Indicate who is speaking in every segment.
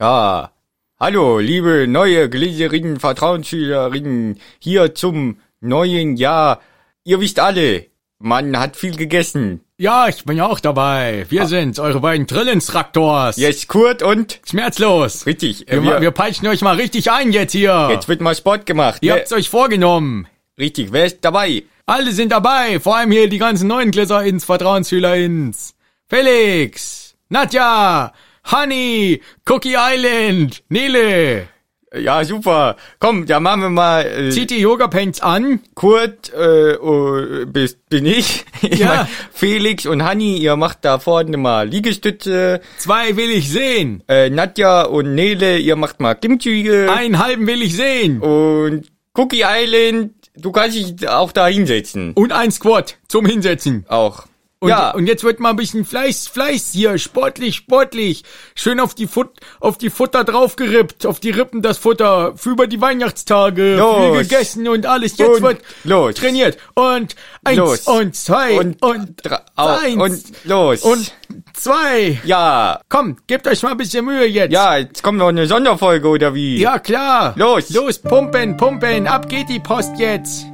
Speaker 1: Ja. Hallo, liebe neue Gläserinnen, Vertrauensschülerinnen, hier zum neuen Jahr. Ihr wisst alle, man hat viel gegessen.
Speaker 2: Ja, ich bin ja auch dabei.
Speaker 1: Ah.
Speaker 2: Wir sind's, eure beiden Trillinstraktors.
Speaker 1: Jetzt Kurt und
Speaker 2: Schmerzlos.
Speaker 1: richtig.
Speaker 2: Wir,
Speaker 1: Äh,
Speaker 2: ma-
Speaker 1: wir,
Speaker 2: wir peitschen euch mal richtig ein jetzt hier.
Speaker 1: jetzt wird mal Sport gemacht.
Speaker 2: Ihr
Speaker 1: Wer-
Speaker 2: habt's euch vorgenommen.
Speaker 1: richtig, wer ist dabei?
Speaker 2: Alle sind dabei. Vor allem hier die ganzen neuen Gläserins, Vertrauensschülerins. Felix, Nadja, Honey, Cookie Island, Nele.
Speaker 1: Ja, super. Komm, da machen wir mal. Äh,
Speaker 2: Zieht die Yoga Pants an.
Speaker 1: Kurt, äh, oh, bist, bin ich. ich
Speaker 2: Ja.
Speaker 1: mein, Felix und Hanni, ihr macht da vorne mal Liegestütze.
Speaker 2: Zwei will ich sehen.
Speaker 1: Äh, Nadja und Nele, ihr macht mal Kimchi. äh,
Speaker 2: Einen halben will ich
Speaker 1: Oh.
Speaker 2: sehen.
Speaker 1: Und Cookie Island, du kannst dich auch da hinsetzen.
Speaker 2: Und ein Squat zum Hinsetzen.
Speaker 1: Auch.
Speaker 2: Und,
Speaker 1: ja,
Speaker 2: und jetzt wird mal ein bisschen Fleiß, Fleiß hier, sportlich, sportlich. Schön auf die Fut, auf die Futter draufgerippt, auf die Rippen das Futter, für über die Weihnachtstage,
Speaker 1: Los.
Speaker 2: viel gegessen und alles. Jetzt
Speaker 1: Und
Speaker 2: wird
Speaker 1: los.
Speaker 2: trainiert. Und eins
Speaker 1: Los.
Speaker 2: und zwei
Speaker 1: Und
Speaker 2: und, und
Speaker 1: drei- au-
Speaker 2: eins
Speaker 1: und los.
Speaker 2: und zwei.
Speaker 1: ja,
Speaker 2: Komm, gebt euch mal ein bisschen Mühe jetzt.
Speaker 1: ja, jetzt kommt noch eine Sonderfolge oder wie?
Speaker 2: Ja, klar.
Speaker 1: Los.
Speaker 2: Los, pumpen, pumpen, ab geht die Post jetzt.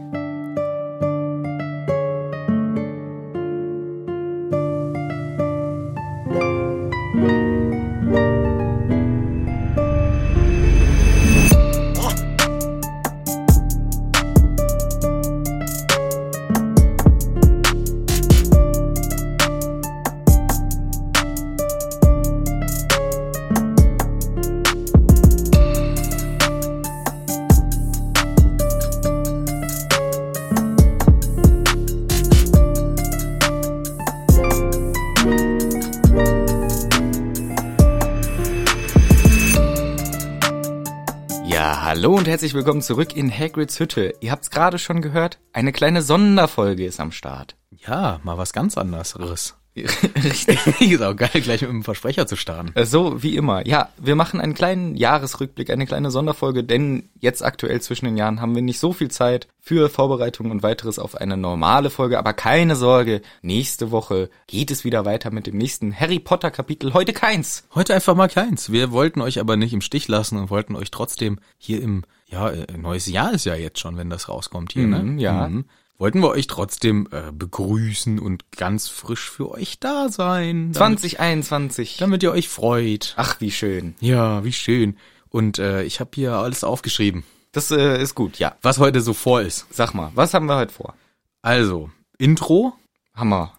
Speaker 1: Ja, hallo und herzlich willkommen zurück in Hagrids Hütte. Ihr habt's gerade schon gehört, eine kleine Sonderfolge ist am Start.
Speaker 2: Ja, mal was ganz anderes.
Speaker 1: Richtig.
Speaker 2: Ist auch geil, gleich mit einem Versprecher zu starten.
Speaker 1: Äh, So wie immer. Ja, wir machen einen kleinen Jahresrückblick, eine kleine Sonderfolge, denn jetzt aktuell zwischen den Jahren haben wir nicht so viel Zeit für Vorbereitungen und weiteres auf eine normale Folge. Aber keine Sorge, nächste Woche geht es wieder weiter mit dem nächsten Harry Potter Kapitel. Heute keins.
Speaker 2: Heute einfach mal keins. Wir wollten euch aber nicht im Stich lassen und wollten euch trotzdem hier im, ja, äh, neues Jahr ist ja jetzt schon, wenn das rauskommt hier,
Speaker 1: Mhm,
Speaker 2: ne?
Speaker 1: ja.
Speaker 2: Mhm. Wollten wir euch trotzdem äh, begrüßen und ganz frisch für euch da sein. Damit,
Speaker 1: 2021.
Speaker 2: damit ihr euch freut.
Speaker 1: Ach, wie schön.
Speaker 2: Ja, wie schön. Und äh, ich habe hier alles aufgeschrieben,
Speaker 1: Das äh, ist gut, ja.
Speaker 2: was heute so vor ist.
Speaker 1: Sag mal, was haben wir heute vor?
Speaker 2: Also, Intro,
Speaker 1: Hammer.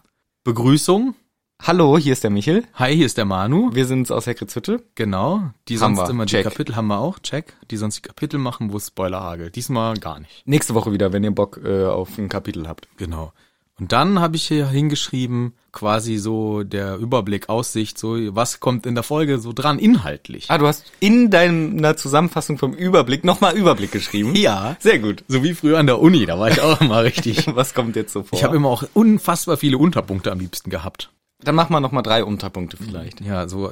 Speaker 2: Begrüßung.
Speaker 1: Hallo, hier ist der Michel.
Speaker 2: Hi, hier ist der Manu.
Speaker 1: Wir sind's aus Hagrids Hütte.
Speaker 2: Genau. Die
Speaker 1: Haben
Speaker 2: sonst
Speaker 1: wir.
Speaker 2: immer die
Speaker 1: Check.
Speaker 2: Kapitel haben wir auch. Check. Die sonst die Kapitel machen, wo es Spoiler hagelt. Diesmal gar nicht.
Speaker 1: Nächste Woche wieder, wenn ihr Bock äh, auf ein Kapitel habt.
Speaker 2: Genau. Und dann habe ich hier hingeschrieben, quasi so der Überblick, Aussicht, so was kommt in der Folge so dran inhaltlich.
Speaker 1: Ah, du hast in deiner Zusammenfassung vom Überblick nochmal Überblick geschrieben.
Speaker 2: Ja.
Speaker 1: Sehr gut.
Speaker 2: So wie früher an der Uni, da war ich auch immer richtig.
Speaker 1: Was kommt jetzt so vor?
Speaker 2: Ich habe immer auch unfassbar viele Unterpunkte am liebsten gehabt.
Speaker 1: Dann machen wir nochmal drei Unterpunkte vielleicht.
Speaker 2: Ja, so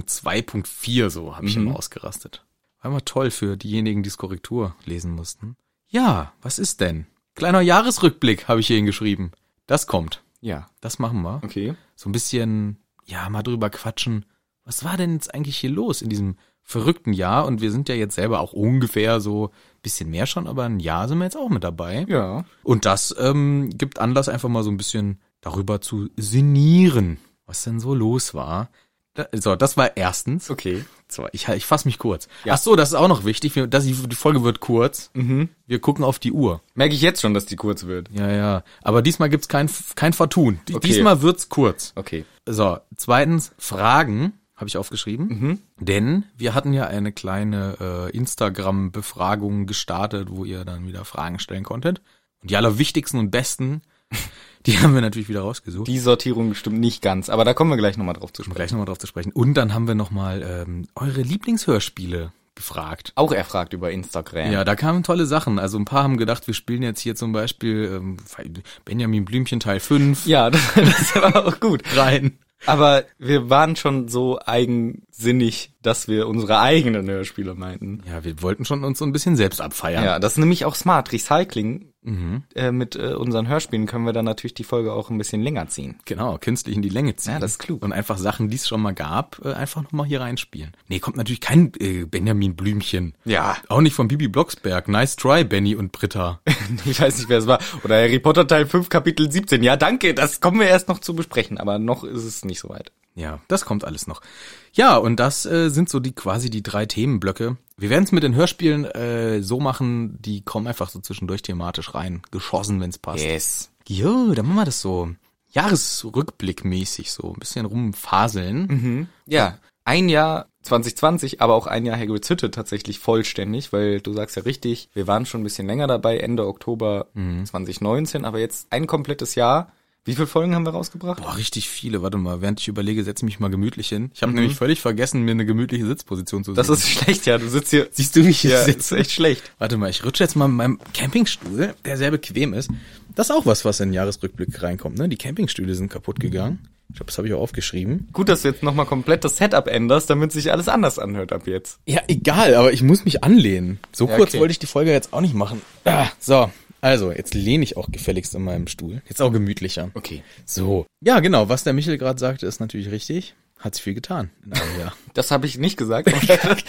Speaker 2: 3.1.2.4 so habe ich immer ausgerastet. War immer toll für diejenigen, die es Korrektur lesen mussten. Ja, was ist denn? Kleiner Jahresrückblick habe ich hier hingeschrieben. Das kommt.
Speaker 1: Ja.
Speaker 2: Das machen wir.
Speaker 1: Okay.
Speaker 2: so ein bisschen, ja, mal drüber quatschen. Was war denn jetzt eigentlich hier los in diesem verrückten Jahr? Und wir sind ja jetzt selber auch ungefähr so ein bisschen mehr schon, aber ein Jahr sind wir jetzt auch mit dabei.
Speaker 1: Ja.
Speaker 2: Und das ähm, gibt Anlass, einfach mal so ein bisschen darüber zu sinnieren, was denn so los war. Da, so, das war erstens.
Speaker 1: Okay.
Speaker 2: So, ich, ich fasse mich kurz. Ach so, das ist auch noch wichtig. Wir, das, die Folge wird kurz. Wir gucken auf die Uhr.
Speaker 1: Merke ich jetzt schon, dass die kurz wird.
Speaker 2: Ja, ja. Aber diesmal gibt's kein, kein Vertun. Die-
Speaker 1: Okay.
Speaker 2: Diesmal wird's kurz.
Speaker 1: Okay.
Speaker 2: So, zweitens, Fragen habe ich aufgeschrieben. Denn wir hatten ja eine kleine äh, Instagram-Befragung gestartet, wo ihr dann wieder Fragen stellen konntet. Und die allerwichtigsten und besten, die haben wir natürlich wieder rausgesucht.
Speaker 1: Die Sortierung stimmt nicht ganz, aber da kommen wir gleich nochmal drauf zu
Speaker 2: Um
Speaker 1: sprechen.
Speaker 2: gleich nochmal drauf zu sprechen. Und dann haben wir nochmal ähm, eure Lieblingshörspiele gefragt.
Speaker 1: Auch erfragt über Instagram.
Speaker 2: Ja, da kamen tolle Sachen. Also ein paar haben gedacht, wir spielen jetzt hier zum Beispiel ähm, Benjamin Blümchen Teil 5
Speaker 1: Ja, das, das war auch gut.
Speaker 2: rein.
Speaker 1: Aber wir waren schon so eigensinnig, dass wir unsere eigenen Hörspiele meinten.
Speaker 2: Ja, Mhm. wir wollten schon uns so ein bisschen selbst abfeiern.
Speaker 1: Ja, das ist nämlich auch smart. Recycling Äh, mit äh, unseren Hörspielen können wir dann natürlich die Folge auch ein bisschen länger ziehen.
Speaker 2: Genau, künstlich in die Länge ziehen.
Speaker 1: Ja, das ist klug.
Speaker 2: Und einfach Sachen, die es schon mal gab, äh, einfach nochmal hier reinspielen. Nee, kommt natürlich kein äh, Benjamin Blümchen.
Speaker 1: Ja.
Speaker 2: Auch nicht von Bibi Blocksberg. Nice try, Benny und Britta.
Speaker 1: Ich weiß nicht, wer es war. Oder Harry Potter Teil 5, Kapitel 17. Ja, danke, das kommen wir erst noch zu besprechen, aber noch ist es nicht so weit.
Speaker 2: Ja, das kommt alles noch. Ja, und das äh, sind so die quasi die drei Themenblöcke. Wir werden es mit den Hörspielen äh, so machen, die kommen einfach so zwischendurch thematisch rein, geschossen, wenn's passt.
Speaker 1: Yes.
Speaker 2: Jo, dann machen wir das so Jahresrückblickmäßig so ein bisschen rumfaseln.
Speaker 1: Ja, ein Jahr 2020, aber auch ein Jahr Hagrid's Hütte tatsächlich vollständig, weil du sagst ja richtig, wir waren schon ein bisschen länger dabei, Ende Oktober
Speaker 2: Mhm.
Speaker 1: 2019, aber jetzt ein komplettes Jahr. Wie viele Folgen haben wir rausgebracht?
Speaker 2: Boah, richtig viele. Warte mal, während ich überlege, setze mich mal gemütlich hin. Ich habe nämlich völlig vergessen, mir eine gemütliche Sitzposition zu
Speaker 1: Mhm. Das ist schlecht, ja. Du sitzt hier.
Speaker 2: siehst du, wie ich hier
Speaker 1: Ja, ist
Speaker 2: sitze?
Speaker 1: echt schlecht.
Speaker 2: Warte mal, ich rutsche jetzt mal in meinem Campingstuhl, der sehr bequem ist. Das ist auch was, was in den Jahresrückblick reinkommt. Ne? Die Campingstühle sind kaputt gegangen. Ich glaube, das habe ich auch aufgeschrieben.
Speaker 1: Gut, dass du jetzt nochmal komplett das Setup änderst, damit sich alles anders anhört ab jetzt.
Speaker 2: Ja, egal, aber ich muss mich anlehnen. So
Speaker 1: Ja,
Speaker 2: kurz
Speaker 1: okay.
Speaker 2: wollte ich die Folge jetzt auch nicht machen. Ah, so, also, jetzt lehne ich auch gefälligst in meinem Stuhl. Jetzt auch gemütlicher.
Speaker 1: Okay.
Speaker 2: So. Ja, genau, was der Michel gerade sagte, ist natürlich richtig. Hat sich viel getan in einem Jahr.
Speaker 1: Das habe ich nicht gesagt.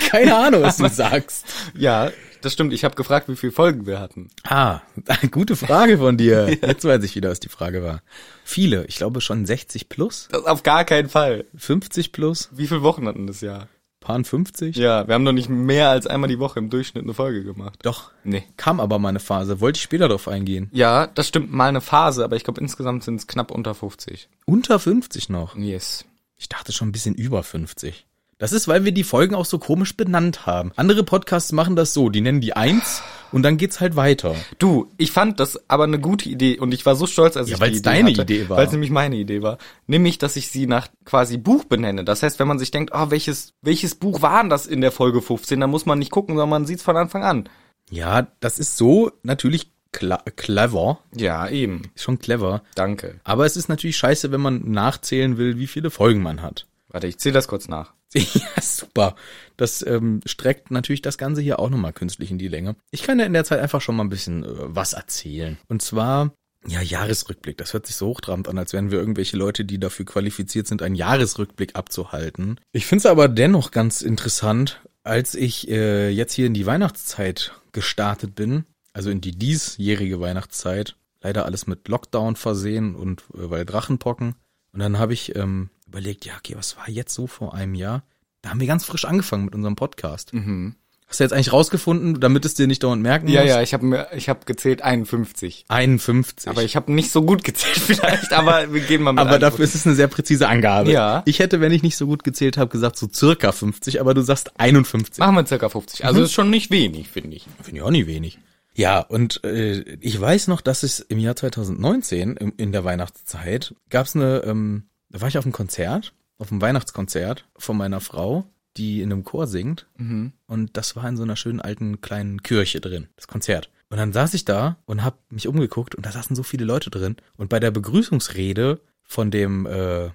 Speaker 2: Keine Ahnung, was du sagst.
Speaker 1: ja, das stimmt. Ich habe gefragt, wie viele Folgen wir hatten.
Speaker 2: Ah, gute Frage von dir. Jetzt weiß ich wieder, was die Frage war. Viele, ich glaube schon 60 plus,
Speaker 1: Das auf gar keinen Fall.
Speaker 2: 50 plus,
Speaker 1: Wie viele Wochen hatten das Jahr?
Speaker 2: paar und 50.
Speaker 1: Ja, wir haben doch nicht mehr als einmal die Woche im Durchschnitt eine Folge gemacht.
Speaker 2: Doch,
Speaker 1: Nee.
Speaker 2: kam aber mal eine Phase. Wollte ich später drauf eingehen.
Speaker 1: Ja, das stimmt, mal eine Phase, aber ich glaube insgesamt sind es knapp unter 50.
Speaker 2: Unter 50 noch.
Speaker 1: Yes.
Speaker 2: Ich dachte schon ein bisschen über 50. Das ist, weil wir die Folgen auch so komisch benannt haben. Andere Podcasts machen das so, die nennen die eins und dann geht's halt weiter.
Speaker 1: Du, ich fand das aber eine gute Idee und ich war so stolz, als ich
Speaker 2: weil's deine Idee war.
Speaker 1: Weil es nämlich meine Idee war. Nämlich, dass ich sie nach quasi Buch benenne. Das heißt, wenn man sich denkt, ah, welches, welches Buch waren das in der Folge 15, dann muss man nicht gucken, sondern man sieht's von Anfang an.
Speaker 2: Ja, das ist so natürlich cla- clever,
Speaker 1: Ja, eben.
Speaker 2: ist schon clever,
Speaker 1: Danke.
Speaker 2: aber es ist natürlich scheiße, wenn man nachzählen will, wie viele Folgen man hat.
Speaker 1: Warte, ich zähle das kurz nach.
Speaker 2: Ja, super. Das ähm, streckt natürlich das Ganze hier auch nochmal künstlich in die Länge. Ich kann ja in der Zeit einfach schon mal ein bisschen äh, was erzählen. Und zwar, ja, Jahresrückblick. Das hört sich so hochtrabend an, als wären wir irgendwelche Leute, die dafür qualifiziert sind, einen Jahresrückblick abzuhalten. Ich finde es aber dennoch ganz interessant, als ich äh, jetzt hier in die Weihnachtszeit gestartet bin, also in die diesjährige Weihnachtszeit, leider alles mit Lockdown versehen und äh, weil Drachenpocken. Und dann habe ich ähm, überlegt, ja, okay, was war jetzt so vor einem Jahr? Da haben wir ganz frisch angefangen mit unserem Podcast. Hast du jetzt eigentlich rausgefunden, damit es dir nicht dauernd merken
Speaker 1: Mhm. Ja,
Speaker 2: musst?
Speaker 1: ja, ich habe ich hab gezählt 51.
Speaker 2: 51.
Speaker 1: Aber ich habe nicht so gut gezählt vielleicht, aber wir gehen mal mit
Speaker 2: Aber
Speaker 1: einem-
Speaker 2: dafür ist es eine sehr präzise Angabe.
Speaker 1: Ja.
Speaker 2: Ich hätte, wenn ich nicht so gut gezählt habe, gesagt so circa 50, aber du sagst 51.
Speaker 1: Machen wir circa 50. Also ist schon nicht wenig, finde ich.
Speaker 2: Ah, Finde ich auch nie wenig. Ja, und äh, ich weiß noch, dass es im Jahr 2019, im, in der Weihnachtszeit, gab's eine, ähm, da war ich auf einem Konzert, auf einem Weihnachtskonzert von meiner Frau, die in einem Chor singt.
Speaker 1: Mhm.
Speaker 2: Und das war in so einer schönen alten kleinen Kirche drin, das Konzert. Und dann saß ich da und hab mich umgeguckt und da saßen so viele Leute drin. Und bei der Begrüßungsrede von dem äh,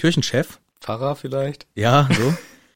Speaker 2: Kirchenchef,
Speaker 1: Pfarrer vielleicht?
Speaker 2: ja, so.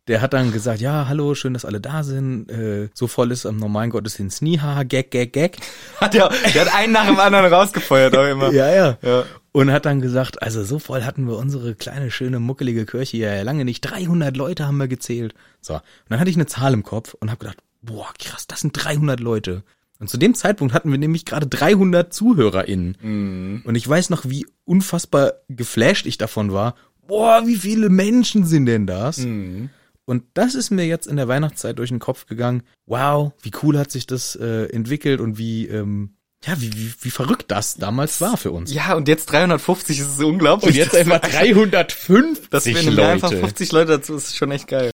Speaker 2: Der hat dann gesagt, ja, hallo, schön, dass alle da sind. Äh, so voll ist am normalen Gottesdienst nie, haha, gag, gag, gag.
Speaker 1: Hat ja, der hat einen nach dem anderen rausgefeuert, auch immer.
Speaker 2: Ja, ja,
Speaker 1: Ja.
Speaker 2: Und hat dann gesagt, also so voll hatten wir unsere kleine, schöne, muckelige Kirche ja lange nicht. 300 Leute haben wir gezählt. So, und dann hatte ich eine Zahl im Kopf und habe gedacht, boah, krass, das sind 300 Leute. Und zu dem Zeitpunkt hatten wir nämlich gerade 300 ZuhörerInnen. Und ich weiß noch, wie unfassbar geflasht ich davon war. Boah, wie viele Menschen sind denn das? Und das ist mir jetzt in der Weihnachtszeit durch den Kopf gegangen. Wow, wie cool hat sich das äh, entwickelt und wie, ähm, ja, wie, wie, wie verrückt das damals war für uns.
Speaker 1: Ja, und jetzt 350 ist es unglaublich.
Speaker 2: Und jetzt einfach 350
Speaker 1: dass wir in einem Jahr einfach
Speaker 2: Leute.
Speaker 1: 50 Leute dazu ist schon echt geil.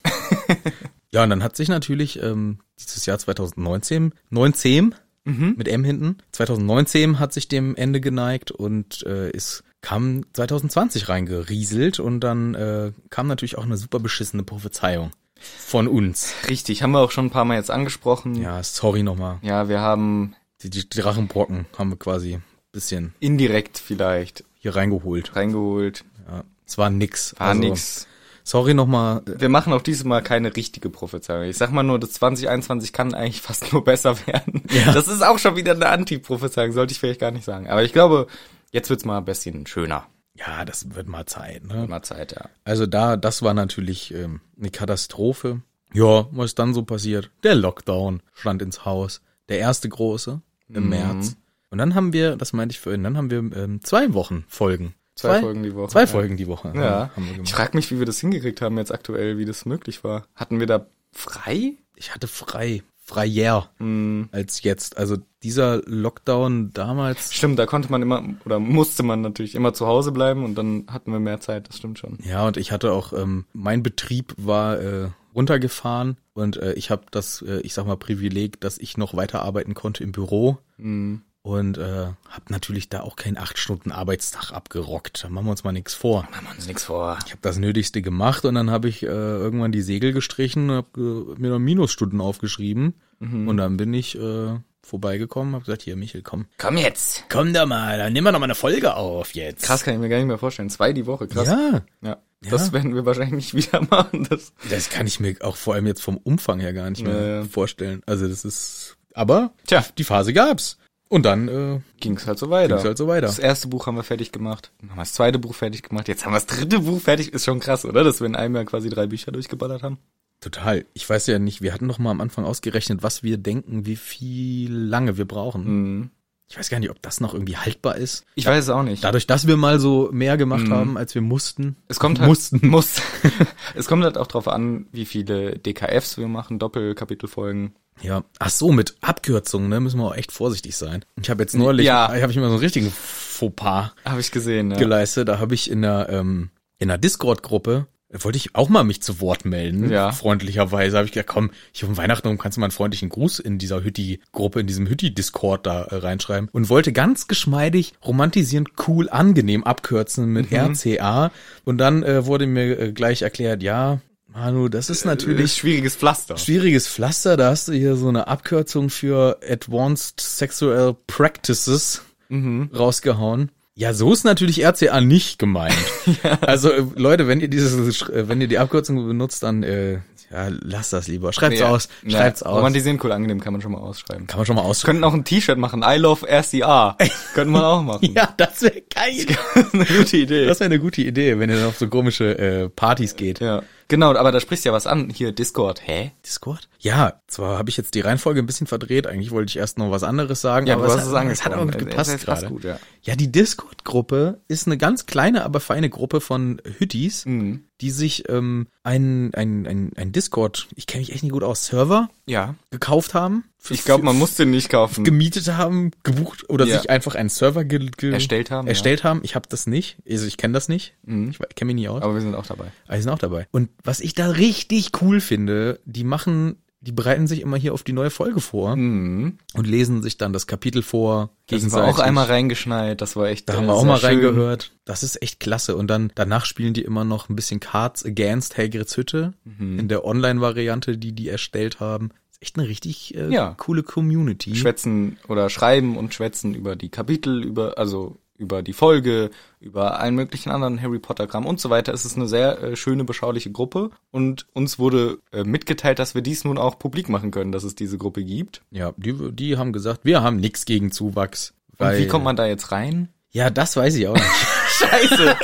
Speaker 2: Ja, und dann hat sich natürlich ähm, dieses Jahr 2019, 19 mit M hinten, 2019 hat sich dem Ende geneigt und äh, es kam 2020 reingerieselt und dann äh, kam natürlich auch eine super beschissene Prophezeiung von uns.
Speaker 1: Richtig, haben wir auch schon ein paar Mal jetzt angesprochen.
Speaker 2: Ja, sorry nochmal.
Speaker 1: ja wir haben
Speaker 2: Die, die Drachenbrocken haben wir quasi ein bisschen
Speaker 1: indirekt vielleicht
Speaker 2: hier reingeholt.
Speaker 1: reingeholt.
Speaker 2: Ja, es war nix.
Speaker 1: War
Speaker 2: Also,
Speaker 1: nix.
Speaker 2: Sorry nochmal. äh,
Speaker 1: Wir machen auch dieses Mal keine richtige Prophezeiung. Ich sag mal nur, das 2021 kann eigentlich fast nur besser werden. Das ist auch schon wieder eine Anti-Prophezeiung, sollte ich vielleicht gar nicht sagen. Aber ich glaube, jetzt wird's mal ein bisschen schöner.
Speaker 2: Ja, das wird mal Zeit, ne?
Speaker 1: Mal Zeit, ja.
Speaker 2: Also da, das war natürlich ähm, eine Katastrophe. Ja, was ist dann so passiert? Der Lockdown stand ins Haus. Der erste große
Speaker 1: Mhm.
Speaker 2: im März. Und dann haben wir, das meinte ich vorhin, dann haben wir ähm, zwei Wochen Folgen.
Speaker 1: Zwei Folgen die Woche,
Speaker 2: Zwei
Speaker 1: ja.
Speaker 2: Folgen die Woche.
Speaker 1: Ja.
Speaker 2: Haben wir
Speaker 1: Ich
Speaker 2: gemacht.
Speaker 1: frag mich, wie wir das hingekriegt haben jetzt aktuell, wie das möglich war. Hatten wir da frei?
Speaker 2: Ich hatte frei. Freier
Speaker 1: Mhm.
Speaker 2: als jetzt. Also dieser Lockdown damals.
Speaker 1: Stimmt, da konnte man immer oder musste man natürlich immer zu Hause bleiben und dann hatten wir mehr Zeit, das stimmt schon.
Speaker 2: Ja, und ich hatte auch, ähm, mein Betrieb war äh, runtergefahren und äh, ich habe das, äh, ich sag mal, Privileg, dass ich noch weiterarbeiten konnte im Büro.
Speaker 1: Mhm.
Speaker 2: Und äh, habe natürlich da auch keinen acht Stunden Arbeitstag abgerockt. Da machen wir uns mal nichts vor.
Speaker 1: Machen wir uns nichts vor.
Speaker 2: Ich habe das Nötigste gemacht und dann habe ich äh, irgendwann die Segel gestrichen und habe äh, mir noch Minusstunden aufgeschrieben.
Speaker 1: Mhm.
Speaker 2: Und dann bin ich äh, vorbeigekommen, habe gesagt, hier Michel, komm.
Speaker 1: Komm jetzt.
Speaker 2: Komm da mal, dann nehmen wir noch mal eine Folge auf jetzt.
Speaker 1: Krass, kann ich mir gar nicht mehr vorstellen. Zwei die Woche, krass.
Speaker 2: Ja,
Speaker 1: Ja. Das werden wir wahrscheinlich nicht wieder machen. Das
Speaker 2: das kann ich mir auch vor allem jetzt vom Umfang her gar nicht mehr
Speaker 1: Nee.
Speaker 2: vorstellen. Also das ist, aber
Speaker 1: Tja.
Speaker 2: die Phase gab's. Und dann äh,
Speaker 1: ging's halt so weiter.
Speaker 2: Ging's halt so weiter.
Speaker 1: Das erste Buch haben wir fertig gemacht, dann haben wir das zweite Buch fertig gemacht, jetzt haben wir das dritte Buch fertig. Ist schon krass, oder? Dass wir in einem Jahr quasi drei Bücher durchgeballert haben.
Speaker 2: Total. Ich weiß ja nicht, wir hatten doch mal am Anfang ausgerechnet, was wir denken, wie viel lange wir
Speaker 1: Mhm.
Speaker 2: brauchen. Ich weiß gar nicht, ob das noch irgendwie haltbar ist.
Speaker 1: Ich weiß es auch nicht.
Speaker 2: Dadurch, dass wir mal so mehr gemacht
Speaker 1: Mhm.
Speaker 2: haben, als wir mussten.
Speaker 1: Es kommt halt,
Speaker 2: Mussten.
Speaker 1: Muss. es kommt halt auch drauf an, wie viele DKFs wir machen, Doppelkapitelfolgen.
Speaker 2: Ja. Ach so, mit Abkürzungen, ne, müssen wir auch echt vorsichtig sein. Ich habe jetzt neulich,
Speaker 1: Ja.
Speaker 2: habe ich mal so einen richtigen Fauxpas
Speaker 1: Habe ich gesehen, ja.
Speaker 2: geleistet. Da habe ich in der, ähm, in der Discord-Gruppe, da wollte ich auch mal mich zu Wort melden,
Speaker 1: Ja.
Speaker 2: freundlicherweise. habe ich gesagt, komm, hier um Weihnachten rum kannst du mal einen freundlichen Gruß in dieser Hütti-Gruppe, in diesem Hütti-Discord da äh, reinschreiben. Und wollte ganz geschmeidig, romantisierend, cool, angenehm abkürzen mit
Speaker 1: Mhm.
Speaker 2: RCA. Und dann äh, wurde mir äh, gleich erklärt, ja, Manu, das ist natürlich
Speaker 1: Natürlich Äh, schwieriges Pflaster.
Speaker 2: schwieriges Pflaster. Da hast du hier so eine Abkürzung für Advanced Sexual Practices Mhm. rausgehauen. Ja, so ist natürlich RCA nicht gemeint. Also äh, Leute, wenn ihr dieses, äh, wenn ihr die Abkürzung benutzt, dann äh, ja, lasst das lieber. Schreibt's aus, schreibt's aus.
Speaker 1: Romantisieren cool angenehm kann man schon mal ausschreiben.
Speaker 2: Kann man schon mal ausschreiben.
Speaker 1: Könnten auch ein T-Shirt machen. I love RCA. Könnten wir auch machen.
Speaker 2: Ja, das wäre geil.
Speaker 1: Eine gute Idee.
Speaker 2: Das wäre eine gute Idee, wenn ihr dann auf so komische äh, Partys geht.
Speaker 1: ja. Genau, aber da sprichst du ja was an. Hier, Discord. Hä?
Speaker 2: Discord? Ja, zwar habe ich jetzt die Reihenfolge ein bisschen verdreht. Eigentlich wollte ich erst noch was anderes sagen,
Speaker 1: Ja, du hast
Speaker 2: hat-
Speaker 1: es angesprochen.
Speaker 2: hat aber gut
Speaker 1: Also,
Speaker 2: gepasst
Speaker 1: es passt
Speaker 2: gerade.
Speaker 1: gut, ja.
Speaker 2: die Discord-Gruppe ist eine ganz kleine, aber feine Gruppe von Hüttis,
Speaker 1: Mhm.
Speaker 2: die sich ähm, einen ein, ein, ein Discord, ich kenne mich echt nicht gut aus, Server
Speaker 1: Ja.
Speaker 2: gekauft haben. Für-
Speaker 1: Ich glaube, man
Speaker 2: für-
Speaker 1: muss den nicht kaufen.
Speaker 2: gemietet haben, gebucht oder
Speaker 1: Ja.
Speaker 2: sich einfach einen Server ge ge
Speaker 1: Erstellt haben, ja. Mhm.
Speaker 2: Erstellt haben. Ich habe das nicht. Also ich kenne das nicht. Ich kenne mich nicht aus.
Speaker 1: Aber wir sind auch dabei.
Speaker 2: Ah, die sind auch dabei. Und was ich da richtig cool finde, die machen, die bereiten sich immer hier auf die neue Folge vor und lesen sich dann das Kapitel vor.
Speaker 1: Mhm. Da sind wir auch einmal reingeschneit. Das war echt
Speaker 2: Da haben
Speaker 1: äh,
Speaker 2: wir auch
Speaker 1: sehr
Speaker 2: mal
Speaker 1: schön.
Speaker 2: reingehört. Das ist echt klasse. Und dann danach spielen die immer noch ein bisschen Cards Against Hagrids Hütte
Speaker 1: Mhm.
Speaker 2: in der Online-Variante, die die erstellt haben. Ist echt eine richtig äh,
Speaker 1: Ja.
Speaker 2: coole
Speaker 1: Mhm.
Speaker 2: Community.
Speaker 1: schwätzen oder schreiben und schwätzen über die Kapitel, über, also über die Folge, über allen möglichen anderen Harry Potter-Kram und so weiter. Es ist eine sehr äh, schöne, beschauliche Gruppe und uns wurde äh, mitgeteilt, dass wir dies nun auch publik machen können, dass es diese Gruppe gibt.
Speaker 2: Ja, die, die haben gesagt, wir haben nichts gegen Zuwachs.
Speaker 1: Und wie kommt man da jetzt rein?
Speaker 2: Ja, das weiß ich auch nicht.
Speaker 1: Scheiße!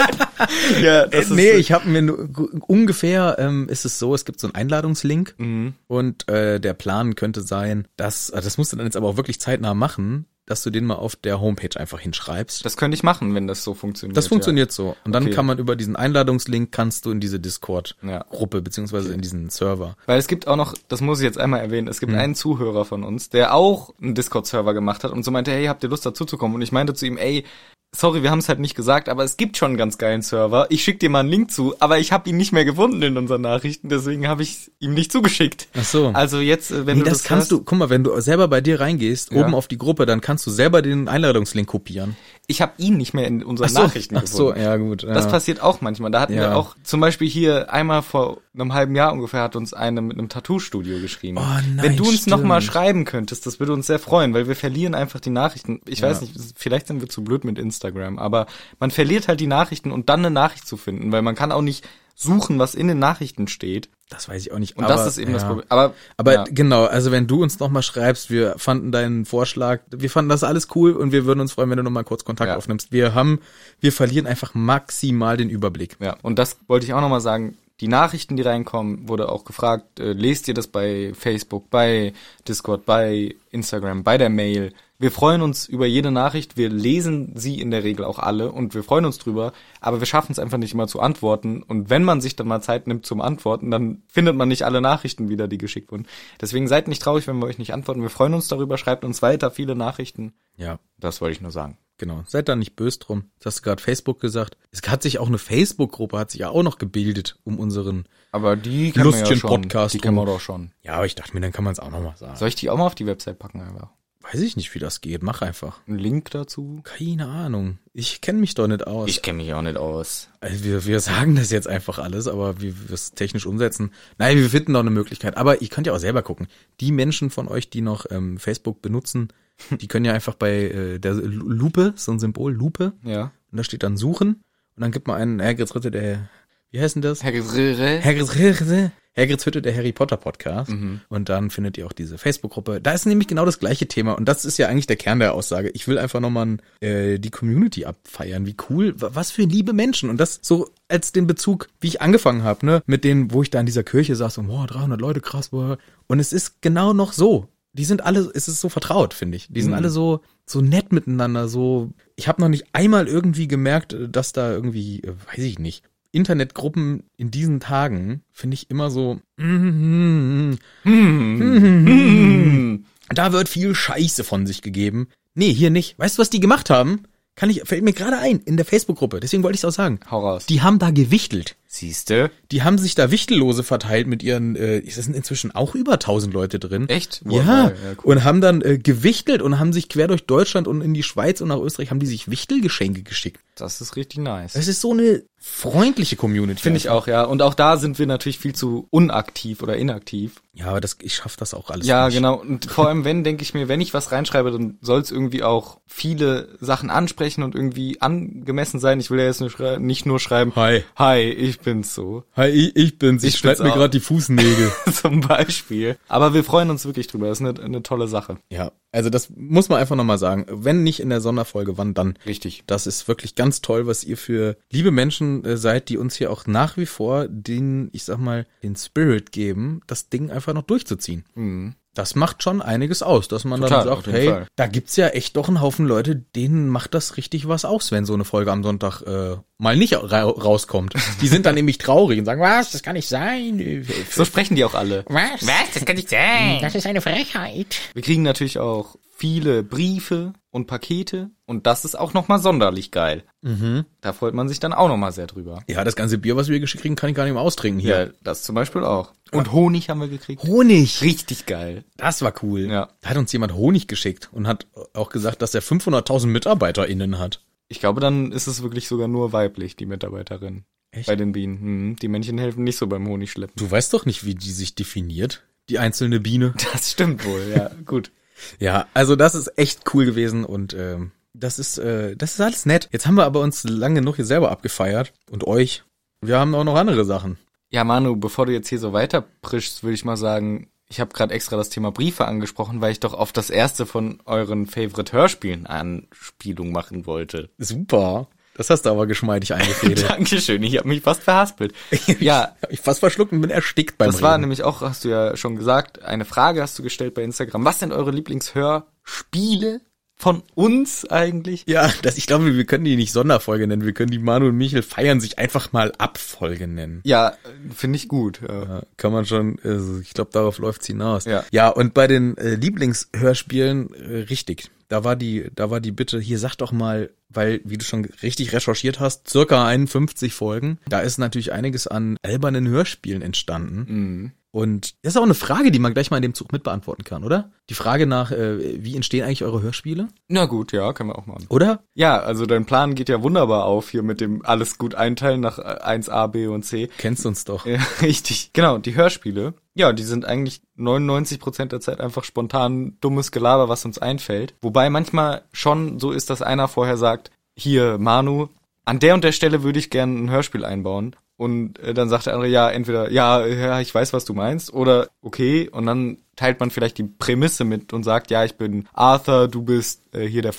Speaker 1: ja, das
Speaker 2: Äh, nee, ich habe mir nur, gu- ungefähr ähm, ist es so, es gibt so einen Einladungslink
Speaker 1: Mhm.
Speaker 2: und äh, der Plan könnte sein, dass äh, das musst du dann jetzt aber auch wirklich zeitnah machen, dass du den mal auf der Homepage einfach hinschreibst.
Speaker 1: das könnte ich machen, wenn das so funktioniert.
Speaker 2: Das funktioniert so und dann
Speaker 1: Okay.
Speaker 2: kann man über diesen Einladungslink kannst du in diese Discord
Speaker 1: Ja.
Speaker 2: Gruppe beziehungsweise in diesen Server.
Speaker 1: Ja. Weil es gibt auch noch, das muss ich jetzt einmal erwähnen, es
Speaker 2: Mhm.
Speaker 1: gibt einen Zuhörer von uns, der auch einen Discord-Server gemacht hat und so meinte, hey, habt ihr Lust dazuzukommen? Und ich meinte zu ihm, ey, sorry, wir haben es halt nicht gesagt, aber es gibt schon einen ganz geilen Server. Ich schicke dir mal einen Link zu, aber ich habe ihn nicht mehr gefunden in unseren Nachrichten, deswegen habe ich ihm nicht zugeschickt.
Speaker 2: Ach so.
Speaker 1: Also jetzt, äh, wenn
Speaker 2: Nee,
Speaker 1: du
Speaker 2: das kannst du, guck mal, wenn du selber bei dir reingehst,
Speaker 1: Ja.
Speaker 2: oben auf die Gruppe, dann kannst du selber den Einladungslink kopieren.
Speaker 1: Ich habe ihn nicht mehr in unseren Nachrichten
Speaker 2: ach so,
Speaker 1: gefunden.
Speaker 2: ja gut.
Speaker 1: Das
Speaker 2: ja.
Speaker 1: passiert auch manchmal. Da hatten
Speaker 2: Ja.
Speaker 1: wir auch zum Beispiel hier einmal vor einem halben Jahr ungefähr hat uns eine mit einem Tattoo-Studio geschrieben.
Speaker 2: Oh nein,
Speaker 1: Wenn du uns
Speaker 2: stimmt.
Speaker 1: nochmal schreiben könntest, das würde uns sehr freuen, weil wir verlieren einfach die Nachrichten. Ich weiß nicht, vielleicht sind wir zu blöd mit Instagram, aber man verliert halt die Nachrichten und dann eine Nachricht zu finden, weil man kann auch nicht suchen, was in den Nachrichten steht.
Speaker 2: Das weiß ich auch nicht.
Speaker 1: Und das ist eben das
Speaker 2: ja.
Speaker 1: Problem. Aber,
Speaker 2: Aber
Speaker 1: ja.
Speaker 2: genau, also wenn du uns nochmal schreibst, wir fanden deinen Vorschlag, wir fanden das alles cool und wir würden uns freuen, wenn du nochmal kurz Kontakt
Speaker 1: Ja.
Speaker 2: aufnimmst. Wir haben, wir verlieren einfach maximal den Überblick.
Speaker 1: Ja, und das wollte ich auch nochmal sagen. Die Nachrichten, die reinkommen, wurde auch gefragt, äh, lest ihr das bei Facebook, bei Discord, bei Instagram, bei der Mail. Wir freuen uns über jede Nachricht, wir lesen sie in der Regel auch alle und wir freuen uns drüber, aber wir schaffen es einfach nicht immer zu antworten und wenn man sich dann mal Zeit nimmt zum Antworten, dann findet man nicht alle Nachrichten wieder, die geschickt wurden. Deswegen seid nicht traurig, wenn wir euch nicht antworten, wir freuen uns darüber, schreibt uns weiter viele Nachrichten.
Speaker 2: Ja.
Speaker 1: Das wollte ich nur sagen.
Speaker 2: Genau, seid da nicht böse drum. Das hast du gerade Facebook gesagt. Es hat sich auch eine Facebook-Gruppe, hat sich ja auch noch gebildet um unseren.
Speaker 1: Aber die
Speaker 2: kennen wir ja
Speaker 1: Lustchen
Speaker 2: schon.
Speaker 1: Podcast,
Speaker 2: Die kennen wir
Speaker 1: doch schon.
Speaker 2: Ja, aber ich dachte mir, dann kann man es auch nochmal sagen.
Speaker 1: Soll ich die auch mal auf die Website packen einfach?
Speaker 2: Weiß ich nicht, wie das geht. Mach einfach.
Speaker 1: einen Link dazu?
Speaker 2: Keine Ahnung. Ich kenne mich doch nicht aus.
Speaker 1: kenne mich auch nicht aus.
Speaker 2: Also wir, wir sagen das jetzt einfach alles, aber wie wir es technisch umsetzen. Nein, wir finden doch eine Möglichkeit. Aber ihr könnt ja auch selber gucken. Die Menschen von euch, die noch ähm, Facebook benutzen, die können ja einfach bei äh, der Lu- Lupe, so ein Symbol, Lupe,
Speaker 1: Ja.
Speaker 2: und da steht dann Suchen. Und dann gibt man einen Hagrids Ritter, der, wie heißt denn das?
Speaker 1: Herr
Speaker 2: Hagrids Ritter, Hagrids Hütte, der Harry Potter Podcast. Und dann findet ihr auch diese Facebook-Gruppe. Da ist nämlich genau das gleiche Thema. Und das ist ja eigentlich der Kern der Aussage. Ich will einfach nochmal äh, die Community abfeiern. Wie cool, wa- was für liebe Menschen. Und das so als den Bezug, wie ich angefangen habe, ne? Mit denen, wo ich da in dieser Kirche saß und, boah, 300 Leute, krass, boah. Und es ist genau noch so. Die sind alle, es ist so vertraut, finde ich. Die sind
Speaker 1: Mhm.
Speaker 2: alle so so nett miteinander, so ich habe noch nicht einmal irgendwie gemerkt, äh, dass da irgendwie, äh, weiß ich nicht, Internetgruppen in diesen Tagen finde ich immer so, mm,
Speaker 1: Hm.
Speaker 2: da wird viel Scheiße von sich gegeben. Nee, hier nicht. Weißt du, was die gemacht haben? Kann ich, fällt mir gerade ein, in der Facebook-Gruppe. Deswegen wollte ich es auch sagen.
Speaker 1: Hau raus.
Speaker 2: Die haben da gewichtelt.
Speaker 1: Siehste?
Speaker 2: Die haben sich da Wichtellose verteilt mit ihren, äh, es sind inzwischen auch über 1000 Leute drin.
Speaker 1: Echt?
Speaker 2: Ja,
Speaker 1: Wow, ja, cool.
Speaker 2: und haben dann äh, gewichtelt und haben sich quer durch Deutschland und in die Schweiz und nach Österreich haben die sich Wichtelgeschenke geschickt.
Speaker 1: Das ist richtig nice.
Speaker 2: Das ist so eine freundliche Community. Also,
Speaker 1: Finde ich auch, ja. Und auch da sind wir natürlich viel zu unaktiv oder inaktiv.
Speaker 2: Ja, aber das, ich schaff das auch alles
Speaker 1: Ja,
Speaker 2: nicht.
Speaker 1: genau. Und vor allem, wenn, denke ich mir, wenn ich was reinschreibe, dann soll es irgendwie auch viele Sachen ansprechen und irgendwie angemessen sein. Ich will ja jetzt nur schrei- nicht nur schreiben,
Speaker 2: Hi.
Speaker 1: hi, ich bin's so.
Speaker 2: Hi, ich, ich bin's. Ich,
Speaker 1: Ich
Speaker 2: schneid
Speaker 1: bin's
Speaker 2: mir
Speaker 1: auch.
Speaker 2: gerade die Fußnägel.
Speaker 1: Zum Beispiel. Aber wir freuen uns wirklich drüber. Das ist eine, eine tolle Sache.
Speaker 2: ja, also das muss man einfach nochmal sagen. Wenn nicht in der Sonderfolge, wann dann?
Speaker 1: Richtig.
Speaker 2: Das ist wirklich ganz toll, was ihr für liebe Menschen äh, seid, die uns hier auch nach wie vor den, ich sag mal, den Spirit geben, das Ding einfach noch durchzuziehen. Das macht schon einiges aus, dass man
Speaker 1: Total,
Speaker 2: dann
Speaker 1: auf
Speaker 2: sagt,
Speaker 1: jeden
Speaker 2: hey,
Speaker 1: Fall.
Speaker 2: da gibt's ja echt doch einen Haufen Leute, denen macht das richtig was aus, wenn so eine Folge am Sonntag äh, mal nicht ra rauskommt. Die sind dann nämlich traurig und sagen, was, das kann nicht sein. äh,
Speaker 1: So sprechen die auch alle.
Speaker 3: Was? Was? Das kann nicht sein. Das ist eine Frechheit.
Speaker 1: Wir kriegen natürlich auch viele Briefe und Pakete und das ist auch nochmal sonderlich geil.
Speaker 2: Mhm.
Speaker 1: Da freut man sich dann auch nochmal sehr drüber.
Speaker 2: Ja, das ganze Bier, was wir geschickt kriegen, kann ich gar nicht mehr austrinken hier.
Speaker 1: Ja, das zum Beispiel auch. Und Honig haben wir gekriegt.
Speaker 2: Honig.
Speaker 1: Richtig geil.
Speaker 2: Das war cool.
Speaker 1: Ja.
Speaker 2: Da hat uns jemand Honig geschickt und hat auch gesagt, dass er 500.000 MitarbeiterInnen hat.
Speaker 1: Ich glaube, dann ist es wirklich sogar nur weiblich, die Mitarbeiterin.
Speaker 2: Echt?
Speaker 1: Bei den Bienen. Hm, die Männchen helfen nicht so beim Honigschleppen.
Speaker 2: Du weißt doch nicht, wie die sich definiert, die einzelne Biene.
Speaker 1: Das stimmt wohl, ja. Gut.
Speaker 2: Ja, also das ist echt cool gewesen und ähm, das ist äh, das ist alles nett. Jetzt haben wir aber uns lange genug hier selber abgefeiert und euch. Wir haben auch noch andere Sachen.
Speaker 1: Ja, Manu, bevor du jetzt hier so weiterprischst, würde ich mal sagen, ich habe gerade extra das Thema Briefe angesprochen, weil ich doch auf das erste von euren Favorite-Hörspielen Anspielung machen wollte.
Speaker 2: Super. Das hast du aber geschmeidig eingefädelt.
Speaker 1: Dankeschön, ich habe mich fast verhaspelt. ja,
Speaker 2: Hab ich fast verschluckt und bin erstickt beim
Speaker 1: das war
Speaker 2: Reden.
Speaker 1: nämlich auch, hast du ja schon gesagt, eine Frage hast du gestellt bei Instagram. Was sind eure Lieblingshörspiele von uns eigentlich?
Speaker 2: Ja, das, ich glaube, wir können die nicht Sonderfolge nennen. Wir können die Manu und Michel feiern sich einfach mal Abfolge nennen.
Speaker 1: Ja, finde ich gut. Ja.
Speaker 2: Ja, kann man schon, also ich glaube, darauf läuft's hinaus.
Speaker 1: Ja.
Speaker 2: ja, und bei den äh, Lieblingshörspielen, äh, richtig. Da war die, da war die Bitte, hier sag doch mal, weil, wie du schon richtig recherchiert hast, circa 51 Folgen. Da ist natürlich einiges an albernen Hörspielen entstanden.
Speaker 1: Mhm.
Speaker 2: Und das ist auch eine Frage, die man gleich mal in dem Zug mitbeantworten kann, oder? Die Frage nach, äh, wie entstehen eigentlich eure Hörspiele?
Speaker 1: Na gut, ja, können wir auch machen.
Speaker 2: Oder?
Speaker 1: Ja, also dein Plan geht ja wunderbar auf hier mit dem alles gut einteilen nach äh, 1a, b und c.
Speaker 2: Kennst uns doch.
Speaker 1: Ja, richtig. Genau, die Hörspiele. Ja, die sind eigentlich 99% der Zeit einfach spontan dummes Gelaber, was uns einfällt. Wobei manchmal schon so ist, dass einer vorher sagt, hier, Manu, an der und der Stelle würde ich gerne ein Hörspiel einbauen.
Speaker 4: Und äh, dann sagt der andere, ja, entweder, ja, ja, ich weiß, was du meinst, oder okay, und dann teilt man vielleicht die Prämisse mit und sagt, ja, ich bin Arthur, du bist äh, hier der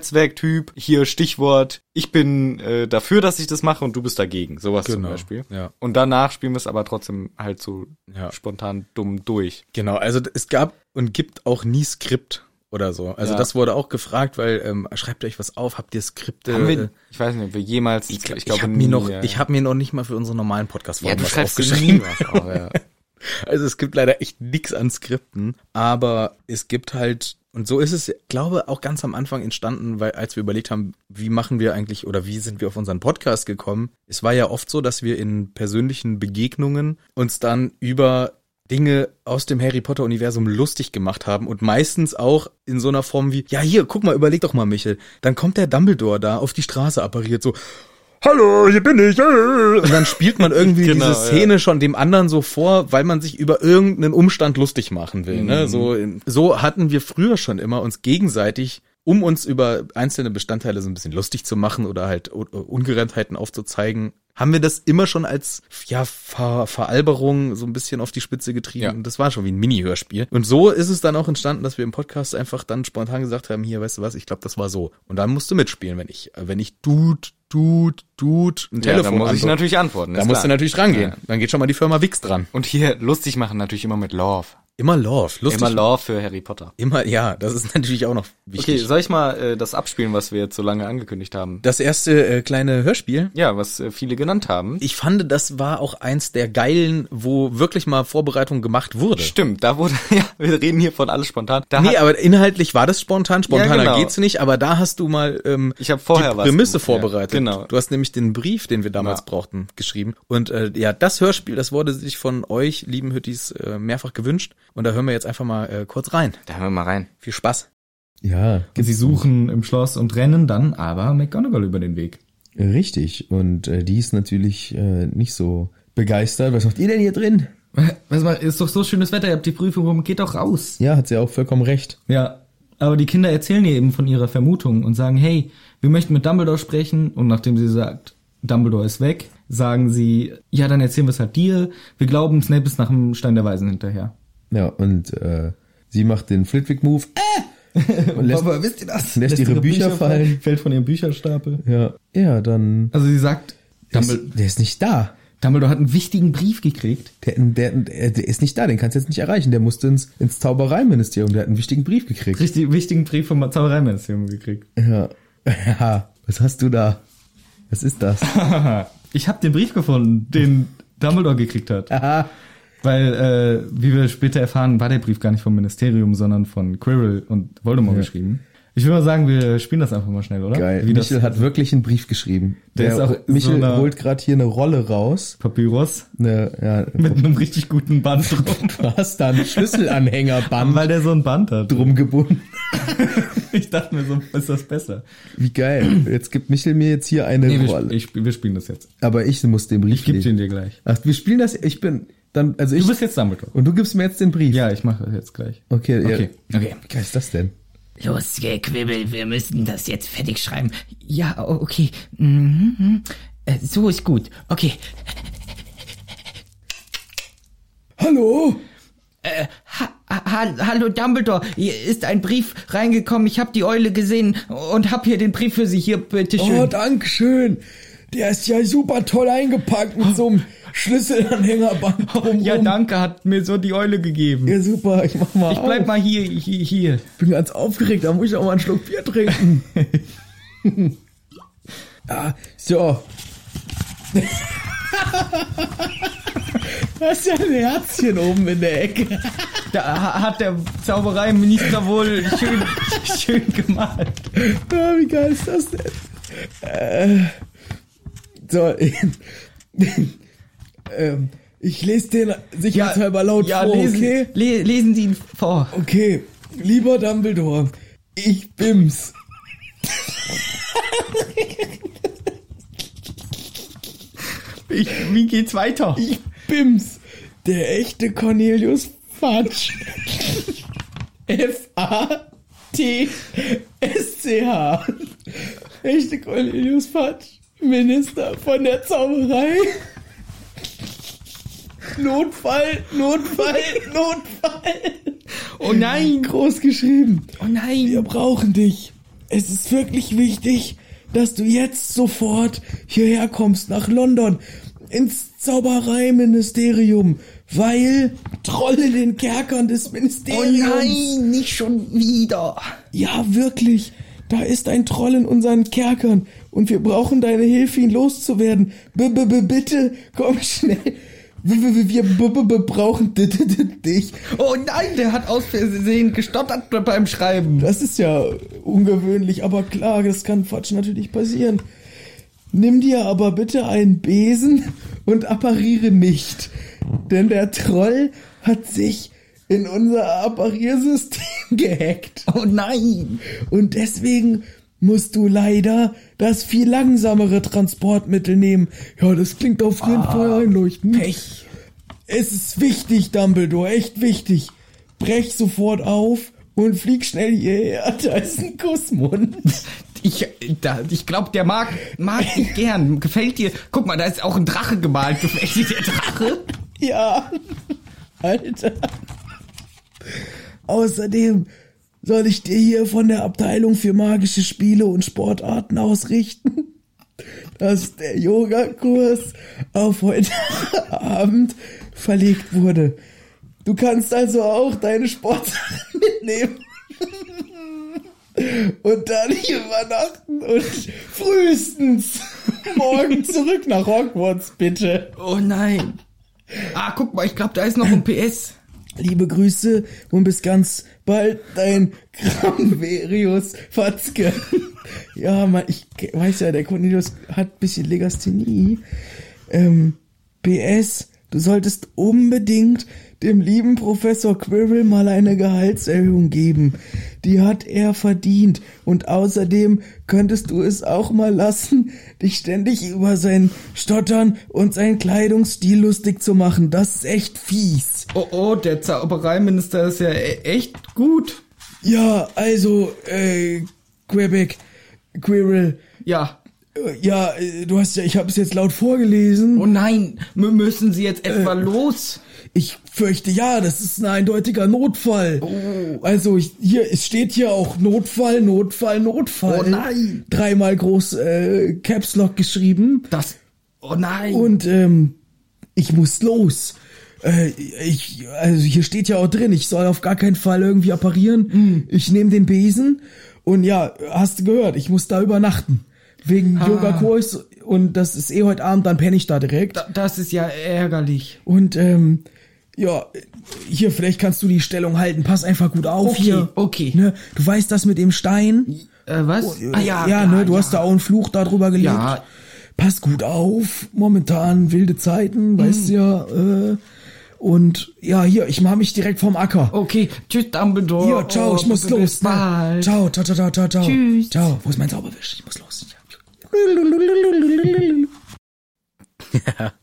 Speaker 4: Flo-Netzwerk-Typ, hier Stichwort, ich bin äh, dafür, dass ich das mache und du bist dagegen, sowas zum
Speaker 2: Genau,
Speaker 4: Beispiel.
Speaker 2: ja.
Speaker 4: Und danach spielen wir es aber trotzdem halt so
Speaker 2: Ja.
Speaker 4: spontan dumm durch.
Speaker 2: Genau, also d- es gab und gibt auch nie Skript oder so. Also
Speaker 4: Ja.
Speaker 2: das wurde auch gefragt, weil ähm, schreibt ihr euch was auf, habt ihr Skripte?
Speaker 4: Haben
Speaker 2: Äh,
Speaker 4: wir, ich weiß nicht, ob wir jemals,
Speaker 2: ich, ich, ich habe mir noch, ich habe mir noch nicht mal für unsere normalen Podcast
Speaker 4: ja,
Speaker 2: Folgen
Speaker 4: du
Speaker 2: was
Speaker 4: schreibst
Speaker 2: aufgeschrieben.
Speaker 4: geschrieben. ja.
Speaker 2: Also es gibt leider echt nix an Skripten, aber es gibt halt und so ist es, glaube auch ganz am Anfang entstanden, weil als wir überlegt haben, wie machen wir eigentlich oder wie sind wir auf unseren Podcast gekommen? Es war ja oft so, dass wir in persönlichen Begegnungen uns dann über Dinge aus dem Harry Potter Universum lustig gemacht haben und meistens auch in so einer Form wie, ja hier, guck mal, überleg doch mal, Michel. Dann kommt der Dumbledore da auf die Straße appariert, so, Hallo, hier bin ich. äh. Und dann spielt man irgendwie
Speaker 4: Genau,
Speaker 2: diese
Speaker 4: ja.
Speaker 2: Szene schon dem anderen so vor, weil man sich über irgendeinen Umstand lustig machen will.
Speaker 4: Mhm.
Speaker 2: Ne? So, so hatten wir früher schon immer uns gegenseitig, um uns über einzelne Bestandteile so ein bisschen lustig zu machen oder halt U- Ungereimtheiten aufzuzeigen, haben wir das immer schon als ja, Ver Veralberung so ein bisschen auf die Spitze getrieben.
Speaker 4: Ja.
Speaker 2: Und das war schon wie ein Mini-Hörspiel. Und so ist es dann auch entstanden, dass wir im Podcast einfach dann spontan gesagt haben, hier, weißt du was, ich glaube, das war so. Und dann musst du mitspielen, wenn ich, wenn ich tut, tut, tut, ein
Speaker 4: ja, da
Speaker 2: Telefon
Speaker 4: muss ich
Speaker 2: andrück-
Speaker 4: natürlich antworten.
Speaker 2: da
Speaker 4: ist
Speaker 2: musst du
Speaker 4: klar.
Speaker 2: natürlich rangehen. Dann geht schon mal die Firma Wix dran.
Speaker 4: Und hier lustig machen natürlich immer mit Love.
Speaker 2: Immer Love, lustig.
Speaker 4: Immer Love für Harry Potter.
Speaker 2: Immer, ja, das ist natürlich auch noch
Speaker 4: Okay,
Speaker 2: wichtig.
Speaker 4: soll ich mal äh, das abspielen, was wir jetzt so lange angekündigt haben?
Speaker 2: Das erste äh, kleine Hörspiel.
Speaker 4: Ja, was äh, viele genannt haben.
Speaker 2: Ich fand, das war auch eins der geilen, wo wirklich mal Vorbereitung gemacht wurde.
Speaker 4: Stimmt, da wurde, ja, wir reden hier von alles spontan. Da
Speaker 2: Nee,
Speaker 4: hat,
Speaker 2: aber inhaltlich war das spontan. Spontaner
Speaker 4: Ja, genau.
Speaker 2: geht's nicht, aber da hast du mal ähm,
Speaker 4: Ich hab vorher
Speaker 2: die
Speaker 4: was
Speaker 2: Prämisse
Speaker 4: gemacht, ja,
Speaker 2: vorbereitet.
Speaker 4: genau.
Speaker 2: Du hast nämlich den Brief, den wir damals
Speaker 4: Ja.
Speaker 2: brauchten, geschrieben. Und äh, ja, das Hörspiel, das wurde sich von euch, lieben Hüttis, äh, mehrfach gewünscht. Und da hören wir jetzt einfach mal äh, kurz rein.
Speaker 4: da hören wir mal rein.
Speaker 2: Viel Spaß.
Speaker 5: Ja,
Speaker 1: Sie suchen im Schloss und rennen dann aber McGonagall über den Weg.
Speaker 5: richtig. Und äh, die ist natürlich äh, nicht so begeistert. Was macht ihr denn hier drin?
Speaker 1: Was mal, ist doch so schönes Wetter, ihr habt die Prüfung rum, geht doch raus.
Speaker 5: Ja, hat sie auch vollkommen recht.
Speaker 1: Ja, aber die Kinder erzählen ihr eben von ihrer Vermutung und sagen, hey, wir möchten mit Dumbledore sprechen. Und nachdem sie sagt, Dumbledore ist weg, sagen sie, ja, dann erzählen wir es halt dir. Wir glauben, Snape ist nach dem Stein der Weisen hinterher.
Speaker 5: Ja, und äh, sie macht den Flitwick-Move. Äh! Und lässt,
Speaker 1: wisst ihr das?
Speaker 5: lässt ihre Bücher fallen.
Speaker 1: Fällt von ihrem Bücherstapel.
Speaker 5: ja, ja, dann.
Speaker 1: Also sie sagt,
Speaker 5: Der ist,
Speaker 1: Dumbledore,
Speaker 5: der ist nicht da.
Speaker 1: Dumbledore hat einen wichtigen Brief gekriegt.
Speaker 5: Der, der, der der ist nicht da, den kannst du jetzt nicht erreichen. Der musste ins, ins Zaubereiministerium. Der hat einen wichtigen Brief gekriegt.
Speaker 1: Richtig wichtigen Brief vom Zaubereiministerium gekriegt.
Speaker 5: Ja. ja. Was hast du da? Was ist das?
Speaker 1: Ich habe den Brief gefunden, den Dumbledore gekriegt hat.
Speaker 5: Aha.
Speaker 1: Weil, äh, wie wir später erfahren, war der Brief gar nicht vom Ministerium, sondern von Quirrell und Voldemort geschrieben. Ich würde mal sagen, wir spielen das einfach mal schnell, oder?
Speaker 5: Geil.
Speaker 1: Wie
Speaker 5: Michel
Speaker 1: das
Speaker 5: hat wirklich einen Brief geschrieben.
Speaker 1: Der ist auch
Speaker 5: ho- Michel
Speaker 1: so einer-
Speaker 5: holt gerade hier eine Rolle raus.
Speaker 1: Papyrus
Speaker 5: Eine, ja,
Speaker 1: mit einem richtig guten Band drum.
Speaker 5: du hast da einen Schlüsselanhängerband
Speaker 1: Weil der so ein Band hat.
Speaker 5: drum gebunden.
Speaker 1: Ich dachte mir so, ist das besser?
Speaker 5: Wie geil. Jetzt gibt Michel mir jetzt hier eine
Speaker 1: Nee, wir, sp-
Speaker 5: Rolle.
Speaker 1: ich, sp- wir spielen das jetzt.
Speaker 5: Aber ich muss den Brief
Speaker 1: Ich gebe
Speaker 5: lesen.
Speaker 1: den dir gleich.
Speaker 5: Ach, wir spielen das. Ich bin dann, also ich.
Speaker 1: Du bist jetzt Dumbledore.
Speaker 5: und du gibst mir jetzt den Brief.
Speaker 1: Ja, ich mache das jetzt gleich.
Speaker 5: Okay, äh, ja.
Speaker 1: Okay, okay.
Speaker 5: Wie geil ist das denn?
Speaker 6: Los, ihr Quibbel, wir müssen das jetzt fertig schreiben. Ja, o- okay. Mhm. Äh, So ist gut. Okay.
Speaker 5: Hallo!
Speaker 6: Ha ha Hallo Dumbledore, hier ist ein Brief reingekommen. Ich habe die Eule gesehen und hab hier den Brief für Sie. Hier, bitteschön.
Speaker 5: Oh, Dankeschön. Der ist ja super toll eingepackt mit so einem Schlüsselanhängerband drumrum.
Speaker 1: Oh. Ja, danke, hat mir so die Eule gegeben.
Speaker 5: um, Ja, super. Ich mach mal
Speaker 1: Ich bleib
Speaker 5: auf.
Speaker 1: mal hier, hier, hier.
Speaker 5: Ich bin ganz aufgeregt, da muss ich auch mal einen Schluck Bier trinken. ah, so. da ist ja ein Herzchen oben in der Ecke.
Speaker 1: Da ha- hat der Zaubereiminister wohl schön, schön gemalt.
Speaker 5: Ah, wie geil ist das denn? Äh, so. ähm, ich lese den sicherheitshalber laut
Speaker 1: ja,
Speaker 5: vor,
Speaker 1: lesen,
Speaker 5: okay?
Speaker 1: le lesen Sie ihn vor.
Speaker 5: Okay, lieber Dumbledore, ich bims.
Speaker 1: Ich, wie geht's weiter?
Speaker 5: Ich bims. Der echte Cornelius Fatsch. F-A-T-S-C-H. Echte Cornelius Fatsch. Minister von der Zauberei.
Speaker 2: Notfall, Notfall, Notfall. Äh,
Speaker 7: Oh nein!
Speaker 2: Groß geschrieben.
Speaker 7: Oh nein!
Speaker 2: Wir brauchen dich. Es ist wirklich wichtig, dass du jetzt sofort hierher kommst nach London ins Zaubereiministerium, weil Trolle in den Kerkern des
Speaker 7: Oh
Speaker 2: Ministeriums.
Speaker 7: nein, nicht schon wieder!
Speaker 2: Ja, wirklich. Da ist ein Troll in unseren Kerkern und wir brauchen deine Hilfe, ihn loszuwerden. B -b -b Bitte, komm schnell. W- w- Wir b -b -b brauchen d- d- d- dich.
Speaker 7: Oh nein, der hat aus Versehen gestottert beim Schreiben.
Speaker 2: Das ist ja ungewöhnlich, aber klar, das kann Fatsch natürlich passieren. Nimm dir aber bitte einen Besen und appariere nicht. Denn der Troll hat sich in unser Appariersystem gehackt.
Speaker 7: Oh nein!
Speaker 2: Und deswegen musst du leider das viel langsamere Transportmittel nehmen. Ja, das klingt auf jeden
Speaker 7: Ah,
Speaker 2: Fall einleuchtend. Pech. Es ist wichtig, Dumbledore, echt wichtig. Brech sofort auf und flieg schnell hierher. Da ist ein Kussmund.
Speaker 7: Ich, da, ich glaube, der mag, mag dich gern. Gefällt dir? Guck mal, da ist auch ein Drache gemalt. Gefällt dir der Drache?
Speaker 2: Ja. Alter. Außerdem soll ich dir hier von der Abteilung für magische Spiele und Sportarten ausrichten, dass der Yogakurs auf heute Abend verlegt wurde. Du kannst also auch deine Sportsachen mitnehmen. Und dann hier übernachten und frühestens morgen zurück nach Hogwarts, bitte.
Speaker 7: Oh nein! Ah, guck mal, ich glaube, da ist noch ein PS.
Speaker 2: Liebe Grüße und bis ganz bald, dein Kramverius Fatzke. ja, man, ich ke- weiß ja, der Cornelius hat ein bisschen Legasthenie. Ähm, PS, du solltest unbedingt dem lieben Professor Quirrell mal eine Gehaltserhöhung geben. Die hat er verdient. Und außerdem könntest du es auch mal lassen, dich ständig über sein Stottern und seinen Kleidungsstil lustig zu machen. Das ist echt fies.
Speaker 7: Oh oh, der Zaubereiminister ist ja e- echt gut.
Speaker 2: Ja, also, äh, Quebec, Quirrell,
Speaker 7: Ja.
Speaker 2: äh, ja, äh, du hast ja, ich habe es jetzt laut vorgelesen.
Speaker 7: Oh nein, mü- müssen sie jetzt
Speaker 2: Äh.
Speaker 7: etwa los?
Speaker 2: ich fürchte, ja, das ist ein eindeutiger Notfall.
Speaker 7: Oh.
Speaker 2: Also, ich, hier, es steht hier auch Notfall, Notfall, Notfall.
Speaker 7: Oh nein.
Speaker 2: Dreimal groß äh, Caps Lock geschrieben.
Speaker 7: Das. Oh nein.
Speaker 2: Und ähm, ich muss los. Äh, ich, also hier steht ja auch drin, ich soll auf gar keinen Fall irgendwie apparieren.
Speaker 8: Mhm.
Speaker 2: Ich nehme den Besen und ja, hast du gehört, ich muss da übernachten. Wegen
Speaker 8: Ah.
Speaker 2: Yogakurs und das ist eh heute Abend, dann penne ich da direkt.
Speaker 7: Da- das ist ja ärgerlich.
Speaker 2: Und ähm, ja, hier, vielleicht kannst du die Stellung halten. Pass einfach gut auf
Speaker 7: Okay,
Speaker 2: hier.
Speaker 7: okay.
Speaker 2: Ne? Du weißt das mit dem Stein.
Speaker 7: Äh, was? Ah ja.
Speaker 2: ja, ne, du hast da auch einen Fluch darüber gelegt.
Speaker 7: Ja.
Speaker 2: Pass gut auf. Momentan wilde Zeiten, weißt
Speaker 7: Mhm.
Speaker 2: du ja. Äh, und ja, hier, ich mach mich direkt vom Acker.
Speaker 7: Okay, tschüss Dumbledore.
Speaker 2: Hier,
Speaker 6: Oh,
Speaker 2: ciao, ich muss
Speaker 7: Oh, bis
Speaker 2: los. Ne?
Speaker 7: Bald.
Speaker 2: Ciao, ciao, ciao, ciao, ciao, ciao.
Speaker 7: Tschüss.
Speaker 2: Ciao. Wo ist mein Zauberwisch? Ich muss los.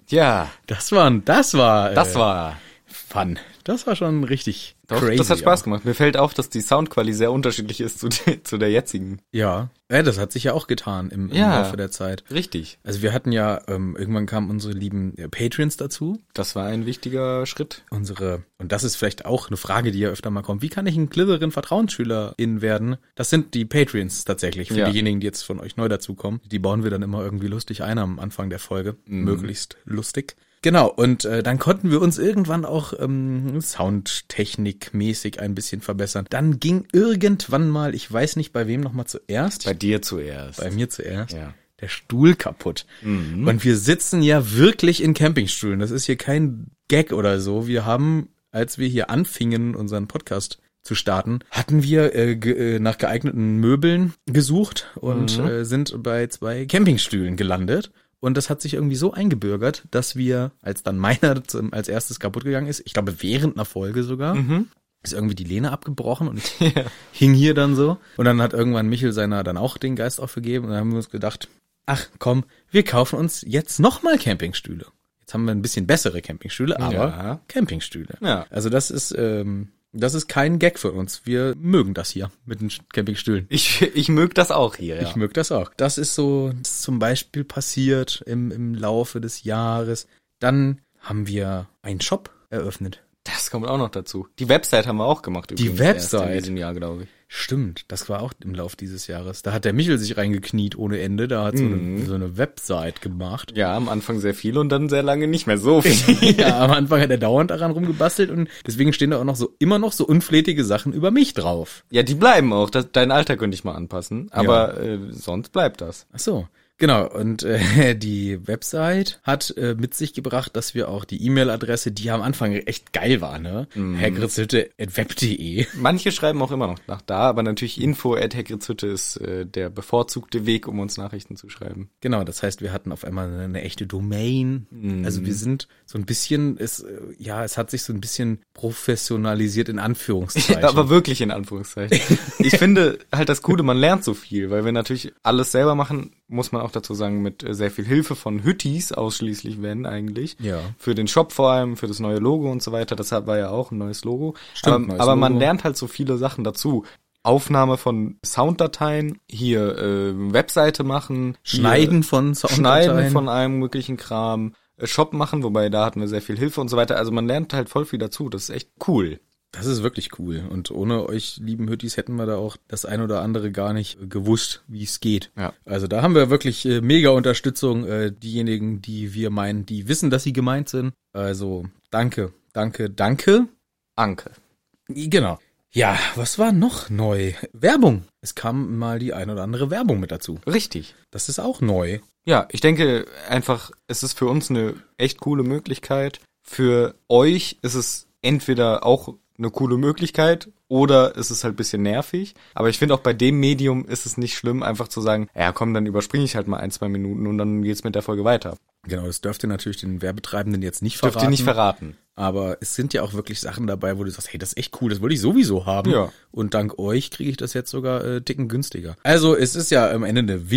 Speaker 8: Ja,
Speaker 9: Das war, das war,
Speaker 8: das
Speaker 9: äh,
Speaker 8: war.
Speaker 9: Fun. Das war schon richtig
Speaker 8: Doch,
Speaker 9: crazy.
Speaker 8: das hat Spaß
Speaker 9: auch.
Speaker 8: gemacht. Mir fällt auf, dass die Soundqualität sehr unterschiedlich ist zu, de zu der jetzigen.
Speaker 9: Ja. ja, äh, das hat sich ja auch getan im, im
Speaker 8: Ja.
Speaker 9: Laufe der Zeit.
Speaker 8: Richtig.
Speaker 9: Also wir hatten ja, ähm, irgendwann kamen unsere lieben äh, Patrons dazu,
Speaker 8: Das war ein wichtiger Schritt.
Speaker 9: unsere, und das ist vielleicht auch eine Frage, die ja öfter mal kommt, wie kann ich ein Glitterin Vertrauensschülerin werden? Das sind die Patrons tatsächlich, für
Speaker 8: Ja.
Speaker 9: diejenigen, die jetzt von euch neu dazukommen. Die bauen wir dann immer irgendwie lustig ein am Anfang der Folge,
Speaker 8: Mhm.
Speaker 9: möglichst lustig. Genau, und äh, dann konnten wir uns irgendwann auch ähm, soundtechnikmäßig ein bisschen verbessern. Dann ging irgendwann mal, ich weiß nicht bei wem nochmal zuerst,
Speaker 8: Bei dir zuerst.
Speaker 9: bei mir zuerst.
Speaker 8: Ja. Mhm.
Speaker 9: Der Stuhl kaputt. Und wir sitzen ja wirklich in Campingstühlen. Das ist hier kein Gag oder so. Wir haben, als wir hier anfingen, unseren Podcast zu starten, hatten wir äh, ge äh, nach geeigneten Möbeln gesucht und äh, sind bei zwei Campingstühlen gelandet. Und das hat sich irgendwie so eingebürgert, dass wir, als dann meiner zum, als erstes kaputt gegangen ist, ich glaube während einer Folge sogar, ist irgendwie die Lehne abgebrochen und ich hing hier dann so. Und dann hat irgendwann Michel seiner dann auch den Geist aufgegeben und dann haben wir uns gedacht, ach komm, wir kaufen uns jetzt nochmal Campingstühle. Jetzt haben wir ein bisschen bessere Campingstühle, aber
Speaker 8: Ja.
Speaker 9: Campingstühle.
Speaker 8: Ja.
Speaker 9: Also das ist, ähm, das ist kein Gag für uns. Wir mögen das hier mit den Campingstühlen.
Speaker 8: Ich, ich mög das auch hier, ja.
Speaker 9: Ich mög das auch. Das ist so das ist zum Beispiel passiert im, im Laufe des Jahres. Dann haben wir einen Shop eröffnet.
Speaker 8: Das kommt auch noch dazu. Die Website haben wir auch gemacht übrigens erst in
Speaker 9: Website.
Speaker 8: diesem Jahr, glaube ich.
Speaker 9: Stimmt, das war auch im Lauf dieses Jahres. Da hat der Michel sich reingekniet ohne Ende, da hat so, eine, so eine Website gemacht.
Speaker 8: Ja, am Anfang sehr viel und dann sehr lange nicht mehr so viel.
Speaker 9: ja, am Anfang hat er dauernd daran rumgebastelt und deswegen stehen da auch noch so immer noch so unflätige Sachen über mich drauf.
Speaker 8: Ja, die bleiben auch. Das, dein Alter könnte ich mal anpassen. Aber äh, sonst bleibt das.
Speaker 9: Ach so. Genau, und äh, die Website hat äh, mit sich gebracht, dass wir auch die E-Mail-Adresse, die am Anfang echt geil war, ne? hergritzelte.web.de.
Speaker 8: Manche schreiben auch immer noch nach da, aber natürlich info at ist äh, der bevorzugte Weg, um uns Nachrichten zu schreiben.
Speaker 9: Genau, das heißt, wir hatten auf einmal eine, eine echte Domain. Also wir sind so ein bisschen, es, äh, ja, es hat sich so ein bisschen professionalisiert in Anführungszeichen.
Speaker 8: Aber wirklich in Anführungszeichen. Ich finde halt das Coole, man lernt so viel, weil wir natürlich alles selber machen, muss man auch dazu sagen, mit äh, sehr viel Hilfe von Hüttis ausschließlich, wenn eigentlich.
Speaker 9: Ja.
Speaker 8: Für den Shop vor allem, für das neue Logo und so weiter. Das hat- war ja auch ein neues Logo.
Speaker 9: Stimmt,
Speaker 8: aber
Speaker 9: neues
Speaker 8: aber man
Speaker 9: Logo.
Speaker 8: lernt halt so viele Sachen dazu. Aufnahme von Sounddateien, hier äh, Webseite machen, hier-
Speaker 9: Schneiden von Sounddateien.
Speaker 8: Schneiden von allem möglichen Kram, äh, Shop machen, wobei da hatten wir sehr viel Hilfe und so weiter. Also man lernt halt voll viel dazu. Das ist echt cool.
Speaker 9: Das ist wirklich cool. Und ohne euch, lieben Hüttis, hätten wir da auch das ein oder andere gar nicht äh, gewusst, wie es geht.
Speaker 8: Ja.
Speaker 9: Also da haben wir wirklich äh, mega Unterstützung. Äh, diejenigen, die wir meinen, die wissen, dass sie gemeint sind. Also danke, danke, danke.
Speaker 8: Anke.
Speaker 9: Genau. Ja, was war noch neu? Werbung. Es kam mal die ein oder andere Werbung mit dazu.
Speaker 8: Richtig.
Speaker 9: Das ist auch neu.
Speaker 8: Ja, ich denke einfach, es ist für uns eine echt coole Möglichkeit. Für euch ist es entweder auch eine coole Möglichkeit oder ist es ist halt ein bisschen nervig. Aber ich finde auch bei dem Medium ist es nicht schlimm, einfach zu sagen, ja komm, dann überspringe ich halt mal ein, zwei Minuten und dann geht's mit der Folge weiter.
Speaker 9: Genau, das dürft ihr natürlich den Werbetreibenden jetzt nicht verraten.
Speaker 8: Dürft ihr nicht verraten.
Speaker 9: Aber es sind ja auch wirklich Sachen dabei, wo du sagst, hey, das ist echt cool, das wollte ich sowieso haben.
Speaker 8: Ja.
Speaker 9: Und dank euch kriege ich das jetzt sogar äh, dicken günstiger. Also es ist ja am Ende eine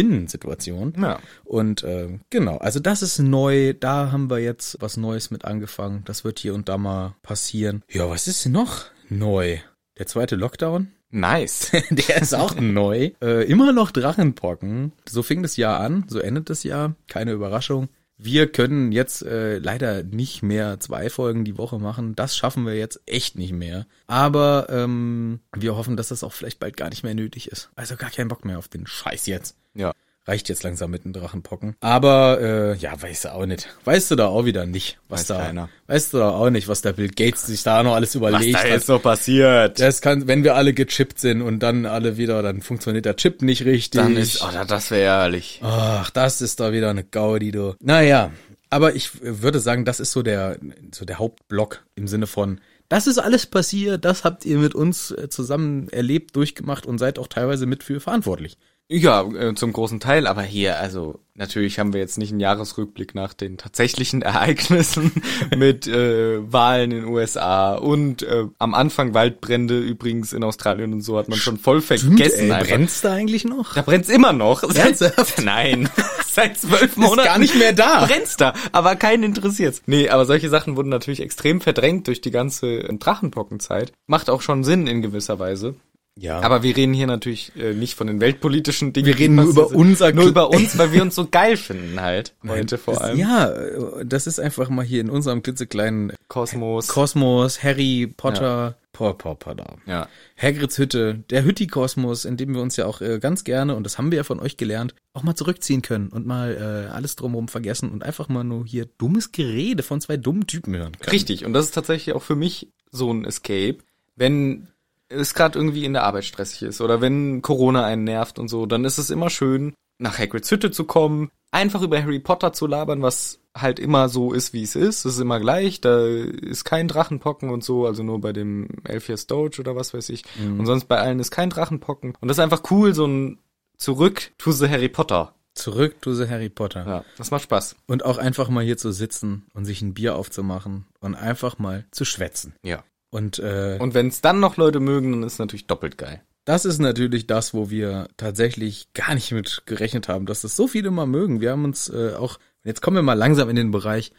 Speaker 9: Win-Win-Win-Situation.
Speaker 8: Ja.
Speaker 9: Und äh, genau, also das ist neu. Da haben wir jetzt was Neues mit angefangen. Das wird hier und da mal passieren. Ja, was ist noch neu? Der zweite Lockdown?
Speaker 8: Nice.
Speaker 9: Der ist auch neu. Äh, immer noch Drachenpocken. So fing das Jahr an, so endet das Jahr. Keine Überraschung. Wir können jetzt äh, leider nicht mehr zwei Folgen die Woche machen. Das schaffen wir jetzt echt nicht mehr. Aber ähm, wir hoffen, dass das auch vielleicht bald gar nicht mehr nötig ist. Also gar keinen Bock mehr auf den Scheiß jetzt.
Speaker 8: ja.
Speaker 9: Reicht jetzt langsam mit den Drachenpocken. Aber äh, ja, weißt du auch nicht. Weißt du da auch wieder nicht, was
Speaker 8: Weiß
Speaker 9: da.
Speaker 8: keiner.
Speaker 9: Weißt du da auch nicht, was der Bill Gates sich da noch alles überlegt hat.
Speaker 8: noch passiert?
Speaker 9: Das kann, wenn wir alle gechippt sind und dann alle wieder, dann funktioniert der Chip nicht richtig.
Speaker 8: Dann ist, oh, das wäre ehrlich.
Speaker 9: Ach, das ist da wieder eine Gaudi, du. Naja, aber ich äh, würde sagen, das ist so der, so der Hauptblock im Sinne von, das ist alles passiert, das habt ihr mit uns äh, zusammen erlebt, durchgemacht und seid auch teilweise mit für verantwortlich.
Speaker 8: Ja, äh, zum großen Teil, aber hier, also natürlich haben wir jetzt nicht einen Jahresrückblick nach den tatsächlichen Ereignissen mit äh, Wahlen in den USA und äh, am Anfang Waldbrände übrigens in Australien und so hat man schon voll vergessen. einfach.
Speaker 9: brennt's da eigentlich noch?
Speaker 8: da brennt's immer noch. Seit-
Speaker 9: Ernsthaft?
Speaker 8: Nein, seit zwölf Monaten.
Speaker 9: gar nicht mehr da.
Speaker 8: Brennt's da, aber keinen interessiert's. Nee, aber solche Sachen wurden natürlich extrem verdrängt durch die ganze Drachenpockenzeit. Macht auch schon Sinn in gewisser Weise.
Speaker 9: Ja.
Speaker 8: Aber wir reden hier natürlich äh, nicht von den weltpolitischen Dingen.
Speaker 9: Wir reden
Speaker 8: die
Speaker 9: nur
Speaker 8: passiert
Speaker 9: über
Speaker 8: sind.
Speaker 9: unser
Speaker 8: Nur
Speaker 9: Kle-
Speaker 8: über uns, weil wir uns so geil finden halt. Heute vor allem.
Speaker 9: Ja, äh, das ist einfach mal hier in unserem klitzekleinen
Speaker 8: Kosmos.
Speaker 9: Kosmos, Harry Potter, Paw Paw Potter.
Speaker 8: Ja.
Speaker 9: Hagrids Hütte, der Hüttikosmos, in dem wir uns ja auch äh, ganz gerne, und das haben wir ja von euch gelernt, auch mal zurückziehen können und mal äh, alles drumherum vergessen und einfach mal nur hier dummes Gerede von zwei dummen Typen hören können.
Speaker 8: Richtig. Und das ist tatsächlich auch für mich so ein Escape, wenn es gerade irgendwie in der Arbeit stressig ist oder wenn Corona einen nervt und so, dann ist es immer schön, nach Hagrids Hütte zu kommen, einfach über Harry Potter zu labern, was halt immer so ist, wie es ist. Es ist immer gleich, da ist kein Drachenpocken und so, also nur bei dem Elpheus Doge oder was weiß ich. Und sonst bei allen ist kein Drachenpocken. Und das ist einfach cool, so ein Zurück to the Harry Potter.
Speaker 9: Zurück zu The Harry Potter.
Speaker 8: Ja, das macht Spaß.
Speaker 9: Und auch einfach mal hier zu sitzen und sich ein Bier aufzumachen und einfach mal zu schwätzen.
Speaker 8: Ja.
Speaker 9: Und, äh,
Speaker 8: Und wenn es dann noch Leute mögen, dann ist es natürlich doppelt geil.
Speaker 9: Das ist natürlich das, wo wir tatsächlich gar nicht mit gerechnet haben, dass das so viele mal mögen. Wir haben uns äh, auch, jetzt kommen wir mal langsam in den Bereich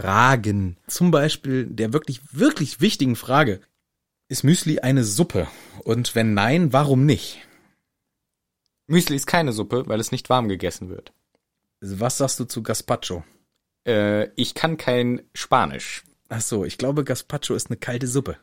Speaker 9: Fragen. Zum Beispiel der wirklich, wirklich wichtigen Frage. Ist Müsli eine Suppe? Und wenn nein, warum nicht?
Speaker 8: Müsli ist keine Suppe, weil es nicht warm gegessen wird.
Speaker 9: Was sagst du zu Gazpacho?
Speaker 8: äh, ich kann kein Spanisch.
Speaker 9: Ach so, ich glaube, Gazpacho ist eine kalte Suppe.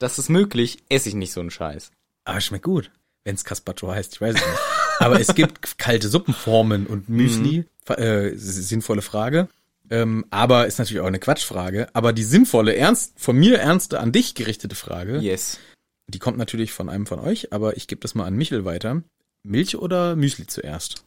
Speaker 8: Das ist möglich, esse ich nicht so einen Scheiß.
Speaker 9: Aber Ah, schmeckt gut. Wenn's Gazpacho heißt, ich weiß es nicht. Aber es gibt kalte Suppenformen und Müsli.
Speaker 8: Mhm.
Speaker 9: Fa- Äh, sinnvolle Frage. Ähm, aber ist natürlich auch eine Quatschfrage. Aber die sinnvolle, ernst, von mir ernste, an dich gerichtete Frage,
Speaker 8: Yes.
Speaker 9: die kommt natürlich von einem von euch, aber ich gebe das mal an Michel weiter. Milch oder Müsli zuerst?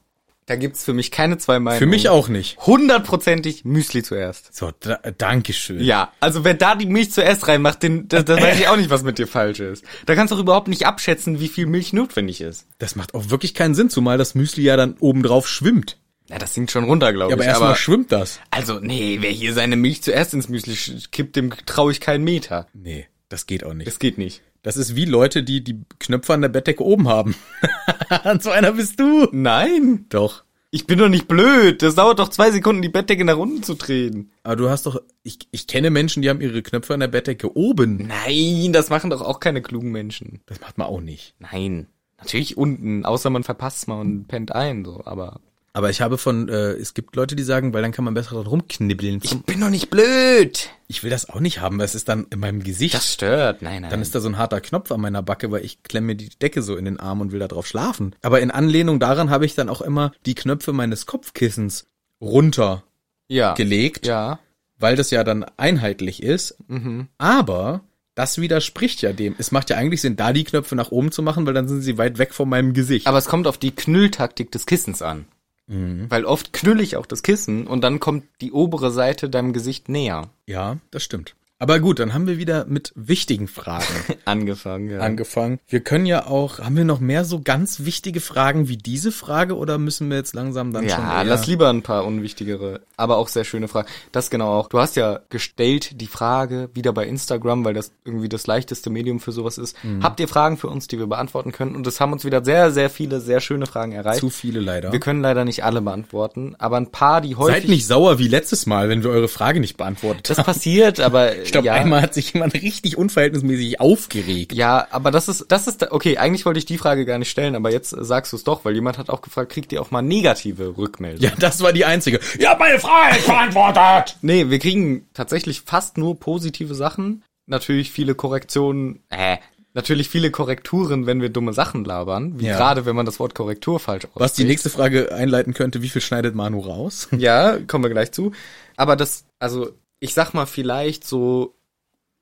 Speaker 8: Da gibt's für mich keine zwei Meinungen.
Speaker 9: Für mich auch nicht.
Speaker 8: Hundertprozentig Müsli zuerst.
Speaker 9: So, da, Dankeschön.
Speaker 8: Ja, also wer da die Milch zuerst reinmacht, den, da, da weiß ich auch nicht, was mit dir falsch ist. Da kannst du doch überhaupt nicht abschätzen, wie viel Milch notwendig ist.
Speaker 9: Das macht auch wirklich keinen Sinn, zumal das Müsli ja dann obendrauf schwimmt.
Speaker 8: Na, das sinkt schon runter, glaube
Speaker 9: Ja, aber
Speaker 8: ich.
Speaker 9: erstmal schwimmt das.
Speaker 8: also, nee, wer hier seine Milch zuerst ins Müsli sch- kippt, dem traue ich keinen Meter.
Speaker 9: Nee, das geht auch nicht.
Speaker 8: Das geht nicht.
Speaker 9: Das ist wie Leute, die die Knöpfe an der Bettdecke oben haben. so einer bist du.
Speaker 8: Nein,
Speaker 9: Doch.
Speaker 8: ich bin doch nicht blöd. Das dauert doch zwei Sekunden, die Bettdecke nach unten zu drehen.
Speaker 9: Aber du hast doch, ich, ich kenne Menschen, die haben ihre Knöpfe an der Bettdecke oben.
Speaker 8: Nein, das machen doch auch keine klugen Menschen.
Speaker 9: Das macht man auch nicht.
Speaker 8: Nein, natürlich unten, außer man verpasst mal und pennt ein, so, aber...
Speaker 9: Aber ich habe von, äh, es gibt Leute, die sagen, weil dann kann man besser dran rumknibbeln. Zum,
Speaker 8: bin doch nicht blöd.
Speaker 9: ich will das auch nicht haben, weil es ist dann in meinem Gesicht.
Speaker 8: Das stört, nein, nein.
Speaker 9: dann ist da so ein harter Knopf an meiner Backe, weil ich klemme mir die Decke so in den Arm und will da drauf schlafen. Aber in Anlehnung daran habe ich dann auch immer die Knöpfe meines Kopfkissens runtergelegt,
Speaker 8: ja. Ja.
Speaker 9: weil das ja dann einheitlich ist.
Speaker 8: Mhm.
Speaker 9: Aber das widerspricht ja dem. Es macht ja eigentlich Sinn, da die Knöpfe nach oben zu machen, weil dann sind sie weit weg von meinem Gesicht.
Speaker 8: Aber es kommt auf die Knülltaktik des Kissens an. Weil oft knüll ich auch das Kissen und dann kommt die obere Seite deinem Gesicht näher.
Speaker 9: ja, das stimmt. Aber gut, dann haben wir wieder mit wichtigen Fragen
Speaker 8: Angefangen, ja.
Speaker 9: angefangen. Wir können ja auch, haben wir noch mehr so ganz wichtige Fragen wie diese Frage oder müssen wir jetzt langsam dann schon
Speaker 8: ja,
Speaker 9: eher-
Speaker 8: lass lieber ein paar unwichtigere, aber auch sehr schöne Fragen. Das genau auch. Du hast ja gestellt die Frage wieder bei Instagram, weil das irgendwie das leichteste Medium für sowas ist.
Speaker 9: Mhm.
Speaker 8: Habt ihr Fragen für uns, die wir beantworten können? Und es haben uns wieder sehr, sehr viele, sehr schöne Fragen erreicht.
Speaker 9: zu viele leider.
Speaker 8: Wir können leider nicht alle beantworten, aber ein paar, die häufig...
Speaker 9: Seid nicht sauer wie letztes Mal, wenn wir eure Frage nicht beantwortet
Speaker 8: Das passiert, aber...
Speaker 9: Ich glaube,
Speaker 8: ja.
Speaker 9: einmal hat sich jemand richtig unverhältnismäßig aufgeregt.
Speaker 8: Ja, aber das ist, das ist, okay, eigentlich wollte ich die Frage gar nicht stellen, aber jetzt äh, sagst du es doch, weil jemand hat auch gefragt, kriegt ihr auch mal negative Rückmeldungen?
Speaker 9: Ja, das war die einzige. Ihr habt meine Frage nicht beantwortet!
Speaker 8: Nee, wir kriegen tatsächlich fast nur positive Sachen. Natürlich viele Korrektionen, äh, natürlich viele Korrekturen, wenn wir dumme Sachen labern, wie
Speaker 9: Ja.
Speaker 8: gerade wenn man das Wort Korrektur falsch ausspricht.
Speaker 9: Was die nächste Frage einleiten könnte, wie viel schneidet Manu raus?
Speaker 8: Ja, kommen wir gleich zu. Aber das, also, ich sag mal vielleicht so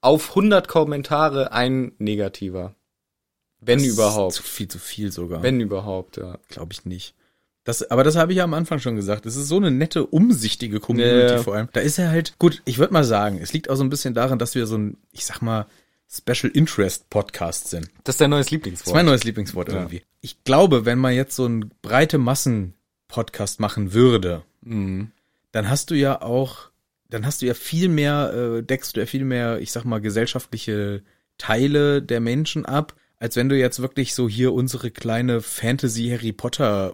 Speaker 8: auf 100 Kommentare ein negativer. Wenn überhaupt.
Speaker 9: Zu viel, zu viel sogar.
Speaker 8: Wenn überhaupt, ja.
Speaker 9: glaube ich nicht. Das, aber das habe ich ja am Anfang schon gesagt. Es ist so eine nette, umsichtige Community
Speaker 8: Ja.
Speaker 9: vor allem. Da ist ja halt, gut, ich würde mal sagen, es liegt auch so ein bisschen daran, dass wir so ein, ich sag mal, Special Interest Podcast sind.
Speaker 8: Das ist dein neues
Speaker 9: Das
Speaker 8: Lieblingswort.
Speaker 9: ist mein neues Lieblingswort irgendwie. Ich glaube, wenn man jetzt so einen breite Massen-Podcast machen würde,
Speaker 8: Hm.
Speaker 9: dann hast du ja auch, dann hast du ja viel mehr, äh, deckst du ja viel mehr, ich sag mal, gesellschaftliche Teile der Menschen ab, als wenn du jetzt wirklich so hier unsere kleine Fantasy-Harry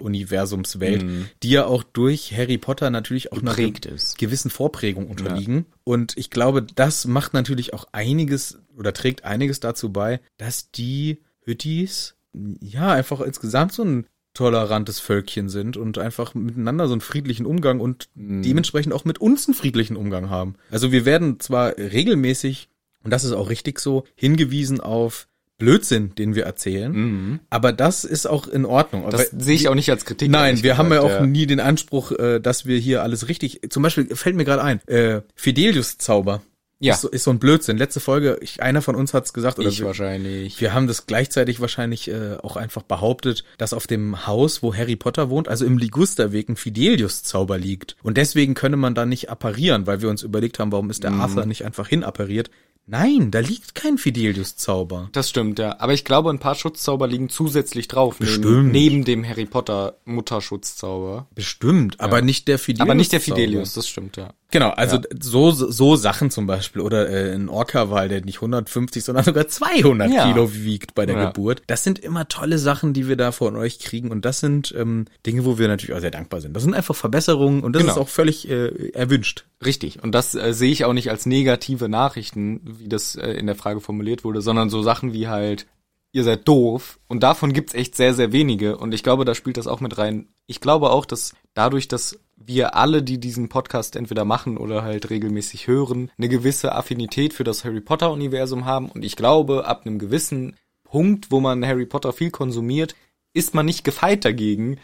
Speaker 9: Potter-Universumswelt, die ja auch durch Harry Potter natürlich auch nach
Speaker 8: Geprägt
Speaker 9: einer
Speaker 8: ist.
Speaker 9: gewissen Vorprägung unterliegen. Und ich glaube, das macht natürlich auch einiges oder trägt einiges dazu bei, dass die Hüttis ja einfach insgesamt so ein tolerantes Völkchen sind und einfach miteinander so einen friedlichen Umgang und dementsprechend auch mit uns einen friedlichen Umgang haben. Also wir werden zwar regelmäßig, und das ist auch richtig so, hingewiesen auf Blödsinn, den wir erzählen,
Speaker 2: Mhm.
Speaker 9: aber das ist auch in Ordnung.
Speaker 8: Das
Speaker 9: Aber-
Speaker 8: sehe ich auch nicht als Kritik.
Speaker 9: Nein,
Speaker 8: ehrlich
Speaker 9: wir haben ja auch
Speaker 8: gesagt,
Speaker 9: nie den Anspruch, äh, dass wir hier alles richtig. Zum Beispiel fällt mir gerade ein, äh, Fidelius-Zauber
Speaker 8: Ja.
Speaker 9: ist, so, ist so ein Blödsinn. Letzte Folge, ich, einer von uns hat's gesagt, oder
Speaker 8: ich
Speaker 9: wir,
Speaker 8: wahrscheinlich.
Speaker 9: wir haben das gleichzeitig wahrscheinlich äh, auch einfach behauptet, dass auf dem Haus, wo Harry Potter wohnt, also im Ligusterweg, ein Fidelius-Zauber liegt. Und deswegen könne man da nicht apparieren, weil wir uns überlegt haben, warum ist
Speaker 8: Mhm.
Speaker 9: der Arthur nicht einfach hinappariert. Nein, da liegt kein Fidelius-Zauber.
Speaker 8: Das stimmt, ja. Aber ich glaube, ein paar Schutzzauber liegen zusätzlich drauf. Neben,
Speaker 9: Bestimmt.
Speaker 8: neben dem Harry Potter Mutterschutzzauber.
Speaker 9: Bestimmt, aber nicht der Fidelius.
Speaker 8: Aber nicht der Fidelius, das stimmt, ja.
Speaker 9: Genau, also d- so, so Sachen zum Beispiel oder äh, ein Orca-Wal, der nicht 150, sondern sogar 200
Speaker 8: Ja.
Speaker 9: Kilo wiegt bei der
Speaker 8: Ja.
Speaker 9: Geburt. Das sind immer tolle Sachen, die wir da von euch kriegen und das sind ähm, Dinge, wo wir natürlich auch sehr dankbar sind. Das sind einfach Verbesserungen und das
Speaker 8: Genau.
Speaker 9: ist auch völlig äh, erwünscht.
Speaker 8: Richtig. Und das äh, sehe ich auch nicht als negative Nachrichten, wie das äh, in der Frage formuliert wurde, sondern so Sachen wie halt, ihr seid doof. Und davon gibt's echt sehr, sehr wenige. Und ich glaube, da spielt das auch mit rein. Ich glaube auch, dass dadurch, dass wir alle, die diesen Podcast entweder machen oder halt regelmäßig hören, eine gewisse Affinität für das Harry Potter Universum haben. Und ich glaube, ab einem gewissen Punkt, wo man Harry Potter viel konsumiert, ist man nicht gefeit dagegen,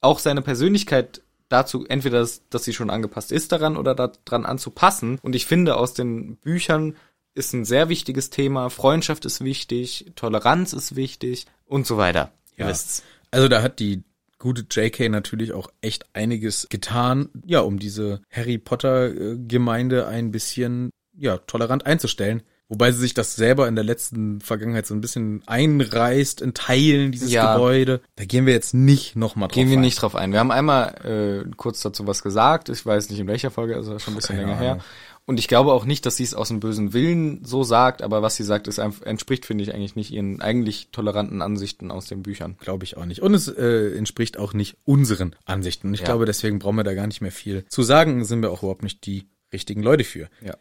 Speaker 8: auch seine Persönlichkeit dazu, entweder, dass, dass sie schon angepasst ist daran oder daran anzupassen. Und ich finde, aus den Büchern ist ein sehr wichtiges Thema. Freundschaft ist wichtig, Toleranz ist wichtig und so weiter. Ihr
Speaker 9: Ja.
Speaker 8: wisst's.
Speaker 9: Also da hat die gute JK natürlich auch echt einiges getan, ja, um diese Harry Potter äh, Gemeinde ein bisschen ja, tolerant einzustellen. Wobei sie sich das selber in der letzten Vergangenheit so ein bisschen einreißt, in Teilen dieses
Speaker 8: Ja.
Speaker 9: Gebäude. Da gehen wir jetzt nicht nochmal drauf.
Speaker 8: Gehen wir
Speaker 9: ein.
Speaker 8: nicht drauf ein. Wir haben einmal äh, kurz dazu was gesagt. Ich weiß nicht in welcher Folge, also schon ein bisschen
Speaker 9: Keine
Speaker 8: länger
Speaker 9: Ahnung.
Speaker 8: her. Und ich glaube auch nicht, dass sie es aus dem bösen Willen so sagt, aber was sie sagt, ist einf- entspricht, finde ich, eigentlich nicht ihren eigentlich toleranten Ansichten aus den Büchern.
Speaker 9: Glaube ich auch nicht. Und es äh, entspricht auch nicht unseren Ansichten. Und ich
Speaker 8: Ja.
Speaker 9: glaube, deswegen brauchen wir da gar nicht mehr viel zu sagen, sind wir auch überhaupt nicht die richtigen Leute für.
Speaker 8: Ja.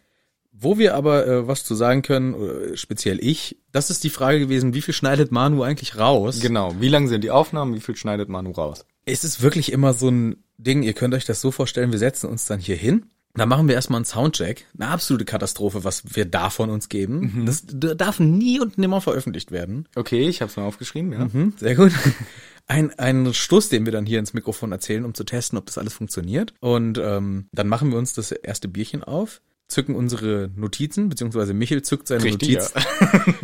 Speaker 9: Wo wir aber äh, was zu sagen können, oder speziell ich, das ist die Frage gewesen, wie viel schneidet Manu eigentlich raus?
Speaker 8: Genau. Wie lang sind die Aufnahmen? Wie viel schneidet Manu raus?
Speaker 9: Es ist wirklich immer so ein Ding, ihr könnt euch das so vorstellen, wir setzen uns dann hier hin. Dann machen wir erstmal einen Soundcheck. Eine absolute Katastrophe, was wir da von uns geben.
Speaker 8: Mhm.
Speaker 9: Das d- darf nie und nimmer veröffentlicht werden.
Speaker 8: Okay, ich habe es mir aufgeschrieben, ja.
Speaker 9: Mhm, sehr gut. Ein, ein Stoß, den wir dann hier ins Mikrofon erzählen, um zu testen, ob das alles funktioniert. Und ähm, dann machen wir uns das erste Bierchen auf, zücken unsere Notizen, beziehungsweise Michel zückt seine
Speaker 8: Richtig,
Speaker 9: Notiz.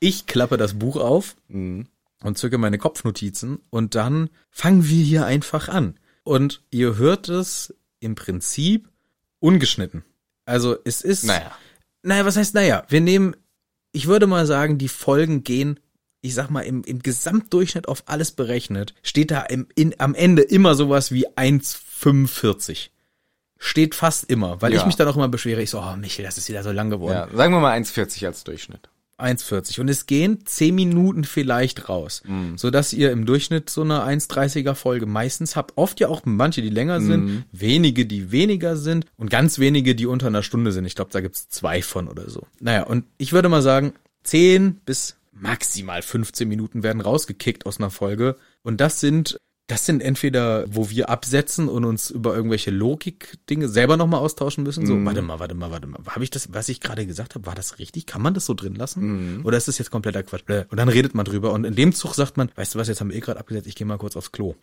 Speaker 9: Ich klappe das Buch auf
Speaker 8: Mhm.
Speaker 9: und zücke meine Kopfnotizen und dann fangen wir hier einfach an. Und ihr hört es im Prinzip ungeschnitten. Also es ist.
Speaker 8: Naja.
Speaker 9: Naja, was heißt naja? Wir nehmen, ich würde mal sagen, die Folgen gehen, ich sag mal, im, im Gesamtdurchschnitt auf alles berechnet, steht da im, in, am Ende immer sowas wie 1,45. Steht fast immer, weil
Speaker 8: Ja.
Speaker 9: ich mich dann auch immer beschwere. Ich so, oh Michel, das ist wieder so lang geworden.
Speaker 8: Ja, sagen wir mal 1,40 als Durchschnitt.
Speaker 9: 1,40. Und es gehen 10 Minuten vielleicht raus. Sodass ihr im Durchschnitt so eine 1,30er Folge meistens habt. Oft ja auch manche, die länger sind, wenige, die weniger sind und ganz wenige, die unter einer Stunde sind. Ich glaube, da gibt's zwei von oder so. Naja, und ich würde mal sagen, 10 bis maximal 15 Minuten werden rausgekickt aus einer Folge. Und das sind. Das sind entweder, wo wir absetzen und uns über irgendwelche Logik-Dinge selber nochmal austauschen müssen.
Speaker 8: Mhm.
Speaker 9: So, warte mal, warte mal, warte mal. Habe ich das, was ich gerade gesagt habe, war das richtig? Kann man das so drin lassen?
Speaker 8: Mhm.
Speaker 9: Oder ist das jetzt kompletter Quatsch? Bläh. Und dann redet man drüber. Und in dem Zug sagt man, weißt du was, jetzt haben wir eh gerade abgesetzt, ich gehe mal kurz aufs Klo.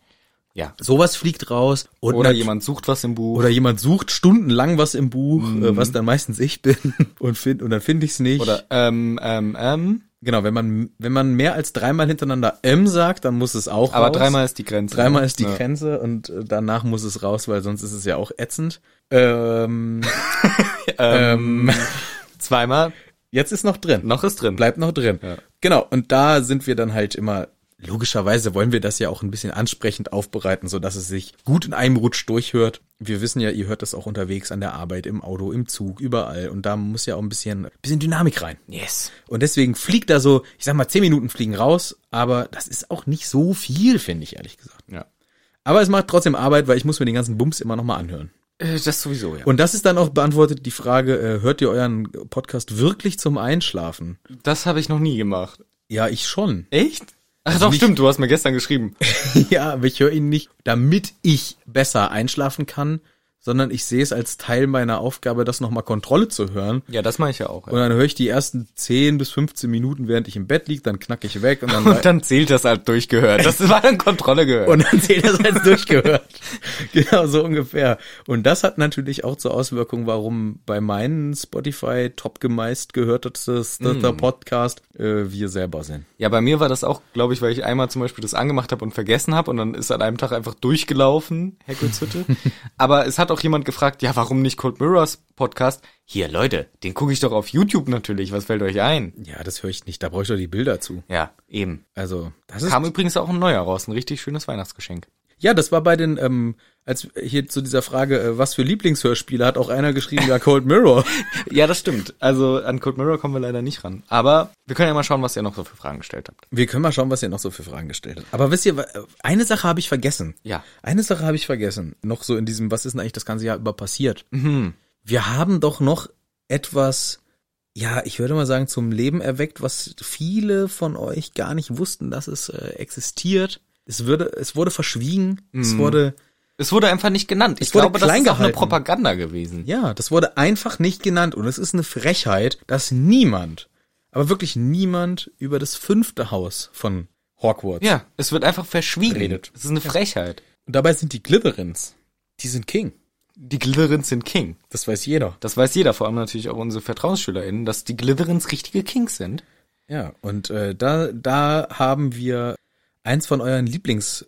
Speaker 8: Ja.
Speaker 9: Sowas fliegt raus. Und
Speaker 8: Oder
Speaker 9: nat-
Speaker 8: jemand sucht was im Buch.
Speaker 9: Oder jemand sucht stundenlang was im Buch, äh, was dann meistens ich bin. Und, find, und dann finde ich es nicht.
Speaker 8: Mhm. Oder, ähm, ähm, ähm.
Speaker 9: genau, wenn man, wenn man mehr als dreimal hintereinander M sagt, dann muss es auch
Speaker 8: Aber
Speaker 9: raus.
Speaker 8: dreimal ist die Grenze.
Speaker 9: Dreimal ist die
Speaker 8: Ja.
Speaker 9: Grenze und äh, danach muss es raus, weil sonst ist es ja auch ätzend. Ähm, ähm,
Speaker 8: Zweimal,
Speaker 9: jetzt ist noch drin.
Speaker 8: noch ist drin.
Speaker 9: Bleibt noch drin. Genau, und da sind wir dann halt immer, logischerweise wollen wir das ja auch ein bisschen ansprechend aufbereiten, sodass es sich gut in einem Rutsch durchhört. Wir wissen ja, ihr hört das auch unterwegs an der Arbeit, im Auto, im Zug, überall. Und da muss ja auch ein bisschen, bisschen Dynamik rein.
Speaker 8: Yes.
Speaker 9: Und deswegen fliegt da so, ich sag mal, 10 Minuten fliegen raus, aber das ist auch nicht so viel, finde ich, ehrlich gesagt.
Speaker 8: Ja.
Speaker 9: Aber es macht trotzdem Arbeit, weil ich muss mir den ganzen Bums immer nochmal anhören.
Speaker 8: Äh, Das sowieso, ja.
Speaker 9: Und das ist dann auch beantwortet die Frage, äh, hört ihr euren Podcast wirklich zum Einschlafen?
Speaker 8: Das habe ich noch nie gemacht.
Speaker 9: Ja, ich schon.
Speaker 8: Echt? Ach doch,
Speaker 9: nicht-
Speaker 8: stimmt, du hast mir gestern geschrieben.
Speaker 9: ja, aber ich höre ihn nicht, damit ich besser einschlafen kann, sondern ich sehe es als Teil meiner Aufgabe, das nochmal Kontrolle zu hören.
Speaker 8: Ja, das mache ich ja auch.
Speaker 9: Und dann höre ich die ersten 10 bis 15 Minuten, während ich im Bett liege, dann knacke ich weg und dann,
Speaker 8: Und dann zählt das halt durchgehört. Das war dann Kontrolle gehört.
Speaker 9: und dann zählt das als durchgehört. genau, so ungefähr. Und das hat natürlich auch zur Auswirkung, warum bei meinen Spotify top gemeist gehörtes Podcast äh, wir selber sind.
Speaker 8: ja, bei mir war das auch, glaube ich, weil ich einmal zum Beispiel das angemacht habe und vergessen habe und dann ist an einem Tag einfach durchgelaufen, Hagrids Hütte. Aber es hat auch jemand gefragt, ja, warum nicht Cold Mirrors Podcast? Hier, Leute, den gucke ich doch auf YouTube natürlich. Was fällt euch ein?
Speaker 9: Ja, das höre ich nicht. Da brauche ich doch die Bilder zu.
Speaker 8: Ja, eben.
Speaker 9: Also, das ist
Speaker 8: Kam übrigens auch ein neuer raus, ein richtig schönes Weihnachtsgeschenk.
Speaker 9: Ja, das war bei den, ähm, als hier zu dieser Frage, äh, was für Lieblingshörspiele, hat auch einer geschrieben, ja, Cold Mirror.
Speaker 8: Ja, das stimmt. Also an Cold Mirror kommen wir leider nicht ran. Aber wir können ja mal schauen, was ihr noch so für Fragen gestellt habt.
Speaker 9: Wir können mal schauen, was ihr noch so für Fragen gestellt habt. Aber wisst ihr, wa- äh, eine Sache habe ich vergessen.
Speaker 8: Ja.
Speaker 9: Eine Sache habe ich vergessen. Noch so in diesem, was ist denn eigentlich das ganze Jahr über passiert?
Speaker 8: Mhm.
Speaker 9: Wir haben doch noch etwas, ja, ich würde mal sagen, zum Leben erweckt, was viele von euch gar nicht wussten, dass es äh, existiert. Es würde, es wurde verschwiegen. Es wurde
Speaker 8: Es wurde einfach nicht genannt. Ich
Speaker 9: wurde
Speaker 8: glaube, das
Speaker 9: klein
Speaker 8: ist auch eine
Speaker 9: gehalten.
Speaker 8: Propaganda gewesen.
Speaker 9: Ja, das wurde einfach nicht genannt und es ist eine Frechheit, dass niemand, aber wirklich niemand über das fünfte Haus von Hogwarts
Speaker 8: Ja, es wird einfach verschwiegen.
Speaker 9: Redet.
Speaker 8: Es ist eine Frechheit.
Speaker 9: Und dabei sind die Glitherins, die sind King.
Speaker 8: Die Glitherins sind King.
Speaker 9: Das weiß jeder.
Speaker 8: Das weiß jeder, vor allem natürlich auch unsere VertrauensschülerInnen, dass die Glitherins richtige Kings sind.
Speaker 9: Ja, und äh, da, da haben wir eins von euren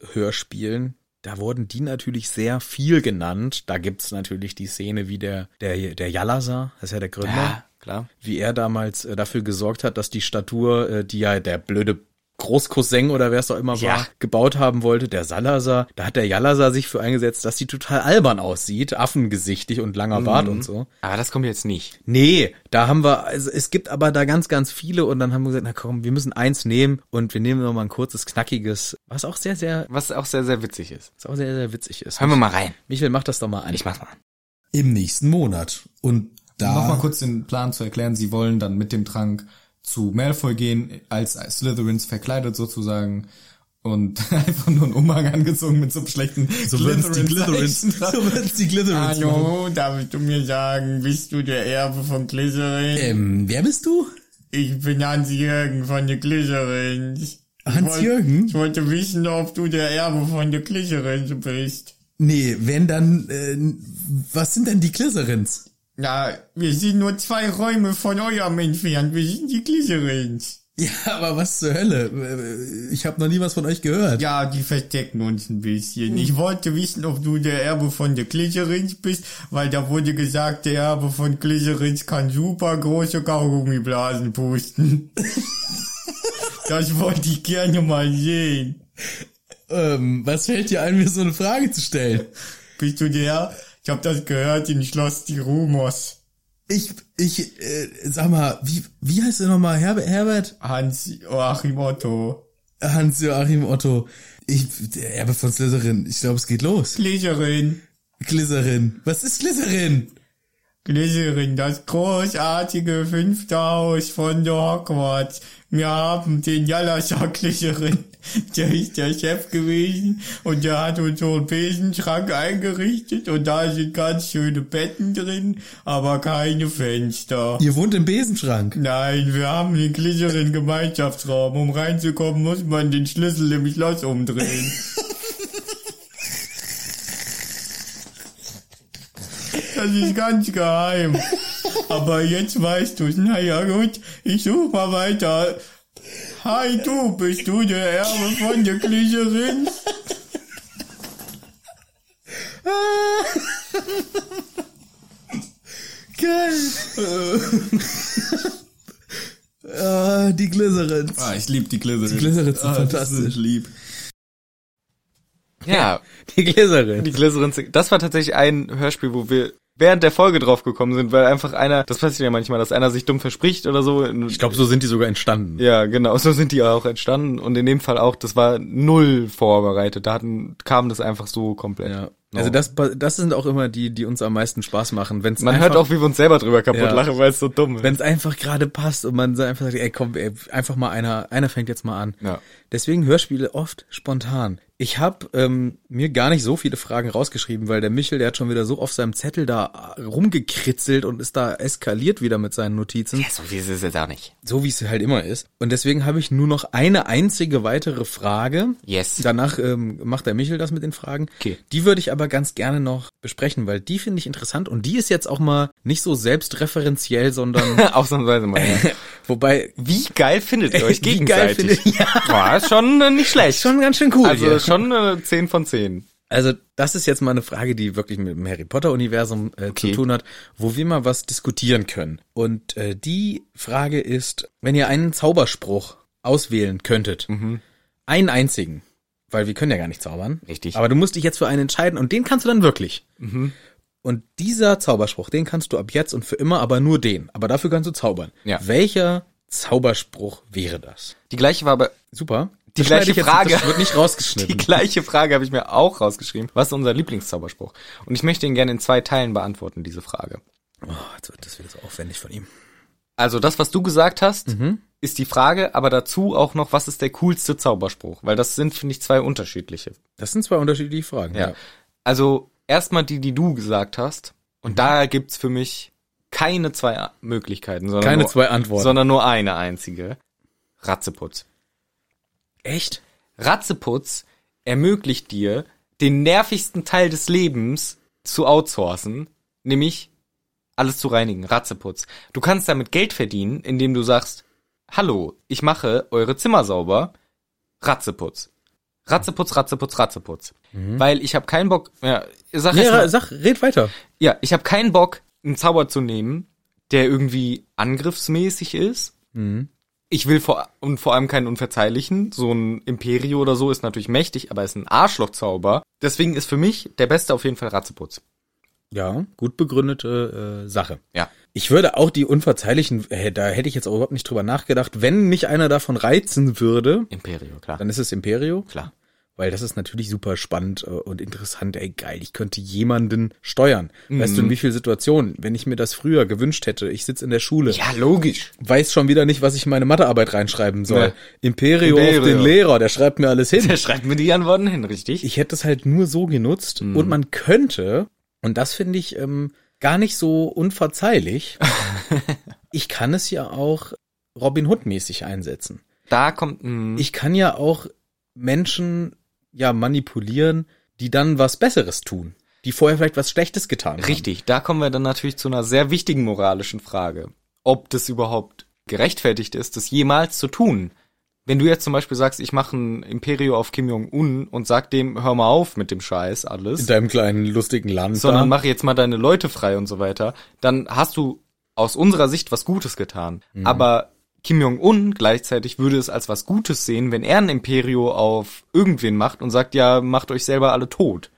Speaker 9: Lieblingshörspielen. Da wurden die natürlich sehr viel genannt. Da gibt's natürlich die Szene, wie der, der, der Jalasa, das ist ja der Gründer,
Speaker 8: klar.
Speaker 9: wie er damals äh, dafür gesorgt hat, dass die Statur, äh, die ja der blöde Großcousin oder wer es auch immer war,
Speaker 8: Ja.
Speaker 9: gebaut haben wollte, der Salazar, da hat der Jalasa sich für eingesetzt, dass die total albern aussieht, affengesichtig und langer Bart und so.
Speaker 8: Aber das kommt jetzt nicht.
Speaker 9: Nee, da haben wir, also es gibt aber da ganz, ganz viele und dann haben wir gesagt, na komm, wir müssen eins nehmen und wir nehmen nochmal ein kurzes, knackiges, was auch sehr, sehr,
Speaker 8: Was auch sehr, sehr witzig ist.
Speaker 9: was auch sehr, sehr witzig ist.
Speaker 8: Hören wir mal rein.
Speaker 9: Michael, mach das doch mal an. Ich mach's mal.
Speaker 10: Im nächsten Monat. Und da.
Speaker 11: Nochmal kurz den Plan zu erklären. Sie wollen dann mit dem Trank zu Malfoy gehen, als Slytherins verkleidet sozusagen. Und einfach nur einen Umhang angezogen mit so einem schlechten
Speaker 10: So würden's die Ah, Glitherins.
Speaker 11: Glitherins-Zeichen dran.
Speaker 10: So würden's die Glitherins. machen.
Speaker 11: Hallo, darf du mir sagen, bist du der Erbe von Glycerin?
Speaker 10: Ähm, wer bist du?
Speaker 11: Ich bin Hans-Jürgen von der Glycerins.
Speaker 10: Hans-Jürgen?
Speaker 11: Ich wollte wissen, ob du der Erbe von der Glycerins bist.
Speaker 10: Nee, wenn dann, äh, was sind denn die Glitherins?
Speaker 11: Na, wir sind nur zwei Räume von eurem entfernt. Wir sind die Glycerins.
Speaker 10: Ja, aber was zur Hölle? Äh, Ich habe noch nie was von euch gehört.
Speaker 11: Ja, die verstecken uns ein bisschen. Ich wollte wissen, ob du der Erbe von der Glitterins bist, weil da wurde gesagt, der Erbe von Glitterins kann super große Kaugummiblasen pusten. das wollte ich gerne mal sehen.
Speaker 10: Ähm, was fällt dir ein, mir so eine Frage zu stellen?
Speaker 11: Bist du der? Ich hab das gehört in Schloss die Rumors.
Speaker 10: Ich, ich, äh, sag mal, wie, wie heißt er nochmal? Herbert, Herbert?
Speaker 11: Hans Joachim Otto.
Speaker 10: Hans-Joachim Otto. Ich, der Erbe von Slytherin. Ich glaube, es geht los.
Speaker 11: Glitterin.
Speaker 10: Glytherin. Was ist Glytherin?
Speaker 11: Glycerin, das großartige fünfte Haus von Hogwarts. Wir haben den Jalascha Glycerin. Der ist der Chef gewesen und der hat uns so einen Besenschrank eingerichtet und da sind ganz schöne Betten drin, aber keine Fenster.
Speaker 10: Ihr wohnt im Besenschrank.
Speaker 11: Nein, wir haben den Glycerin Gemeinschaftsraum. Um reinzukommen, muss man den Schlüssel im Schloss umdrehen. Das ist ganz geheim. Aber jetzt weißt du's. Na ja, gut, ich such mal weiter. Hi, du, bist du der Erbe von der Glycerin?
Speaker 10: Geil. ah, die Glytherins.
Speaker 11: Ah, ich lieb die Glycerin. Ah,
Speaker 10: Die Glytherins sind fantastisch.
Speaker 11: lieb.
Speaker 8: Ja,
Speaker 9: Die Gläserin.
Speaker 8: die Glycerins. Das war tatsächlich ein Hörspiel, wo wir während der Folge drauf gekommen sind, weil einfach einer, das passiert ja manchmal, dass einer sich dumm verspricht oder so.
Speaker 9: Ich glaube, so sind die sogar entstanden.
Speaker 8: Ja, genau, so sind die auch entstanden und in dem Fall auch, das war null vorbereitet. Da hatten, kam das einfach so komplett.
Speaker 9: Ja. Also das, das sind auch immer die, die uns am meisten Spaß machen. Wenn's
Speaker 8: Man
Speaker 9: einfach,
Speaker 8: hört auch, wie wir uns selber drüber kaputt
Speaker 9: Ja.
Speaker 8: lachen, weil es so dumm ist.
Speaker 9: wenn es einfach gerade passt und man so einfach sagt, ey komm, ey, einfach mal einer, einer fängt jetzt mal an.
Speaker 8: Ja.
Speaker 9: Deswegen Hörspiele oft spontan. Ich habe ähm, mir gar nicht so viele Fragen rausgeschrieben, weil der Michel, der hat schon wieder so auf seinem Zettel da äh, rumgekritzelt und ist da eskaliert wieder mit seinen Notizen,
Speaker 8: so wie ist es jetzt auch nicht.
Speaker 9: so wie es halt immer ist. Und deswegen habe ich nur noch eine einzige weitere Frage.
Speaker 8: Yes.
Speaker 9: Danach ähm, macht der Michel das mit den Fragen.
Speaker 8: Okay.
Speaker 9: Die würde ich aber ganz gerne noch besprechen, weil die finde ich interessant und die ist jetzt auch mal nicht so selbstreferenziell, sondern
Speaker 8: Ausnahmsweise mal. Ja.
Speaker 9: wobei
Speaker 8: Wie geil findet ihr euch
Speaker 9: Wie
Speaker 8: gegenseitig?
Speaker 9: geil findet- Ja.
Speaker 8: Boah, ist schon äh, nicht schlecht.
Speaker 9: schon ganz schön cool.
Speaker 8: also
Speaker 9: hier.
Speaker 8: schon äh, 10 von 10.
Speaker 9: Also, das ist jetzt mal eine Frage, die wirklich mit dem Harry Potter-Universum äh,
Speaker 8: Okay.
Speaker 9: zu tun hat, wo wir mal was diskutieren können. Und äh, die Frage ist, wenn ihr einen Zauberspruch auswählen könntet,
Speaker 8: Mhm.
Speaker 9: einen einzigen, weil wir können ja gar nicht zaubern.
Speaker 8: Richtig. Mhm.
Speaker 9: Aber du musst dich jetzt für einen entscheiden und den kannst du dann wirklich. Und dieser Zauberspruch, den kannst du ab jetzt und für immer, aber nur den. Aber dafür kannst du zaubern.
Speaker 8: Ja.
Speaker 9: Welcher Zauberspruch wäre das?
Speaker 8: Die gleiche war aber
Speaker 9: Super.
Speaker 8: Die
Speaker 9: Das schneide
Speaker 8: gleiche
Speaker 9: ich jetzt-
Speaker 8: Frage.
Speaker 9: Das wird nicht
Speaker 8: die
Speaker 9: rausgeschnitten.
Speaker 8: gleiche Frage habe ich mir auch rausgeschrieben. Was ist unser Lieblingszauberspruch? Und ich möchte ihn gerne in zwei Teilen beantworten, diese Frage.
Speaker 9: oh, jetzt wird das wieder so aufwendig von ihm.
Speaker 8: Also das, was du gesagt hast, ist die Frage, aber dazu auch noch, was ist der coolste Zauberspruch? Weil das sind, finde ich, zwei unterschiedliche.
Speaker 9: Das sind zwei unterschiedliche Fragen.
Speaker 8: Ja. Also erstmal die, die du gesagt hast.
Speaker 9: Mhm.
Speaker 8: Und da gibt's für mich keine zwei A- Möglichkeiten, sondern
Speaker 9: Keine
Speaker 8: nur,
Speaker 9: zwei Antworten.
Speaker 8: sondern nur eine einzige. Ratzeputz.
Speaker 9: Echt?
Speaker 8: Ratzeputz ermöglicht dir, den nervigsten Teil des Lebens zu outsourcen, nämlich alles zu reinigen, Ratzeputz. Du kannst damit Geld verdienen, indem du sagst, hallo, ich mache eure Zimmer sauber, Ratzeputz. Ratzeputz, Ratzeputz, Ratzeputz. Weil ich habe keinen Bock, ja, sag jetzt
Speaker 9: Ja,
Speaker 8: mal,
Speaker 9: sag, red weiter.
Speaker 8: ja, ich habe keinen Bock, einen Zauber zu nehmen, der irgendwie angriffsmäßig ist. Ich will vor und vor allem keinen unverzeihlichen. So ein Imperio oder so ist natürlich mächtig, aber ist ein Arschlochzauber. Deswegen ist für mich der Beste auf jeden Fall Ratzeputz.
Speaker 9: Ja, gut begründete äh, Sache.
Speaker 8: Ja.
Speaker 9: Ich würde auch die unverzeihlichen, äh, da hätte ich jetzt auch überhaupt nicht drüber nachgedacht, wenn mich einer davon reizen würde,
Speaker 8: Imperio, klar.
Speaker 9: dann ist es Imperio.
Speaker 8: Klar.
Speaker 9: Weil das ist natürlich super spannend äh, und interessant. Ey, geil, ich könnte jemanden steuern. Weißt
Speaker 8: Mhm.
Speaker 9: du, in wie vielen Situationen, wenn ich mir das früher gewünscht hätte, ich sitze in der Schule,
Speaker 8: Ja, logisch.
Speaker 9: weiß schon wieder nicht, was ich in meine Mathearbeit reinschreiben soll.
Speaker 8: Nee.
Speaker 9: Imperio,
Speaker 8: Imperio.
Speaker 9: auf den Lehrer, der schreibt mir alles hin.
Speaker 8: Der schreibt mir die Antworten hin, richtig?
Speaker 9: Ich hätte es halt nur so genutzt
Speaker 8: Mhm.
Speaker 9: und man könnte, und das finde ich ähm, gar nicht so unverzeihlich, ich kann es ja auch Robin Hood-mäßig einsetzen.
Speaker 8: da kommt hm, ein...
Speaker 9: Ich kann ja auch Menschen ja manipulieren, die dann was Besseres tun, die vorher vielleicht was Schlechtes getan haben.
Speaker 8: Richtig, da kommen wir dann natürlich zu einer sehr wichtigen moralischen Frage. Ob das überhaupt gerechtfertigt ist, das jemals zu tun. Wenn du jetzt zum Beispiel sagst, ich mache ein Imperio auf Kim Jong-un und sag dem, hör mal auf mit dem Scheiß alles,
Speaker 9: In deinem kleinen lustigen Land.
Speaker 8: sondern
Speaker 9: da.
Speaker 8: mach jetzt mal deine Leute frei und so weiter, dann hast du aus unserer Sicht was Gutes getan. Aber Kim Jong-un gleichzeitig würde es als was Gutes sehen, wenn er ein Imperio auf irgendwen macht und sagt, ja, macht euch selber alle tot.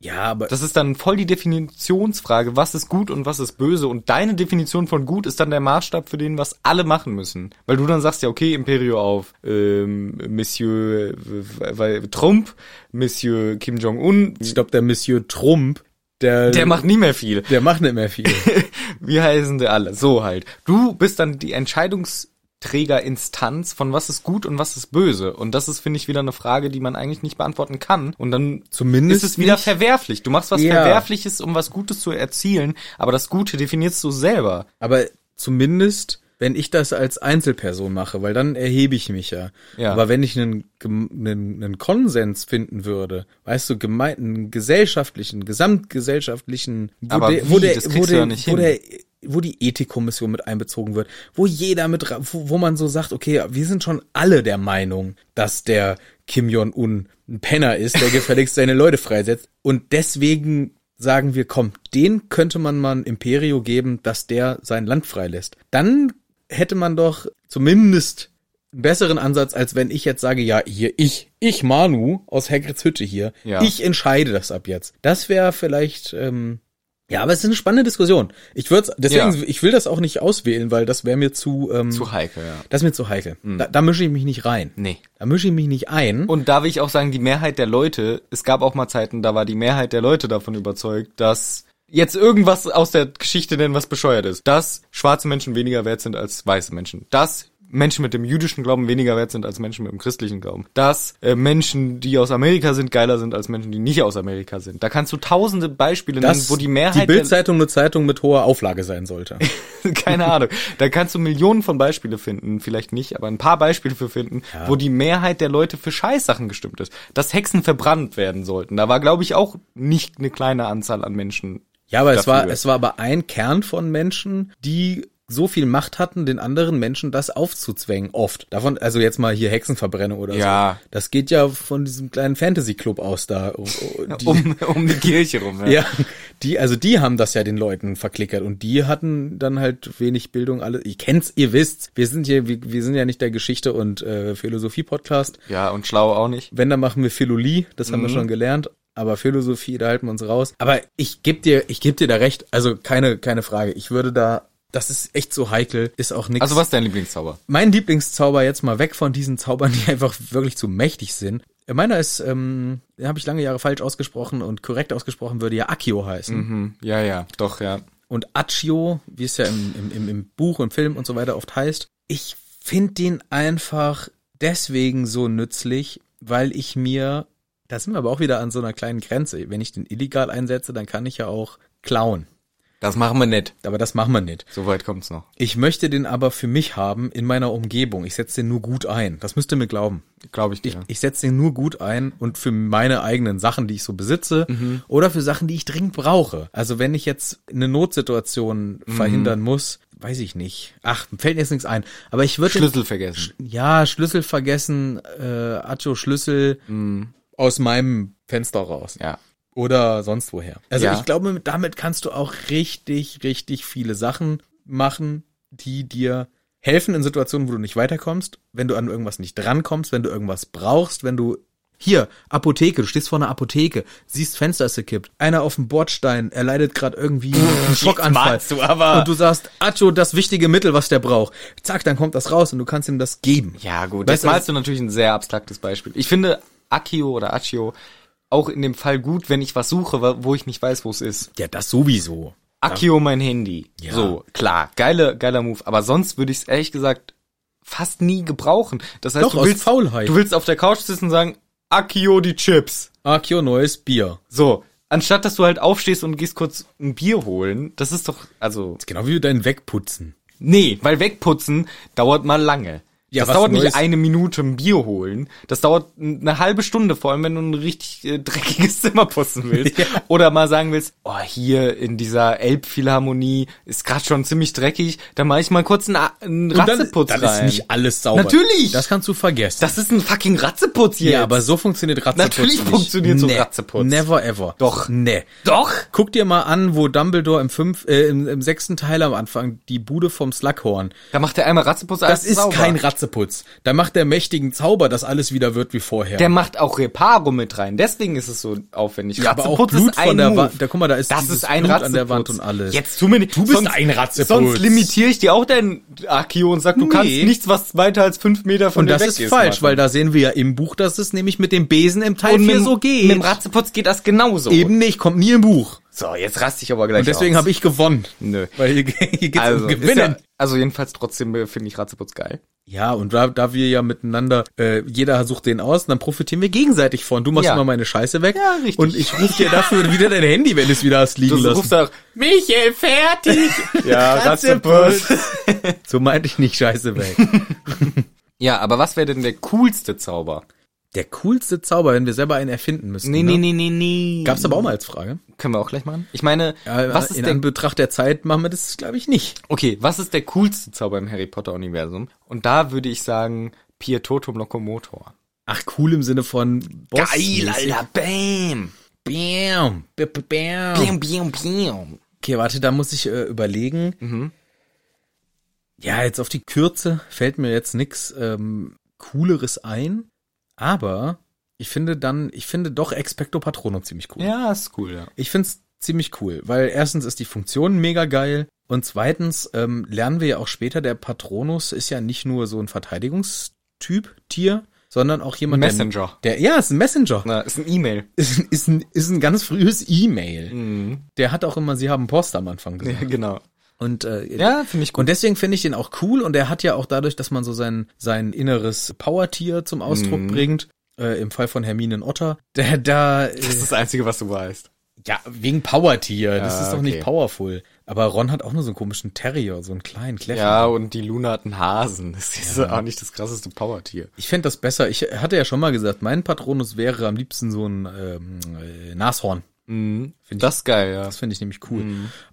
Speaker 9: Ja, aber
Speaker 8: Das ist dann voll die Definitionsfrage, was ist gut und was ist böse. Und deine Definition von gut ist dann der Maßstab für den, was alle machen müssen. Weil du dann sagst, ja, okay, Imperio auf, ähm, Monsieur äh, weil Trump, Monsieur Kim Jong-un,
Speaker 9: ich glaube, der Monsieur Trump, der,
Speaker 8: der macht nie mehr viel.
Speaker 9: der macht nicht mehr viel.
Speaker 8: Wie heißen die alle? So halt. Du bist dann die Entscheidungsträgerinstanz von was ist gut und was ist böse. Und das ist, finde ich, wieder eine Frage, die man eigentlich nicht beantworten kann. Und dann
Speaker 9: Zumindest
Speaker 8: ist es wieder
Speaker 9: nicht-
Speaker 8: verwerflich. Du machst was
Speaker 9: Ja.
Speaker 8: Verwerfliches, um was Gutes zu erzielen, aber das Gute definierst du selber.
Speaker 9: Aber zumindest, wenn ich das als Einzelperson mache, weil dann erhebe ich mich ja.
Speaker 8: Ja.
Speaker 9: Aber wenn ich einen, gem- einen, einen Konsens finden würde, weißt du, gemein, einen gesellschaftlichen, gesamtgesellschaftlichen, wo,
Speaker 8: Aber
Speaker 9: der,
Speaker 8: wie?
Speaker 9: wo, der,
Speaker 8: Das
Speaker 9: wo,
Speaker 8: kriegst du
Speaker 9: der,
Speaker 8: ja nicht
Speaker 9: wo,
Speaker 8: hin.
Speaker 9: der, wo die Ethikkommission mit einbezogen wird, wo jeder mit, ra- wo, wo man so sagt, okay, wir sind schon alle der Meinung, dass der Kim Jong-un ein Penner ist, der gefälligst seine Leute freisetzt. Und deswegen sagen wir, komm, den könnte man mal ein Imperio geben, dass der sein Land freilässt. Dann hätte man doch zumindest einen besseren Ansatz, als wenn ich jetzt sage, ja, hier, ich, ich, Manu, aus Hagrids Hütte hier,
Speaker 8: Ja.
Speaker 9: ich entscheide das ab jetzt. Das wäre vielleicht, ähm, ja, aber es ist eine spannende Diskussion. Ich würde deswegen,
Speaker 8: Ja.
Speaker 9: ich will das auch nicht auswählen, weil das wäre mir zu, ähm,
Speaker 8: Zu Hm. heikel, ja.
Speaker 9: das ist mir zu heikel. Da, da mische ich mich nicht rein.
Speaker 8: Nee.
Speaker 9: Da mische ich mich nicht ein.
Speaker 8: Und da will ich auch sagen, die Mehrheit der Leute, es gab auch mal Zeiten, da war die Mehrheit der Leute davon überzeugt, dass jetzt irgendwas aus der Geschichte denn was bescheuert ist. Dass schwarze Menschen weniger wert sind als weiße Menschen. Dass Menschen mit dem jüdischen Glauben weniger wert sind als Menschen mit dem christlichen Glauben. Dass äh, Menschen, die aus Amerika sind, geiler sind als Menschen, die nicht aus Amerika sind. Da kannst du tausende Beispiele nennen,
Speaker 9: dass
Speaker 8: wo die Mehrheit
Speaker 9: die
Speaker 8: der-
Speaker 9: Bildzeitung eine Zeitung mit hoher Auflage sein sollte.
Speaker 8: keine Ahnung. Da kannst du Millionen von Beispiele finden, vielleicht nicht, aber ein paar Beispiele für finden, wo die Mehrheit der Leute für Scheißsachen gestimmt ist. Dass Hexen verbrannt werden sollten. Da war, glaube ich, auch nicht eine kleine Anzahl an Menschen.
Speaker 9: Ja, aber es
Speaker 8: dafür.
Speaker 9: war, es war aber ein Kern von Menschen, die so viel Macht hatten, den anderen Menschen das aufzuzwängen, oft. Davon, also jetzt mal hier Hexenverbrennung oder
Speaker 8: Ja.
Speaker 9: so. Das geht ja von diesem kleinen Fantasy-Club aus da. oh, oh, die-
Speaker 8: um, um die Kirche rum.
Speaker 9: Ja, die, also die haben das ja den Leuten verklickert und die hatten dann halt wenig Bildung, alle. Ihr kennt's, ihr wisst's. Wir sind hier, wir, wir sind ja nicht der Geschichte und äh, Philosophie-Podcast.
Speaker 8: ja, und schlau auch nicht.
Speaker 9: Wenn, dann machen wir Philolie, das
Speaker 8: Mhm.
Speaker 9: haben wir schon gelernt. Aber Philosophie, da halten wir uns raus. Aber ich geb dir, ich geb dir da recht. Also keine, keine Frage. Ich würde da, das ist echt so heikel, ist auch nichts.
Speaker 8: Also was ist dein Lieblingszauber?
Speaker 9: Mein Lieblingszauber jetzt mal weg von diesen Zaubern, die einfach wirklich zu mächtig sind. Meiner ist, ähm, habe ich lange Jahre falsch ausgesprochen und korrekt ausgesprochen würde ja Akio heißen.
Speaker 8: Hm, ja, ja, doch, ja.
Speaker 9: und Accio, wie es ja im, im, im, im Buch, im Film und so weiter oft heißt. Ich finde den einfach deswegen so nützlich, weil ich mir Da sind wir aber auch wieder an so einer kleinen Grenze. Wenn ich den illegal einsetze, dann kann ich ja auch klauen.
Speaker 8: Das machen wir nicht.
Speaker 9: Aber das machen wir nicht.
Speaker 8: So weit kommt's noch.
Speaker 9: Ich möchte den aber für mich haben in meiner Umgebung. Ich setze den nur gut ein. Das müsst ihr mir glauben.
Speaker 8: Glaube ich dir.
Speaker 9: Ich, ich setze den nur gut ein und für meine eigenen Sachen, die ich so besitze
Speaker 8: Mhm.
Speaker 9: oder für Sachen, die ich dringend brauche. Also wenn ich jetzt eine Notsituation
Speaker 8: Mhm.
Speaker 9: verhindern muss, weiß ich nicht. Ach, fällt mir jetzt nichts ein. Aber ich würde
Speaker 8: Schlüssel vergessen.
Speaker 9: ja, Schlüssel vergessen, äh, Acho Schlüssel aus meinem Fenster raus.
Speaker 8: Mhm. Ja.
Speaker 9: Oder sonst woher. Also
Speaker 8: Ja.
Speaker 9: ich glaube, damit kannst du auch richtig, richtig viele Sachen machen, die dir helfen in Situationen, wo du nicht weiterkommst, wenn du an irgendwas nicht drankommst, wenn du irgendwas brauchst, wenn du hier, Apotheke, du stehst vor einer Apotheke, siehst Fenster ist gekippt, einer auf dem Bordstein, er leidet gerade irgendwie einen Schockanfall.
Speaker 8: malst du aber.
Speaker 9: Und du sagst, Acho, das wichtige Mittel, was der braucht. Zack, dann kommt das raus und du kannst ihm das geben.
Speaker 8: Ja, gut.
Speaker 9: Weißt
Speaker 8: Jetzt
Speaker 9: du,
Speaker 8: malst du natürlich ein sehr abstraktes Beispiel. Ich finde Akio oder Accio auch in dem Fall gut, wenn ich was suche, wa- wo ich nicht weiß, wo es ist.
Speaker 9: Ja, das sowieso.
Speaker 8: Akio mein Handy. So, klar. Geile, geiler Move. Aber sonst würde ich es ehrlich gesagt fast nie gebrauchen. Das heißt,
Speaker 9: Doch,
Speaker 8: du
Speaker 9: aus
Speaker 8: willst,
Speaker 9: Faulheit.
Speaker 8: du willst auf der Couch sitzen und sagen, Akio die Chips.
Speaker 9: Akio, neues Bier.
Speaker 8: So. Anstatt, dass du halt aufstehst und gehst kurz ein Bier holen, das ist doch, also,
Speaker 9: Genau wie dein Wegputzen.
Speaker 8: Nee, weil wegputzen dauert mal lange.
Speaker 9: Ja,
Speaker 8: das
Speaker 9: was
Speaker 8: dauert nicht
Speaker 9: Neues-
Speaker 8: eine Minute ein Bier holen. Das dauert n- eine halbe Stunde, vor allem wenn du ein richtig äh, dreckiges Zimmer putzen willst. Oder mal sagen willst, oh, hier in dieser Elbphilharmonie ist gerade schon ziemlich dreckig, dann mache ich mal kurz einen, A- einen Ratzeputz
Speaker 9: dann
Speaker 8: rein.
Speaker 9: ist nicht alles sauber.
Speaker 8: Natürlich!
Speaker 9: Das kannst du vergessen.
Speaker 8: das ist ein fucking Ratzeputz hier.
Speaker 9: ja,
Speaker 8: jetzt.
Speaker 9: aber so funktioniert Ratzeputz
Speaker 8: Natürlich
Speaker 9: nicht.
Speaker 8: funktioniert so Ratzeputz.
Speaker 9: Never ever.
Speaker 8: Doch.
Speaker 9: Nee.
Speaker 8: Doch!
Speaker 9: Guck dir mal an, wo Dumbledore im, fünf, äh, im, im sechsten Teil am Anfang die Bude vom Slughorn.
Speaker 8: Da macht er einmal Ratzeputz, alles
Speaker 9: Das ist
Speaker 8: sauber.
Speaker 9: kein Ratzeputz. Da macht der mächtigen Zauber, dass alles wieder wird wie vorher.
Speaker 8: Der macht auch Reparo mit rein. Deswegen ist es so aufwendig.
Speaker 9: Ja, aber auch Blut von der Wand. Da, guck mal, da ist
Speaker 8: das
Speaker 9: dieses
Speaker 8: ist ein
Speaker 9: Blut
Speaker 8: Ratzeputz.
Speaker 9: an der Wand und alles.
Speaker 8: Jetzt tu mir nicht. Du
Speaker 9: bist ein Ratzeputz.
Speaker 8: Sonst limitiere ich dir auch deinen Akio und sag, du
Speaker 9: Nee.
Speaker 8: kannst nichts, was weiter als fünf Meter von
Speaker 9: und
Speaker 8: dir
Speaker 9: das
Speaker 8: weg
Speaker 9: ist falsch,
Speaker 8: machen.
Speaker 9: weil da sehen wir ja im Buch, dass es nämlich mit dem Besen im Teil
Speaker 8: und mit,
Speaker 9: 4
Speaker 8: dem-
Speaker 9: so geht.
Speaker 8: mit dem Ratzeputz geht das genauso.
Speaker 9: Eben nicht, kommt nie im Buch.
Speaker 8: So, jetzt raste ich aber gleich
Speaker 9: Und deswegen
Speaker 8: aus.
Speaker 9: habe ich gewonnen.
Speaker 8: Nö.
Speaker 9: Weil hier, hier geht's
Speaker 8: also,
Speaker 9: um
Speaker 8: ist ja,
Speaker 9: Gewinnen.
Speaker 8: also jedenfalls trotzdem äh, finde ich Ratzeputz geil.
Speaker 9: Ja, und da, da wir ja miteinander, äh, jeder sucht den aus, und dann profitieren wir gegenseitig von. Du machst
Speaker 8: Ja.
Speaker 9: immer meine Scheiße weg.
Speaker 8: Ja, richtig.
Speaker 9: Und ich rufe dir dafür wieder dein Handy, wenn du es wieder hast liegen
Speaker 8: Du
Speaker 9: lassen.
Speaker 8: rufst auch, Michael, fertig! ja, Ratzeputz.
Speaker 9: So meinte ich nicht Scheiße weg.
Speaker 8: Ja, aber was wäre denn der coolste Zauber?
Speaker 9: Der coolste Zauber, wenn wir selber einen erfinden müssen.
Speaker 8: Nee,
Speaker 9: ne?
Speaker 8: nee, nee, nee, nee.
Speaker 9: Gab's aber auch mal als Frage.
Speaker 8: Können wir auch gleich machen? Ich meine,
Speaker 9: Ja,
Speaker 8: was ist
Speaker 9: in
Speaker 8: der
Speaker 9: Anbetracht der Zeit machen wir das, glaube ich, nicht.
Speaker 8: Okay, was ist der coolste Zauber im Harry Potter Universum? Und da würde ich sagen Pier Totum Locomotor.
Speaker 9: Ach, cool im Sinne von Boss.
Speaker 8: bam.
Speaker 9: Bam, b- b- bam.
Speaker 8: bam, bam.
Speaker 9: Okay, warte, da muss ich äh, überlegen.
Speaker 8: Mhm.
Speaker 9: Ja, jetzt auf die Kürze fällt mir jetzt nix ähm, Cooleres ein. Aber ich finde dann, ich finde doch Expecto Patronum ziemlich cool.
Speaker 8: Ja, ist cool, ja.
Speaker 9: Ich find's ziemlich cool, weil erstens ist die Funktion mega geil und zweitens ähm, lernen wir ja auch später, der Patronus ist ja nicht nur so ein Verteidigungstyp, Tier, sondern auch jemand, der-
Speaker 8: Messenger.
Speaker 9: Der, ja, ist ein Messenger.
Speaker 8: Na, ist ein E-Mail.
Speaker 9: Ist, ein- ist, ein, ist ein ganz frühes E-Mail. Der hat auch immer, sie haben Post am Anfang gesagt.
Speaker 8: Mhm. genau.
Speaker 9: Und äh,
Speaker 8: Ja, finde ich gut.
Speaker 9: und deswegen finde ich den auch cool und er hat ja auch dadurch, dass man so sein, sein inneres Powertier zum Ausdruck
Speaker 8: Mhm.
Speaker 9: bringt, äh, im Fall von Hermine und Otter, da, da äh,
Speaker 8: das ist das Einzige, was du weißt.
Speaker 9: ja, wegen Powertier, das
Speaker 8: Ja,
Speaker 9: ist doch nicht
Speaker 8: okay.
Speaker 9: powerful. Aber Ron hat auch nur so einen komischen Terrier, so einen kleinen Kleffer.
Speaker 8: Ja, und die Luna hat einen Hasen. Das ist ja. auch nicht das krasseste Powertier.
Speaker 9: Ich fände das besser. Ich hatte ja schon mal gesagt, mein Patronus wäre am liebsten so ein ähm, äh, Nashorn.
Speaker 8: Find das ist geil, ja.
Speaker 9: Das finde ich nämlich cool.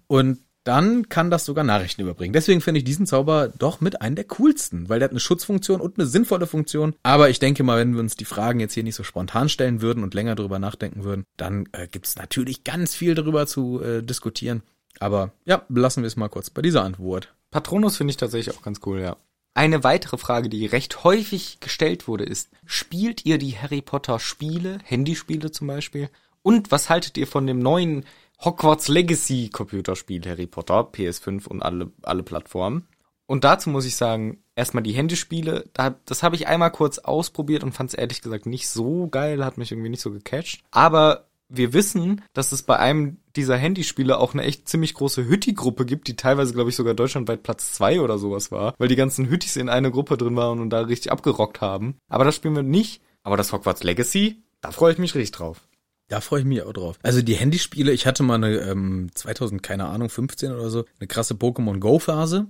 Speaker 9: Und dann kann das sogar Nachrichten überbringen. Deswegen finde ich diesen Zauber doch mit einem der coolsten, weil der hat eine Schutzfunktion und eine sinnvolle Funktion. Aber ich denke mal, wenn wir uns die Fragen jetzt hier nicht so spontan stellen würden und länger drüber nachdenken würden, dann äh, gibt es natürlich ganz viel darüber zu äh, diskutieren. Aber ja, lassen wir es mal kurz bei dieser Antwort.
Speaker 8: Patronus finde ich tatsächlich auch ganz cool, ja. Eine weitere Frage, die recht häufig gestellt wurde, ist, spielt ihr die Harry Potter Spiele, Handyspiele zum Beispiel? Und was haltet ihr von dem neuen Hogwarts Legacy Computerspiel Harry Potter, PS5 und alle, alle Plattformen? Und dazu muss ich sagen, erstmal die Handyspiele, da, das habe ich einmal kurz ausprobiert und fand es ehrlich gesagt nicht so geil, hat mich irgendwie nicht so gecatcht. Aber wir wissen, dass es bei einem dieser Handyspiele auch eine echt ziemlich große Hütti-Gruppe gibt, die teilweise, glaube ich, sogar deutschlandweit Platz zwei oder sowas war, weil die ganzen Hüttis in einer Gruppe drin waren und da richtig abgerockt haben. Aber das spielen wir nicht. Aber das Hogwarts Legacy, Da freue ich mich richtig drauf.
Speaker 9: Da freue ich mich auch drauf. Also die Handyspiele, ich hatte mal eine ähm, 2000, keine Ahnung, 15 oder so, eine krasse Pokémon Go Phase.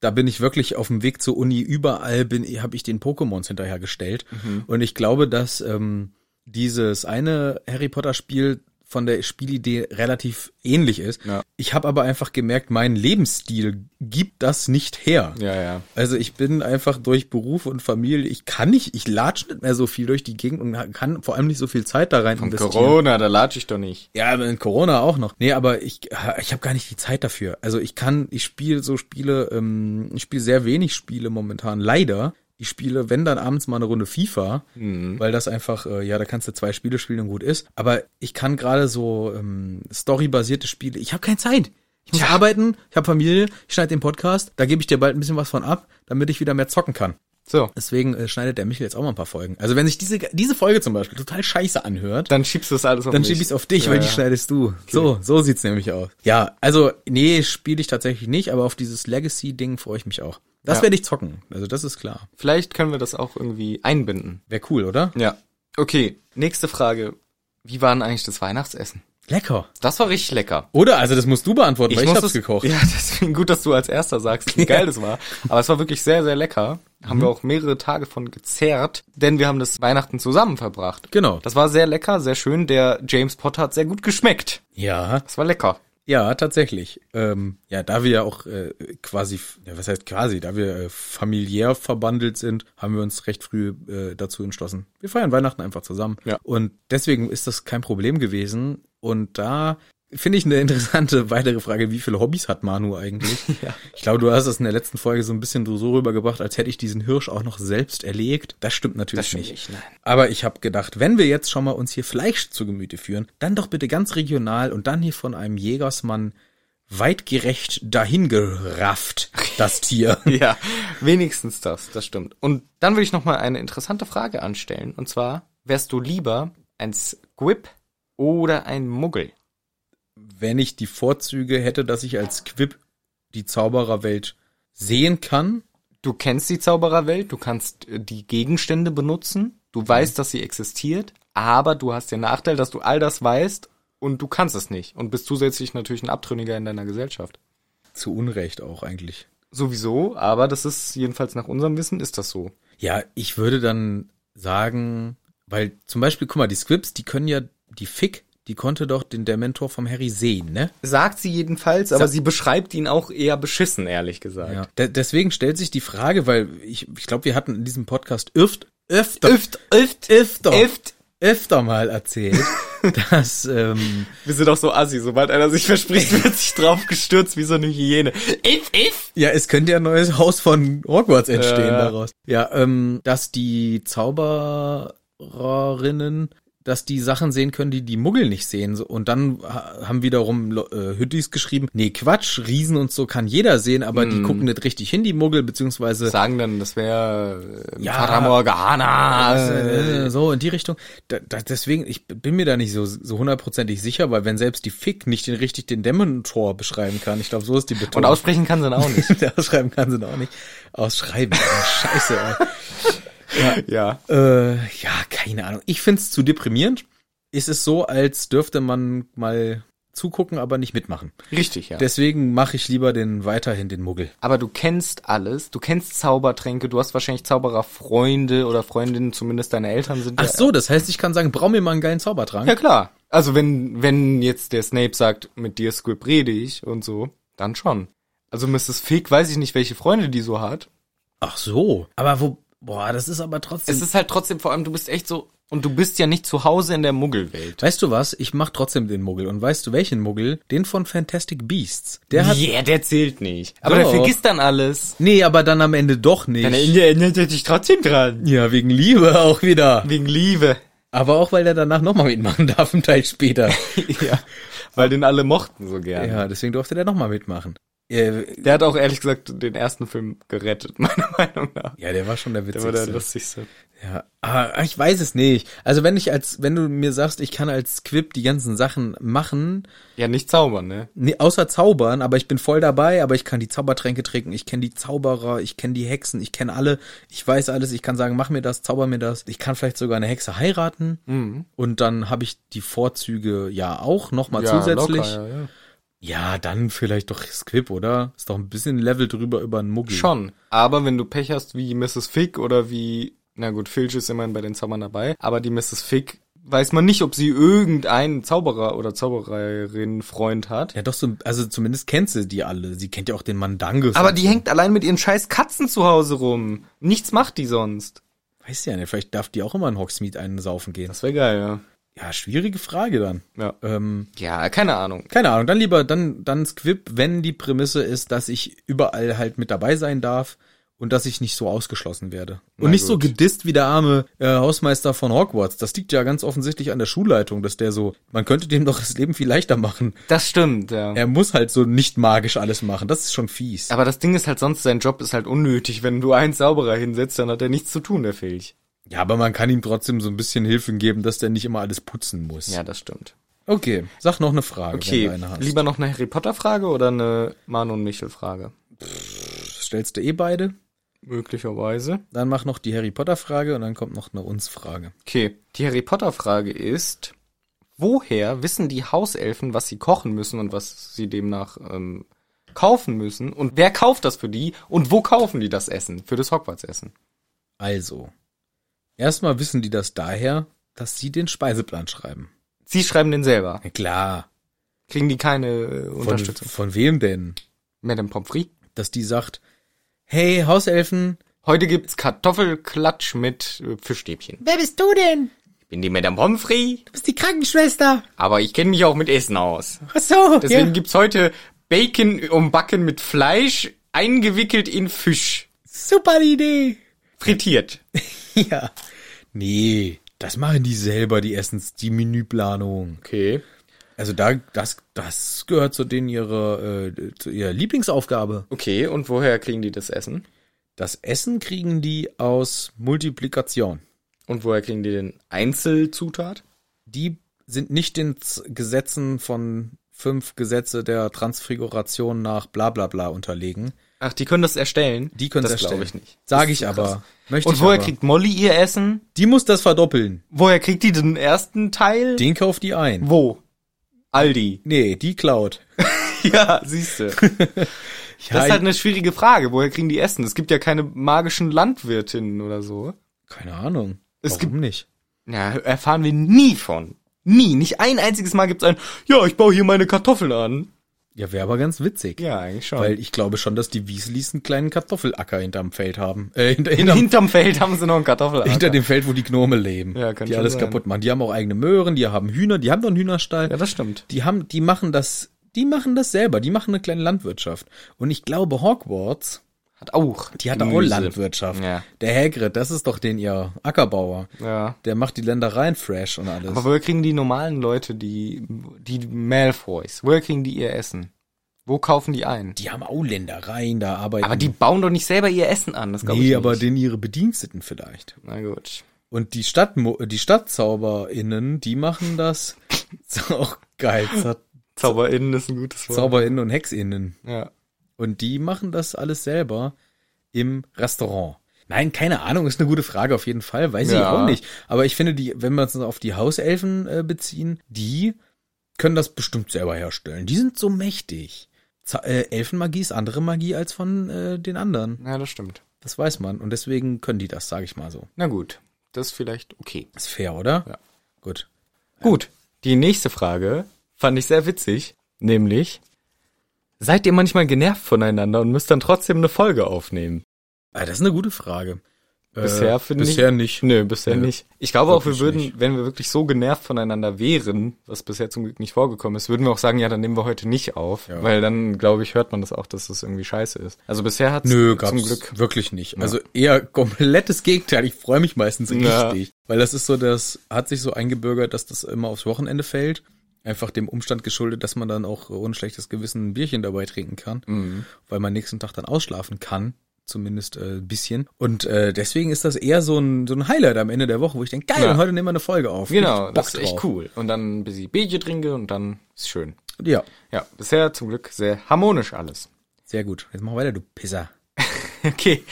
Speaker 9: Da bin ich wirklich auf dem Weg zur Uni überall bin, habe ich den Pokémons hinterhergestellt. Und ich glaube, dass ähm, dieses eine Harry Potter Spiel von der Spielidee relativ ähnlich ist.
Speaker 8: Ja.
Speaker 9: Ich habe aber einfach gemerkt, mein Lebensstil gibt das nicht her.
Speaker 8: Ja, ja.
Speaker 9: Also ich bin einfach durch Beruf und Familie, ich kann nicht, ich latsche nicht mehr so viel durch die Gegend und kann vor allem nicht so viel Zeit da rein
Speaker 8: Und Corona, da latsche ich doch nicht.
Speaker 9: ja, aber in Corona auch noch. Nee, aber ich, ich habe gar nicht die Zeit dafür. Also ich kann, ich spiele so Spiele, ähm, ich spiele sehr wenig Spiele momentan, leider. Ich spiele, wenn dann abends mal eine Runde FIFA,
Speaker 8: Mhm.
Speaker 9: weil das einfach, äh, ja, da kannst du zwei Spiele spielen und gut ist. Aber ich kann gerade so ähm, storybasierte Spiele, ich habe keine Zeit. Ich muss arbeiten, ich habe Familie, ich schneide den Podcast, da gebe ich dir bald ein bisschen was von ab, damit ich wieder mehr zocken kann.
Speaker 8: So,
Speaker 9: Deswegen äh, schneidet der Michel jetzt auch mal ein paar Folgen. Also wenn sich diese, diese Folge zum Beispiel total scheiße anhört,
Speaker 8: dann schiebst du das alles auf
Speaker 9: dann
Speaker 8: mich.
Speaker 9: schieb ich's auf dich, weil die schneidest du. So, so sieht's nämlich aus. Ja, also, nee, spiele ich tatsächlich nicht, aber auf dieses Legacy-Ding freue ich mich auch. Das
Speaker 8: Ja.
Speaker 9: werde ich zocken. Also, das ist klar.
Speaker 8: Vielleicht können wir das auch irgendwie einbinden.
Speaker 9: Wäre cool, oder?
Speaker 8: Ja. Okay, nächste Frage. Wie war denn eigentlich das Weihnachtsessen?
Speaker 9: Lecker.
Speaker 8: Das war richtig lecker.
Speaker 9: Oder? Also, das musst du beantworten, weil ich
Speaker 8: muss
Speaker 9: hab's
Speaker 8: es-
Speaker 9: gekocht.
Speaker 8: Ja, deswegen gut, dass du als erster sagst, wie geil das war. Aber es war wirklich sehr, sehr lecker. Haben wir auch mehrere Tage von gezerrt, denn wir haben das Weihnachten zusammen verbracht.
Speaker 9: Genau.
Speaker 8: Das war sehr lecker, sehr schön. Der James Potter hat sehr gut geschmeckt.
Speaker 9: Ja,
Speaker 8: Das war lecker.
Speaker 9: ja, tatsächlich. Ähm, ja, da wir ja auch äh, quasi, ja, was heißt quasi, da wir äh, familiär verbandelt sind, haben wir uns recht früh äh, dazu entschlossen. Wir feiern Weihnachten einfach zusammen.
Speaker 8: Ja.
Speaker 9: Und deswegen ist das kein Problem gewesen. Und da Finde ich eine interessante weitere Frage, wie viele Hobbys hat Manu eigentlich? Ich glaube, du hast es in der letzten Folge so ein bisschen so rübergebracht, als hätte ich diesen Hirsch auch noch selbst erlegt. Das stimmt natürlich
Speaker 8: stimmt
Speaker 9: nicht.
Speaker 8: nicht, nein.
Speaker 9: Aber ich habe gedacht, wenn wir jetzt schon mal uns hier Fleisch zu Gemüte führen, dann doch bitte ganz regional und dann hier von einem Jägersmann weitgerecht dahingerafft, das Tier.
Speaker 8: Ja, wenigstens das, das stimmt. Und dann würde ich nochmal eine interessante Frage anstellen. Und zwar, wärst du lieber ein Squib oder ein Muggel?
Speaker 9: wenn ich die Vorzüge hätte, dass ich als Quip die Zaubererwelt sehen kann,
Speaker 8: Du kennst die Zaubererwelt, du kannst äh, die Gegenstände benutzen, du weißt, dass sie existiert, aber du hast den Nachteil, dass du all das weißt und du kannst es nicht und bist zusätzlich natürlich ein Abtrünniger in deiner Gesellschaft.
Speaker 9: zu Unrecht auch eigentlich.
Speaker 8: Sowieso, aber das ist jedenfalls nach unserem Wissen ist das so.
Speaker 9: Ja, ich würde dann sagen, weil zum Beispiel, guck mal, die Squibs, die können ja, die Fick, die konnte doch den Dementor vom Harry sehen, ne?
Speaker 8: Sagt sie jedenfalls, aber sie beschreibt ihn auch eher beschissen, ehrlich gesagt.
Speaker 9: Ja. De deswegen stellt sich die Frage, weil ich, ich glaube, wir hatten in diesem Podcast öft, öfter,
Speaker 8: Öft, öft,
Speaker 9: öfter,
Speaker 8: öft.
Speaker 9: öfter mal erzählt, dass, ähm,
Speaker 8: Wir sind auch so assi, sobald einer sich verspricht, wird sich drauf gestürzt wie so eine Hyäne. If, if.
Speaker 9: Ja, es könnte ja ein neues Haus von Hogwarts entstehen
Speaker 8: Ja.
Speaker 9: daraus. Ja, ähm, dass die Zaubererinnen, dass die Sachen sehen können, die die Muggel nicht sehen. So, Und dann ha- haben wiederum Lo- äh, Hüttis geschrieben, nee, Quatsch, Riesen und so kann jeder sehen, aber
Speaker 8: Mhm.
Speaker 9: die gucken nicht richtig hin, die Muggel, beziehungsweise
Speaker 8: Sagen dann, das wäre äh,
Speaker 9: Ja.
Speaker 8: Fata Morgana.
Speaker 9: äh, so in die Richtung. Da, da, deswegen, ich bin mir da nicht so so hundertprozentig sicher, weil wenn selbst die Fick nicht den, richtig den Dämonentor beschreiben kann, ich glaube, so ist die Betonung.
Speaker 8: Und aussprechen kann sie dann auch nicht.
Speaker 9: Ja, Ausschreiben kann sie noch nicht. Ausschreiben, oh, scheiße. ey.
Speaker 8: ja.
Speaker 9: Äh, ja, keine Ahnung. Ich find's zu deprimierend. Es ist so, als dürfte man mal zugucken, aber nicht mitmachen.
Speaker 8: Richtig, ja.
Speaker 9: Deswegen mache ich lieber den weiterhin den Muggel.
Speaker 8: aber du kennst alles, du kennst Zaubertränke, du hast wahrscheinlich Zaubererfreunde oder Freundinnen, zumindest deine Eltern sind
Speaker 9: Ach so, das heißt, ich kann sagen, brauch mir mal einen geilen Zaubertrank.
Speaker 8: Ja klar. Also wenn, wenn jetzt der Snape sagt, mit dir Squib rede ich und so, dann schon. Also Mrs. Fig, weiß ich nicht, welche Freunde die so hat.
Speaker 9: Ach so. Aber wo, boah, das ist aber trotzdem.
Speaker 8: Es ist halt trotzdem vor allem, du bist echt so, und du bist ja nicht zu Hause in der Muggelwelt.
Speaker 9: weißt du was? Ich mach trotzdem den Muggel. Und weißt du welchen Muggel? Den von Fantastic Beasts. Der hat.
Speaker 8: yeah, der zählt nicht. Aber der
Speaker 9: Doch.
Speaker 8: vergisst dann alles.
Speaker 9: Nee, aber dann am Ende doch nicht.
Speaker 8: erinnert er sich trotzdem dran.
Speaker 9: ja, wegen Liebe auch wieder.
Speaker 8: Wegen Liebe.
Speaker 9: Aber auch, weil der danach nochmal mitmachen darf, einen Teil später.
Speaker 8: ja. Weil den alle mochten so gern.
Speaker 9: ja, deswegen durfte der nochmal mitmachen. Äh,
Speaker 8: Der hat auch ehrlich gesagt den ersten Film gerettet, meiner Meinung nach.
Speaker 9: ja, der war schon der
Speaker 8: Der war
Speaker 9: witzigste.
Speaker 8: der lustigste.
Speaker 9: Ja, ah, ich weiß es nicht. Also wenn ich als, wenn du mir sagst, ich kann als Quip die ganzen Sachen machen,
Speaker 8: Ja, nicht zaubern, ne?
Speaker 9: nee, außer zaubern, aber ich bin voll dabei, aber ich kann die Zaubertränke trinken, ich kenne die Zauberer, ich kenne die Hexen, ich kenne alle, ich weiß alles, ich kann sagen, mach mir das, zauber mir das. Ich kann vielleicht sogar eine Hexe heiraten
Speaker 8: Mhm.
Speaker 9: und dann habe ich die Vorzüge ja auch nochmal zusätzlich.
Speaker 8: locker, ja, ja.
Speaker 9: Ja, dann vielleicht doch Squib, oder? Ist doch ein bisschen Level drüber über einen Muggel.
Speaker 8: Schon. Aber wenn du Pech hast wie Mrs. Fick oder wie, na gut, Filch ist immerhin bei den Zaubern dabei, aber die Mrs. Fick weiß man nicht, ob sie irgendeinen Zauberer oder Zaubererin Freund hat.
Speaker 9: Ja, doch so, also zumindest kennt sie die alle. Sie kennt ja auch den Mandanges.
Speaker 8: Aber die hängt allein mit ihren scheiß Katzen zu Hause rum. Nichts macht die sonst.
Speaker 9: Weiß ja nicht, vielleicht darf die auch immer in Hogsmeade einen saufen gehen.
Speaker 8: Das wäre geil, ja.
Speaker 9: Ja, schwierige Frage dann.
Speaker 8: Ja. äh.
Speaker 9: Ähm,
Speaker 8: Ja, keine Ahnung.
Speaker 9: keine Ahnung, dann lieber dann, dann Squib, wenn die Prämisse ist, dass ich überall halt mit dabei sein darf und dass ich nicht so ausgeschlossen werde. Und
Speaker 8: Na
Speaker 9: nicht so
Speaker 8: gut.
Speaker 9: gedisst wie der arme äh, Hausmeister von Hogwarts. Das liegt ja ganz offensichtlich an der Schulleitung, dass der so, man könnte dem doch das Leben viel leichter machen.
Speaker 8: Das stimmt, ja.
Speaker 9: Er muss halt so nicht magisch alles machen. Das ist schon fies.
Speaker 8: Aber das Ding ist halt sonst, sein Job ist halt unnötig. Wenn du einen Zauberer hinsetzt, dann hat er nichts zu tun, der Filch.
Speaker 9: Ja, aber man kann ihm trotzdem so ein bisschen Hilfen geben, dass der nicht immer alles putzen muss.
Speaker 8: das stimmt.
Speaker 9: Okay, sag noch eine Frage,
Speaker 8: Okay,
Speaker 9: wenn du eine hast.
Speaker 8: lieber noch eine Harry Potter Frage oder eine Manu und Michel Frage?
Speaker 9: Stellst du eh beide?
Speaker 8: Möglicherweise.
Speaker 9: Dann mach noch die Harry Potter Frage und dann kommt noch eine uns Frage.
Speaker 8: Okay, die Harry Potter Frage ist, woher wissen die Hauselfen, was sie kochen müssen und was sie demnach ähm, kaufen müssen? Und wer kauft das für die? Und wo kaufen die das Essen? Für das Hogwarts-Essen?
Speaker 9: Also, erstmal wissen die das daher, dass sie den Speiseplan schreiben.
Speaker 8: Sie schreiben den selber.
Speaker 9: Na klar.
Speaker 8: Kriegen die keine äh,
Speaker 9: Von,
Speaker 8: Unterstützung?
Speaker 9: von wem denn?
Speaker 8: Madame Pomfrey?
Speaker 9: Dass die sagt, hey Hauselfen,
Speaker 8: Heute gibt's Kartoffelklatsch mit äh, Fischstäbchen.
Speaker 9: wer bist du denn?
Speaker 8: Ich bin die Madame Pomfrey,
Speaker 9: Du bist die Krankenschwester.
Speaker 8: aber ich kenne mich auch mit Essen aus.
Speaker 9: Ach so.
Speaker 8: Deswegen
Speaker 9: ja.
Speaker 8: gibt's heute Bacon umbacken mit Fleisch, eingewickelt in Fisch.
Speaker 9: Super Idee.
Speaker 8: Frittiert.
Speaker 9: Ja. Nee, das machen die selber, die Essens, die Menüplanung.
Speaker 8: Okay.
Speaker 9: Also da, das, das gehört zu denen ihrer, äh, zu ihrer Lieblingsaufgabe.
Speaker 8: Okay, und woher kriegen die das Essen?
Speaker 9: Das Essen kriegen die aus Multiplikation.
Speaker 8: Und woher kriegen die den Einzelzutat?
Speaker 9: Die sind nicht den Z Gesetzen von fünf Gesetze der Transfiguration nach bla bla bla unterlegen.
Speaker 8: Ach, die können das erstellen?
Speaker 9: Die können
Speaker 8: das
Speaker 9: das erstellen.
Speaker 8: glaube ich nicht.
Speaker 9: Sage ich aber. Möchte
Speaker 8: Und
Speaker 9: ich
Speaker 8: woher
Speaker 9: aber.
Speaker 8: kriegt Molly ihr Essen?
Speaker 9: Die muss das verdoppeln.
Speaker 8: Woher kriegt die den ersten Teil?
Speaker 9: Den kauft die ein.
Speaker 8: Wo? Aldi.
Speaker 9: Nee, die klaut.
Speaker 8: Ja, siehst du. Das ist halt eine schwierige Frage. Woher kriegen die Essen? Es gibt ja keine magischen Landwirtinnen oder so.
Speaker 9: keine Ahnung.
Speaker 8: Es
Speaker 9: Warum nicht.
Speaker 8: Ja, erfahren wir nie von. Nie. Nicht ein einziges Mal gibt's ein, ja, ich baue hier meine Kartoffeln an.
Speaker 9: Ja, wäre aber ganz witzig.
Speaker 8: Ja, eigentlich schon.
Speaker 9: Weil ich glaube schon, dass die Wieslis einen kleinen Kartoffelacker hinterm Feld haben. Äh, hinter, hinterm,
Speaker 8: hinterm Feld haben sie noch einen Kartoffelacker.
Speaker 9: hinter dem Feld, wo die Gnome leben.
Speaker 8: Ja, kann
Speaker 9: die
Speaker 8: schon
Speaker 9: alles
Speaker 8: sein.
Speaker 9: kaputt machen. Die haben auch eigene Möhren, die haben Hühner, die haben doch einen Hühnerstall.
Speaker 8: ja, das stimmt.
Speaker 9: die haben, die machen das, die machen das selber. Die machen eine kleine Landwirtschaft. Und ich glaube, Hogwarts,
Speaker 8: Hat auch.
Speaker 9: die hat auch
Speaker 8: Gemüse.
Speaker 9: Landwirtschaft.
Speaker 8: Ja.
Speaker 9: Der Hagrid, das ist doch den ihr Ackerbauer.
Speaker 8: Ja.
Speaker 9: Der macht die Ländereien fresh und alles.
Speaker 8: Aber woher kriegen die normalen Leute, die, die Malfoys, woher kriegen die ihr Essen? Wo kaufen die ein?
Speaker 9: die haben auch Ländereien, da arbeiten.
Speaker 8: aber die bauen doch nicht selber ihr Essen an, das glaube ich
Speaker 9: nee,
Speaker 8: nicht.
Speaker 9: aber den ihre Bediensteten vielleicht.
Speaker 8: Na gut.
Speaker 9: Und die Stadt, die StadtzauberInnen, die machen das. Ist auch geil. Zau-
Speaker 8: ZauberInnen ist ein gutes Wort.
Speaker 9: ZauberInnen und HexInnen.
Speaker 8: ja.
Speaker 9: Und die machen das alles selber im Restaurant. Nein, keine Ahnung, ist eine gute Frage auf jeden Fall, weiß ich
Speaker 8: Ja.
Speaker 9: auch nicht. Aber ich finde, die, wenn wir uns auf die Hauselfen äh, beziehen, die können das bestimmt selber herstellen. Die sind so mächtig. Za äh, Elfenmagie ist andere Magie als von äh, den anderen.
Speaker 8: ja, das stimmt.
Speaker 9: Das weiß man. Und deswegen können die das, sage ich mal so.
Speaker 8: Na gut, das ist vielleicht okay.
Speaker 9: Ist fair, oder?
Speaker 8: Ja.
Speaker 9: Gut.
Speaker 8: Gut, die nächste Frage fand ich sehr witzig, nämlich seid ihr manchmal genervt voneinander und müsst dann trotzdem eine Folge aufnehmen?
Speaker 9: Ah, das ist eine gute Frage.
Speaker 8: Bisher finde ich-
Speaker 9: Äh, Bisher nicht.
Speaker 8: Nö, bisher
Speaker 9: Nö,
Speaker 8: nicht. Ich glaube auch, wir
Speaker 9: wirklich
Speaker 8: würden,
Speaker 9: nicht.
Speaker 8: wenn wir wirklich so genervt voneinander wären, was bisher zum Glück nicht vorgekommen ist, würden wir auch sagen, ja, dann nehmen wir heute nicht auf,
Speaker 9: Ja.
Speaker 8: weil dann, glaube ich, hört man das auch, dass das irgendwie scheiße ist. Also bisher hat
Speaker 9: Nö,
Speaker 8: es
Speaker 9: gab's
Speaker 8: zum Glück
Speaker 9: wirklich nicht. Also eher komplettes Gegenteil. Ich freue mich meistens
Speaker 8: Ja.
Speaker 9: richtig. Weil das ist so, das hat sich so eingebürgert, dass das immer aufs Wochenende fällt. Einfach dem Umstand geschuldet, dass man dann auch ohne schlechtes Gewissen ein Bierchen dabei trinken kann,
Speaker 8: Mhm.
Speaker 9: weil man nächsten Tag dann ausschlafen kann, zumindest äh, ein bisschen. Und äh, deswegen ist das eher so ein, so ein Highlight am Ende der Woche, wo ich denke, geil,
Speaker 8: Ja.
Speaker 9: und heute nehmen wir eine Folge auf.
Speaker 8: Genau,
Speaker 9: Ich
Speaker 8: das
Speaker 9: Bock
Speaker 8: ist echt
Speaker 9: drauf.
Speaker 8: cool. Und dann ein bisschen Bierchen trinke und dann ist schön.
Speaker 9: Ja,
Speaker 8: Ja, bisher zum Glück sehr harmonisch alles.
Speaker 9: sehr gut. Jetzt mach weiter, du Pisser.
Speaker 8: Okay.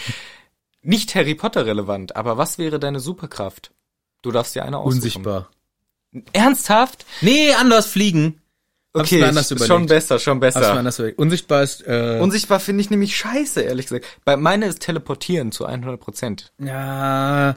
Speaker 8: Nicht Harry Potter relevant, aber was wäre deine Superkraft? Du darfst dir eine aussuchen.
Speaker 9: Unsichtbar.
Speaker 8: Ernsthaft?
Speaker 9: Nee, anders fliegen. Hab's
Speaker 8: Okay,
Speaker 9: mir anders
Speaker 8: ist
Speaker 9: überlegt.
Speaker 8: schon besser, schon
Speaker 9: Hab's mir
Speaker 8: besser.
Speaker 9: anders überlegt. Unsichtbar ist, äh,
Speaker 8: Unsichtbar finde ich nämlich scheiße, ehrlich gesagt. Bei meine ist teleportieren zu 100 Prozent.
Speaker 9: ja,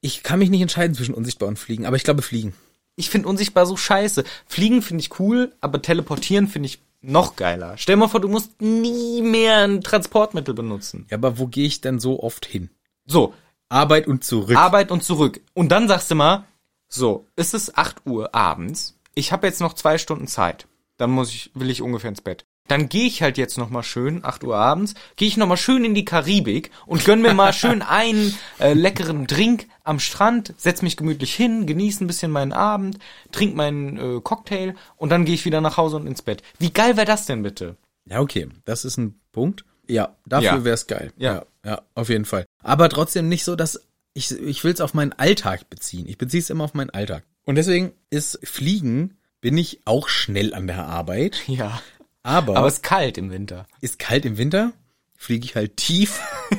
Speaker 9: ich kann mich nicht entscheiden zwischen unsichtbar und fliegen, aber ich glaube fliegen.
Speaker 8: Ich finde unsichtbar so scheiße. Fliegen finde ich cool, aber teleportieren finde ich noch geiler. Stell mal vor, du musst nie mehr ein Transportmittel benutzen.
Speaker 9: Ja, aber wo gehe ich denn so oft hin?
Speaker 8: So,
Speaker 9: Arbeit und zurück.
Speaker 8: Arbeit und zurück. Und dann sagst du mal, so, ist es 8 Uhr abends, ich habe jetzt noch zwei Stunden Zeit. Dann muss ich, will ich ungefähr ins Bett. Dann gehe ich halt jetzt nochmal schön, 8 Uhr abends, gehe ich nochmal schön in die Karibik und gönn mir mal schön einen äh, leckeren Drink am Strand, setz mich gemütlich hin, genieße ein bisschen meinen Abend, trink meinen äh, Cocktail und dann gehe ich wieder nach Hause und ins Bett. Wie geil wäre das denn bitte?
Speaker 9: Ja, okay, das ist ein Punkt. Ja, dafür
Speaker 8: Ja.
Speaker 9: wär's wäre es geil.
Speaker 8: Ja.
Speaker 9: ja, ja, auf jeden Fall. Aber trotzdem nicht so, dass ich ich will's auf meinen Alltag beziehen. Ich beziehe es immer auf meinen Alltag. Und deswegen ist Fliegen bin ich auch schnell an der Arbeit,
Speaker 8: Ja.
Speaker 9: aber,
Speaker 8: Aber es ist kalt im Winter.
Speaker 9: ist kalt im Winter, fliege ich halt tief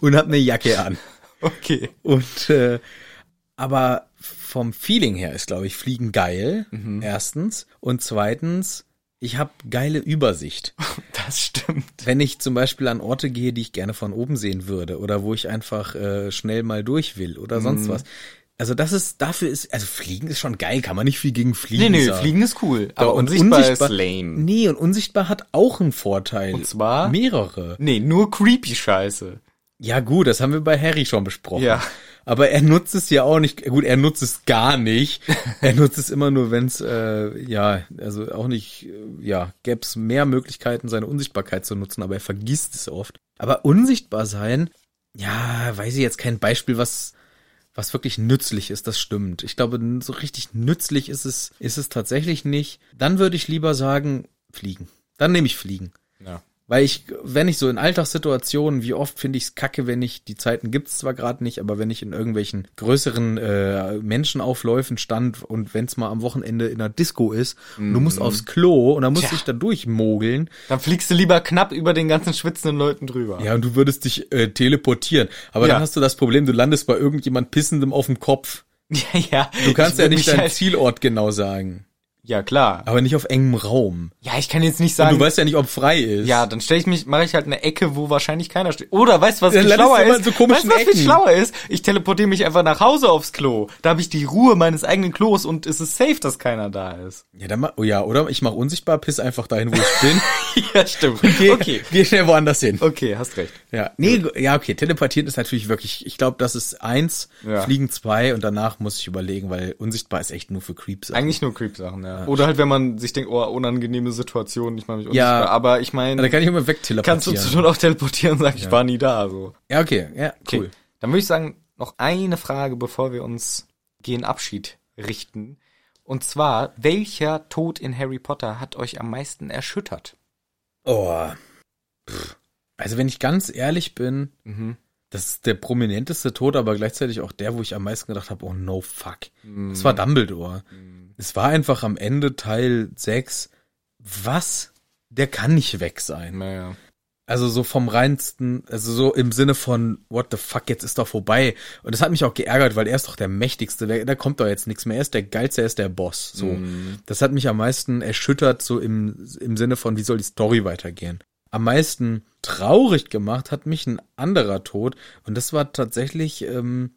Speaker 9: und hab eine Jacke an.
Speaker 8: Okay.
Speaker 9: Und äh, aber vom Feeling her ist, glaube ich, Fliegen geil.
Speaker 8: Mhm.
Speaker 9: Erstens und zweitens, ich habe geile Übersicht.
Speaker 8: Das stimmt.
Speaker 9: Wenn ich zum Beispiel an Orte gehe, die ich gerne von oben sehen würde oder wo ich einfach äh, schnell mal durch will oder sonst
Speaker 8: Mhm.
Speaker 9: was. Also das ist dafür ist also Fliegen ist schon geil, kann man nicht viel gegen Fliegen
Speaker 8: Nee, nee,
Speaker 9: sagen.
Speaker 8: Fliegen ist cool, aber
Speaker 9: Doch, und
Speaker 8: unsichtbar, ist lame.
Speaker 9: Nee, und unsichtbar hat auch einen Vorteil.
Speaker 8: Und zwar?
Speaker 9: mehrere.
Speaker 8: Nee, nur creepy Scheiße.
Speaker 9: Ja, gut, das haben wir bei Harry schon besprochen.
Speaker 8: Ja.
Speaker 9: Aber er nutzt es ja auch nicht. Gut, er nutzt es gar nicht. er nutzt es immer nur, wenn es, äh, ja, also auch nicht, äh, ja, gäbe es mehr Möglichkeiten, seine Unsichtbarkeit zu nutzen, aber er vergisst es oft. Aber unsichtbar sein, ja, weiß ich jetzt kein Beispiel, was, was wirklich nützlich ist, das stimmt. Ich glaube, n- so richtig nützlich ist es, ist es tatsächlich nicht. Dann würde ich lieber sagen, fliegen. Dann nehme ich fliegen.
Speaker 8: Ja.
Speaker 9: Weil ich, wenn ich so in Alltagssituationen, wie oft finde ich es kacke, wenn ich, die Zeiten gibt's zwar gerade nicht, aber wenn ich in irgendwelchen größeren äh, Menschenaufläufen stand und wenn's mal am Wochenende in einer Disco ist, und du musst aufs Klo und dann musst du dich da durchmogeln,
Speaker 8: Dann fliegst du lieber knapp über den ganzen schwitzenden Leuten drüber.
Speaker 9: ja, und du würdest dich äh, teleportieren. Aber
Speaker 8: Ja.
Speaker 9: dann hast du das Problem, du landest bei irgendjemand Pissendem auf dem Kopf.
Speaker 8: ja. ja.
Speaker 9: Du kannst ja nicht deinen
Speaker 8: dein
Speaker 9: Zielort genau sagen.
Speaker 8: halt- Ja, klar.
Speaker 9: Aber nicht auf engem Raum.
Speaker 8: Ja, ich kann jetzt nicht
Speaker 9: Und
Speaker 8: sagen.
Speaker 9: du weißt ja nicht, ob frei ist.
Speaker 8: ja, dann stelle ich mich, mache ich halt eine Ecke, wo wahrscheinlich keiner steht. Oder weißt du, was
Speaker 9: Dann
Speaker 8: viel
Speaker 9: landest
Speaker 8: schlauer
Speaker 9: du immer
Speaker 8: ist?
Speaker 9: in so komischen
Speaker 8: weißt du, was viel
Speaker 9: Ecken.
Speaker 8: schlauer ist? Ich teleportiere mich einfach nach Hause aufs Klo. Da habe ich die Ruhe meines eigenen Klos und es ist safe, dass keiner da ist.
Speaker 9: Ja, dann ma- oh ja, oder ich mach unsichtbar, piss einfach dahin, wo ich bin.
Speaker 8: ja, stimmt.
Speaker 9: Geh,
Speaker 8: Okay.
Speaker 9: geh schnell woanders hin.
Speaker 8: Okay, hast recht.
Speaker 9: Ja, nee, gu- ja, okay. Teleportieren ist natürlich wirklich, ich glaube, das ist eins,
Speaker 8: Ja.
Speaker 9: Fliegen zwei und danach muss ich überlegen, weil unsichtbar ist echt nur für Creeps.
Speaker 8: Eigentlich nur Creep-Sachen, ja. Oder halt, wenn man sich denkt, oh, unangenehme Situation, ich meine mich
Speaker 9: Ja.
Speaker 8: unsichtbar. Aber ich
Speaker 9: Also da
Speaker 8: meine,
Speaker 9: kann ich immer
Speaker 8: kannst du
Speaker 9: wegteleportieren.
Speaker 8: zur Not auch teleportieren und sagen, ich war nie da, so.
Speaker 9: ja, okay, ja,
Speaker 8: Okay.
Speaker 9: cool.
Speaker 8: Dann würde ich sagen, noch eine Frage, bevor wir uns gegen Abschied richten. Und zwar, welcher Tod in Harry Potter hat euch am meisten erschüttert?
Speaker 9: Oh. Pff. Also wenn ich ganz ehrlich bin, das ist der prominenteste Tod, aber gleichzeitig auch der, wo ich am meisten gedacht habe, oh no fuck. Das war Dumbledore. Es war einfach am Ende Teil 6. Was? Der kann nicht weg sein.
Speaker 8: Naja.
Speaker 9: Also so vom reinsten, also so im Sinne von what the fuck, jetzt ist doch vorbei. Und das hat mich auch geärgert, weil er ist doch der mächtigste, der, da kommt doch jetzt nichts mehr. Er ist der geilste, er ist der Boss. So,
Speaker 8: Mhm.
Speaker 9: das hat mich am meisten erschüttert, so im im Sinne von, wie soll die Story weitergehen? Am meisten traurig gemacht hat mich ein anderer Tod und das war tatsächlich ähm,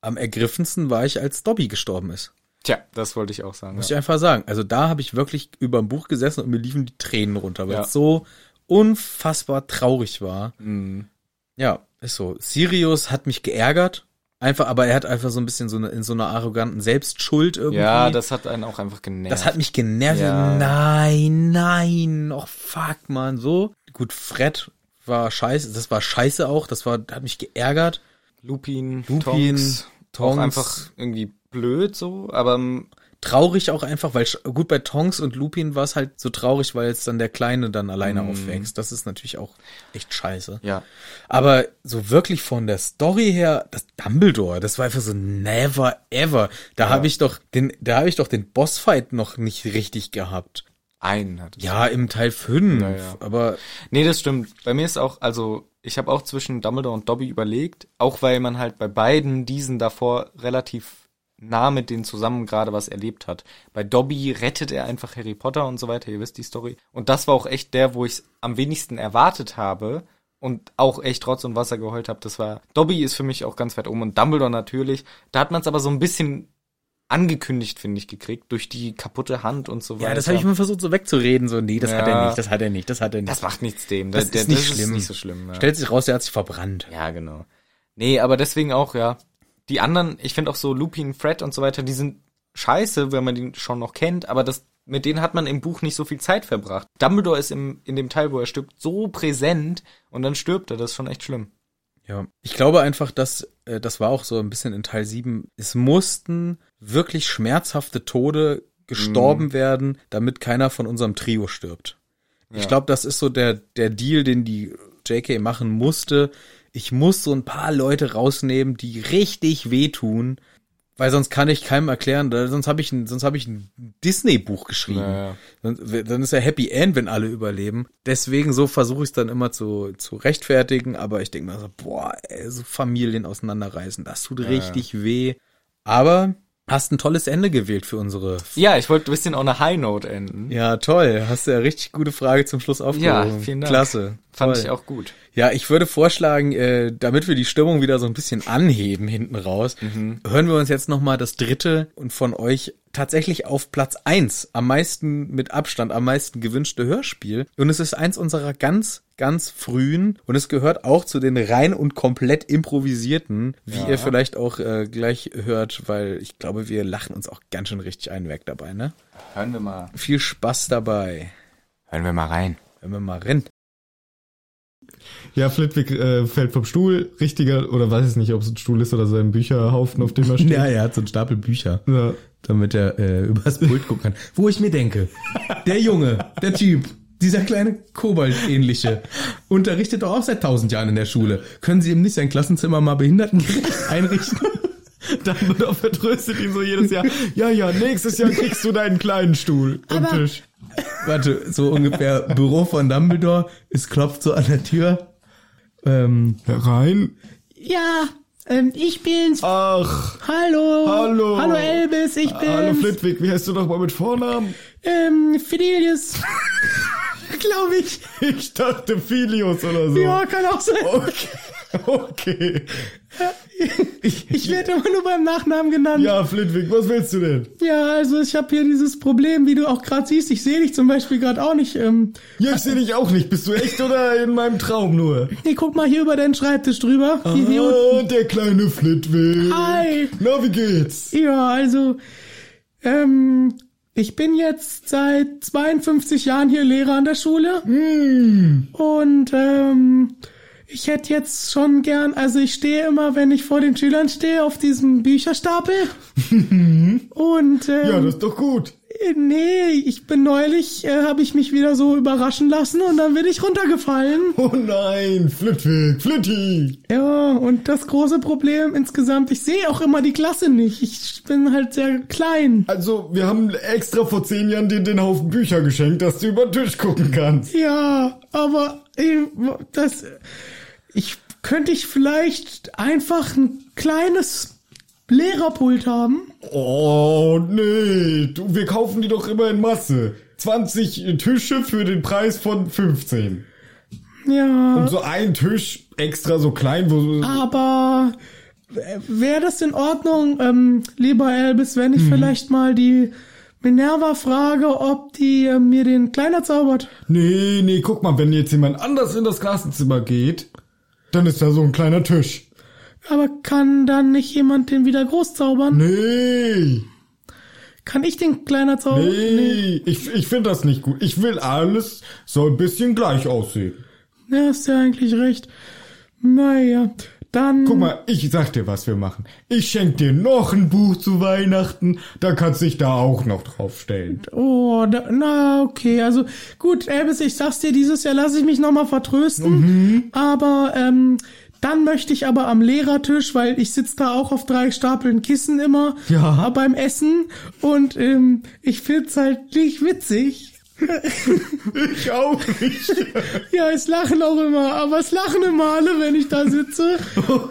Speaker 9: am ergriffensten war ich, als Dobby gestorben ist.
Speaker 8: Tja, das wollte ich auch sagen.
Speaker 9: Muss
Speaker 8: Ja.
Speaker 9: ich einfach sagen. Also da habe ich wirklich über dem Buch gesessen und mir liefen die Tränen runter, weil
Speaker 8: Ja.
Speaker 9: es so unfassbar traurig war.
Speaker 8: Mhm.
Speaker 9: Ja, ist so. Sirius hat mich geärgert. Einfach, aber er hat einfach so ein bisschen so eine, in so einer arroganten Selbstschuld irgendwie.
Speaker 8: ja, das hat einen auch einfach genervt.
Speaker 9: Das hat mich genervt.
Speaker 8: Ja.
Speaker 9: Nein, nein, oh fuck, man, so. Gut, Fred war scheiße, das war scheiße auch, das war, hat mich geärgert.
Speaker 8: Lupin,
Speaker 9: Lupin,
Speaker 8: Tonks,
Speaker 9: Tonks.
Speaker 8: auch einfach irgendwie blöd so, aber ähm,
Speaker 9: traurig auch einfach, weil sch- gut bei Tonks und Lupin war es halt so traurig, weil jetzt dann der Kleine dann alleine
Speaker 8: Mhm.
Speaker 9: aufwächst. Das ist natürlich auch echt scheiße.
Speaker 8: Ja.
Speaker 9: Aber so wirklich von der Story her, das Dumbledore, das war einfach so never ever. Da hab habe ich doch den, da habe ich doch den Bossfight noch nicht richtig gehabt.
Speaker 8: Einen hat es.
Speaker 9: Ja, im Teil 5,
Speaker 8: ja.
Speaker 9: aber
Speaker 8: Nee, das stimmt. Bei mir ist auch, also ich habe auch zwischen Dumbledore und Dobby überlegt, auch weil man halt bei beiden diesen davor relativ nah mit denen zusammen gerade was erlebt hat. Bei Dobby rettet er einfach Harry Potter und so weiter, ihr wisst die Story. Und das war auch echt der, wo ich es am wenigsten erwartet habe und auch echt Trotz und Wasser geheult habe. Das war, Dobby ist für mich auch ganz weit oben und Dumbledore natürlich. Da hat man es aber so ein bisschen angekündigt, finde ich, gekriegt, durch die kaputte Hand und so weiter.
Speaker 9: ja, das habe ich mal versucht so wegzureden, so nee, das hat er
Speaker 8: Ja.
Speaker 9: nicht, das hat er nicht, das hat er nicht.
Speaker 8: Das macht nichts dem.
Speaker 9: Das ist nicht schlimm.
Speaker 8: nicht so schlimm. ja.
Speaker 9: Stellt sich raus, der hat sich verbrannt.
Speaker 8: Ja, genau. Nee, aber deswegen auch, ja. Die anderen, ich finde auch so Lupin, Fred und so weiter, die sind scheiße, wenn man die schon noch kennt, aber das, mit denen hat man im Buch nicht so viel Zeit verbracht. Dumbledore ist im, in dem Teil, wo er stirbt, so präsent und dann stirbt er, das ist schon echt schlimm.
Speaker 9: Ja, ich glaube einfach, dass äh, das war auch so ein bisschen in Teil 7, es mussten wirklich schmerzhafte Tode gestorben werden, damit keiner von unserem Trio stirbt. Ich glaube, das ist so der der Deal, den die JK machen musste. Ich muss so ein paar Leute rausnehmen, die richtig wehtun, weil sonst kann ich keinem erklären, da- sonst habe ich ein, sonst habe ich ein Disney Buch geschrieben.
Speaker 8: Naja.
Speaker 9: Sonst- Dann ist ja Happy End, wenn alle überleben. Deswegen so versuche ich es dann immer zu, zu rechtfertigen, aber ich denke mir so, also, boah, ey, so Familien auseinanderreißen, das tut richtig weh. Aber hast ein tolles Ende gewählt für unsere.
Speaker 8: Ja, ich wollte ein bisschen on a high note enden.
Speaker 9: Ja, toll. Hast du ja richtig gute Frage zum Schluss aufgehoben.
Speaker 8: vielen Dank.
Speaker 9: Klasse.
Speaker 8: Fand
Speaker 9: Toll.
Speaker 8: ich auch gut.
Speaker 9: Ja, ich würde vorschlagen, äh, damit wir die Stimmung wieder so ein bisschen anheben hinten raus,
Speaker 8: Mhm.
Speaker 9: hören wir uns jetzt nochmal das dritte und von euch tatsächlich auf Platz eins am meisten mit Abstand, am meisten gewünschte Hörspiel. Und es ist eins unserer ganz, ganz frühen und es gehört auch zu den rein und komplett improvisierten, wie ihr vielleicht auch äh, gleich hört, weil ich glaube, wir lachen uns auch ganz schön richtig einen weg dabei, ne?
Speaker 8: Hören wir mal.
Speaker 9: Viel Spaß dabei,
Speaker 8: Hören wir mal rein.
Speaker 9: wenn wir mal rennen.
Speaker 11: Ja, Flitwick äh, fällt vom Stuhl, richtiger, oder weiß ich nicht, ob es ein Stuhl ist oder so ein Bücherhaufen, auf dem er steht.
Speaker 2: Ja, er hat so einen Stapel Bücher,
Speaker 11: Ja.
Speaker 2: damit er äh, übers Pult gucken kann. Wo ich mir denke, der Junge, der Typ, dieser kleine Kobold-ähnliche, unterrichtet doch auch seit tausend Jahren in der Schule. Können Sie ihm nicht sein Klassenzimmer mal behindertengerecht einrichten?
Speaker 11: Dumbledore vertröstet ihn so jedes Jahr. Ja, ja, nächstes Jahr kriegst du deinen kleinen Stuhl und Tisch.
Speaker 2: Warte, so ungefähr Büro von Dumbledore, es klopft so an der Tür. Ähm,
Speaker 11: Rein.
Speaker 7: Ja, ähm, ich bin's.
Speaker 11: Ach,
Speaker 7: Hallo.
Speaker 11: Hallo. Ah,
Speaker 7: Hallo Elvis, ich bin's.
Speaker 11: hallo Flitwick, wie heißt du nochmal mit Vornamen?
Speaker 7: ähm, Fidelius. Glaube ich.
Speaker 11: Ich dachte Filius oder so.
Speaker 7: Ja, kann auch sein.
Speaker 11: Okay. Okay.
Speaker 7: Ich werde immer nur beim Nachnamen genannt.
Speaker 11: Ja, Ah, Flitwick, was willst du denn?
Speaker 7: Ja, also ich habe hier dieses Problem, wie du auch gerade siehst. Ich sehe dich zum Beispiel gerade auch nicht. Ähm,
Speaker 11: Ja, ich sehe dich auch nicht. Bist du echt oder in meinem Traum nur?
Speaker 7: nee, guck mal hier über deinen Schreibtisch drüber. Idiot.
Speaker 11: Ah, der kleine Flitwick.
Speaker 7: Hi.
Speaker 11: Na, wie geht's?
Speaker 7: Ja, also, ähm, ich bin jetzt seit 52 Jahren hier Lehrer an der Schule.
Speaker 11: Hm.
Speaker 7: Und, ähm, ich hätte jetzt schon gern, also ich stehe immer, wenn ich vor den Schülern stehe, auf diesem Bücherstapel. Und, ähm,
Speaker 11: Ja, das ist doch gut.
Speaker 7: Äh, Nee, ich bin neulich, äh, habe ich mich wieder so überraschen lassen und dann bin ich runtergefallen.
Speaker 11: Oh nein, Flitwick, Flitti.
Speaker 7: Ja, und das große Problem insgesamt, ich sehe auch immer die Klasse nicht. Ich bin halt sehr klein.
Speaker 11: Also, wir haben extra vor zehn Jahren dir den Haufen Bücher geschenkt, dass du über den Tisch gucken kannst.
Speaker 7: Ja, aber äh, das, ich könnte ich vielleicht einfach ein kleines Lehrerpult haben.
Speaker 11: Oh, nee. Du, wir kaufen die doch immer in Masse. 20 Tische für den Preis von 15.
Speaker 7: Ja,
Speaker 11: Und so ein Tisch extra so klein, wo so...
Speaker 7: aber wäre das in Ordnung, ähm, lieber Elvis, wenn ich vielleicht mal die Minerva frage, ob die äh, mir den Kleiner zaubert?
Speaker 11: Nee, nee, guck mal, wenn jetzt jemand anders in das Klassenzimmer geht, dann ist da so ein kleiner Tisch.
Speaker 7: Aber kann dann nicht jemand den wieder groß zaubern?
Speaker 11: Nee,
Speaker 7: Kann ich den Kleiner zaubern?
Speaker 11: nee, ich, ich finde das nicht gut. Ich will alles soll ein bisschen gleich aussehen.
Speaker 7: Ja, hast ja eigentlich recht. Naja, Dann
Speaker 11: Guck mal, ich sag dir, was wir machen. Ich schenk dir noch ein Buch zu Weihnachten, da kannst dich da auch noch draufstellen.
Speaker 7: Oh, da, na, okay. Also gut, Elvis, ich sag's dir, dieses Jahr lasse ich mich nochmal vertrösten.
Speaker 11: Mhm.
Speaker 7: Aber ähm, dann möchte ich aber am Lehrertisch, weil ich sitze da auch auf drei Stapeln Kissen immer ja. beim Essen. Und ähm, ich find's halt nicht witzig.
Speaker 11: Ich auch nicht.
Speaker 7: Ja, es lachen auch immer, aber es lachen immer alle, wenn ich da sitze.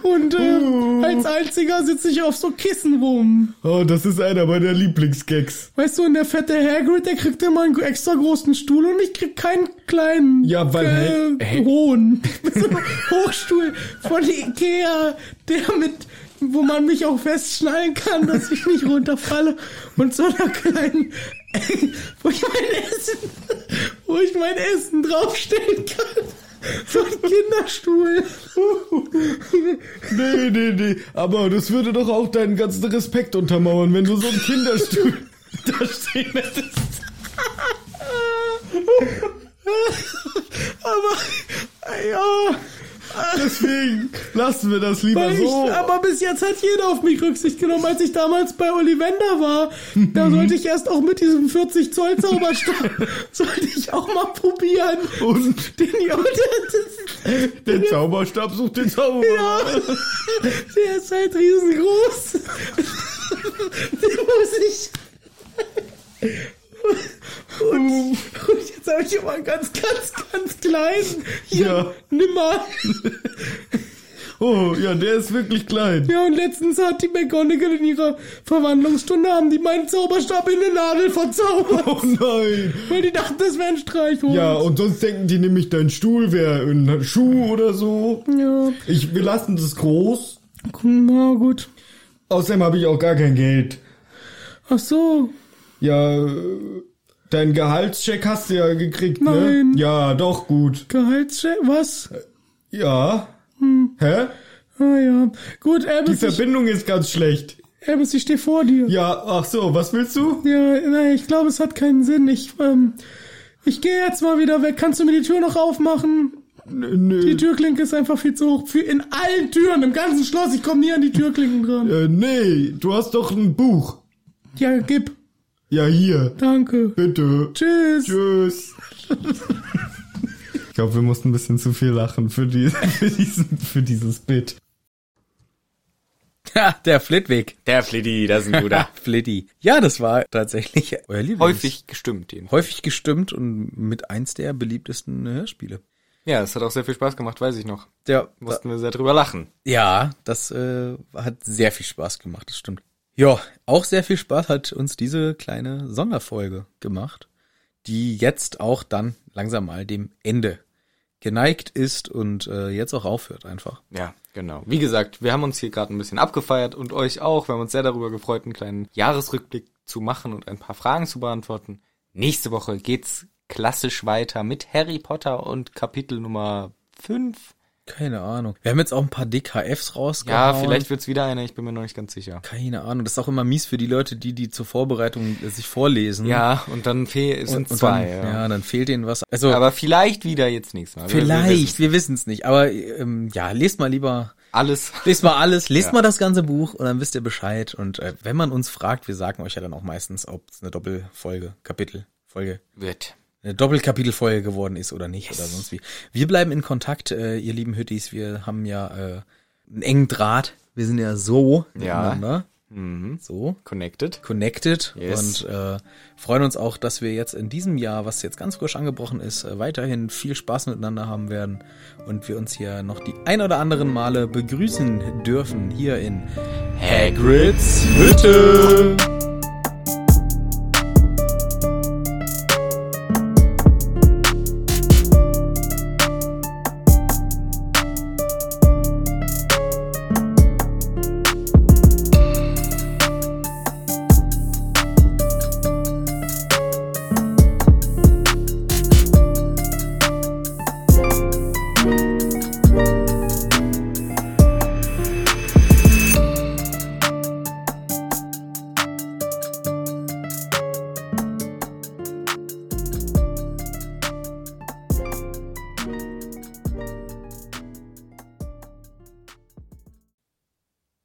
Speaker 7: Und ähm, als Einziger sitze ich auf so Kissen rum.
Speaker 11: Oh, das ist einer meiner Lieblingsgags.
Speaker 7: Weißt du, und der fette Hagrid, der kriegt immer einen extra großen Stuhl und ich krieg keinen kleinen,
Speaker 11: Ja, weil
Speaker 7: äh, hohen Hochstuhl von Ikea, der mit, wo man mich auch festschnallen kann, dass ich nicht runterfalle und so einer kleinen, wo ich mein Essen, wo ich mein Essen draufstellen kann. So ein Kinderstuhl.
Speaker 11: Nee, nee, nee. Aber das würde doch auch deinen ganzen Respekt untermauern, wenn du so einen Kinderstuhl da stehen hättest.
Speaker 7: Aber, ja.
Speaker 11: Deswegen lassen wir das lieber
Speaker 7: Weil
Speaker 11: so.
Speaker 7: ich, aber bis jetzt hat jeder auf mich Rücksicht genommen, als ich damals bei Ollivander war. Da sollte ich erst auch mit diesem 40 Zoll Zauberstab, sollte ich auch mal probieren.
Speaker 11: Und
Speaker 7: Den, ja, der, das,
Speaker 11: der Zauberstab sucht den Zauberer.
Speaker 7: ja, der ist halt riesengroß. Den muss ich. Und, und jetzt habe ich immer einen ganz, ganz, ganz kleinen. Hier,
Speaker 11: Ja.
Speaker 7: nimm mal.
Speaker 11: Oh, ja, der ist wirklich klein.
Speaker 7: Ja, und letztens hat die McGonagall in ihrer Verwandlungsstunde haben die meinen Zauberstab in eine Nadel verzaubert,
Speaker 11: Oh nein.
Speaker 7: weil die dachten, das wäre ein Streichholz.
Speaker 11: Ja, und sonst denken die nämlich, dein Stuhl wäre ein Schuh oder so.
Speaker 7: Ja,
Speaker 11: Ich, wir lassen das groß.
Speaker 7: guck mal, gut.
Speaker 11: Außerdem habe ich auch gar kein Geld.
Speaker 7: Ach so,
Speaker 11: Ja, äh, deinen Gehaltscheck hast du ja gekriegt,
Speaker 7: Nein.
Speaker 11: ne? Ja, doch, gut.
Speaker 7: Gehaltscheck, was?
Speaker 11: Ja. Hä?
Speaker 7: Ah ja, gut,
Speaker 11: Die
Speaker 7: Elvis, ich,
Speaker 11: Verbindung ist ganz schlecht.
Speaker 7: Elvis, ich stehe vor dir.
Speaker 11: Ja, ach so, was willst du?
Speaker 7: Ja, nein, ich glaube, es hat keinen Sinn. Ich, ähm, ich gehe jetzt mal wieder weg. Kannst du mir die Tür noch aufmachen?
Speaker 11: Nö.
Speaker 7: Die Türklinke ist einfach viel zu hoch. Für in allen Türen, im ganzen Schloss. Ich komme nie an die Türklinken dran.
Speaker 11: Äh, nee, du hast doch ein Buch.
Speaker 7: Ja, gib.
Speaker 11: Ja, hier.
Speaker 7: Danke.
Speaker 11: Bitte.
Speaker 7: Tschüss.
Speaker 11: Tschüss. ich glaube, wir mussten ein bisschen zu viel lachen für, die, für, diesen, für dieses Bit.
Speaker 2: Ja, der Flitwick.
Speaker 8: Der Flitti, das ist ein guter.
Speaker 2: Flitti. Ja, das war tatsächlich euer Lieblings.
Speaker 8: Häufig gestimmt jedenfalls.
Speaker 2: Häufig gestimmt und mit eins der beliebtesten äh, Hörspiele.
Speaker 8: Ja, es hat auch sehr viel Spaß gemacht, weiß ich noch.
Speaker 2: Der,
Speaker 8: Mussten wir sehr drüber lachen.
Speaker 2: ja, das äh, hat sehr viel Spaß gemacht, das stimmt. Ja, auch sehr viel Spaß hat uns diese kleine Sonderfolge gemacht, die jetzt auch dann langsam mal dem Ende geneigt ist und äh, jetzt auch aufhört einfach.
Speaker 8: Ja, genau. Wie gesagt, wir haben uns hier gerade ein bisschen abgefeiert und euch auch. Wir haben uns sehr darüber gefreut, einen kleinen Jahresrückblick zu machen und ein paar Fragen zu beantworten. Nächste Woche geht's klassisch weiter mit Harry Potter und Kapitel Nummer 5.
Speaker 2: Keine Ahnung. Wir haben jetzt auch ein paar DKFs rausgehauen.
Speaker 8: Ja, vielleicht wird's wieder einer, ich bin mir noch nicht ganz sicher.
Speaker 2: Keine Ahnung. Das ist auch immer mies für die Leute, die die zur Vorbereitung äh, sich vorlesen.
Speaker 8: Ja, und dann fehlen sind
Speaker 2: und
Speaker 8: zwei.
Speaker 2: Dann,
Speaker 8: ja.
Speaker 2: ja. dann fehlt ihnen was. Also
Speaker 8: Aber vielleicht wieder jetzt nächstes Mal. Wir- wir wissen
Speaker 2: vielleicht, wir wissen es nicht. Aber ähm, ja, lest mal lieber,
Speaker 8: Alles.
Speaker 2: lest mal alles, lest mal das ganze Buch und dann wisst ihr Bescheid. Und äh, wenn man uns fragt, wir sagen euch ja dann auch meistens, ob es eine Doppelfolge, Kapitelfolge,
Speaker 8: Wird.
Speaker 2: eine Doppelkapitelfolge geworden ist oder nicht oder sonst wie. Wir bleiben in Kontakt, äh, ihr lieben Hüttis. Wir haben ja äh, einen engen Draht. Wir sind ja so miteinander.
Speaker 8: Mhm.
Speaker 2: So
Speaker 8: Connected.
Speaker 2: connected
Speaker 8: Yes.
Speaker 2: und äh, freuen uns auch, dass wir jetzt in diesem Jahr, was jetzt ganz frisch angebrochen ist, äh, weiterhin viel Spaß miteinander haben werden und wir uns hier noch die ein oder anderen Male begrüßen dürfen hier in Hagrids Hütte.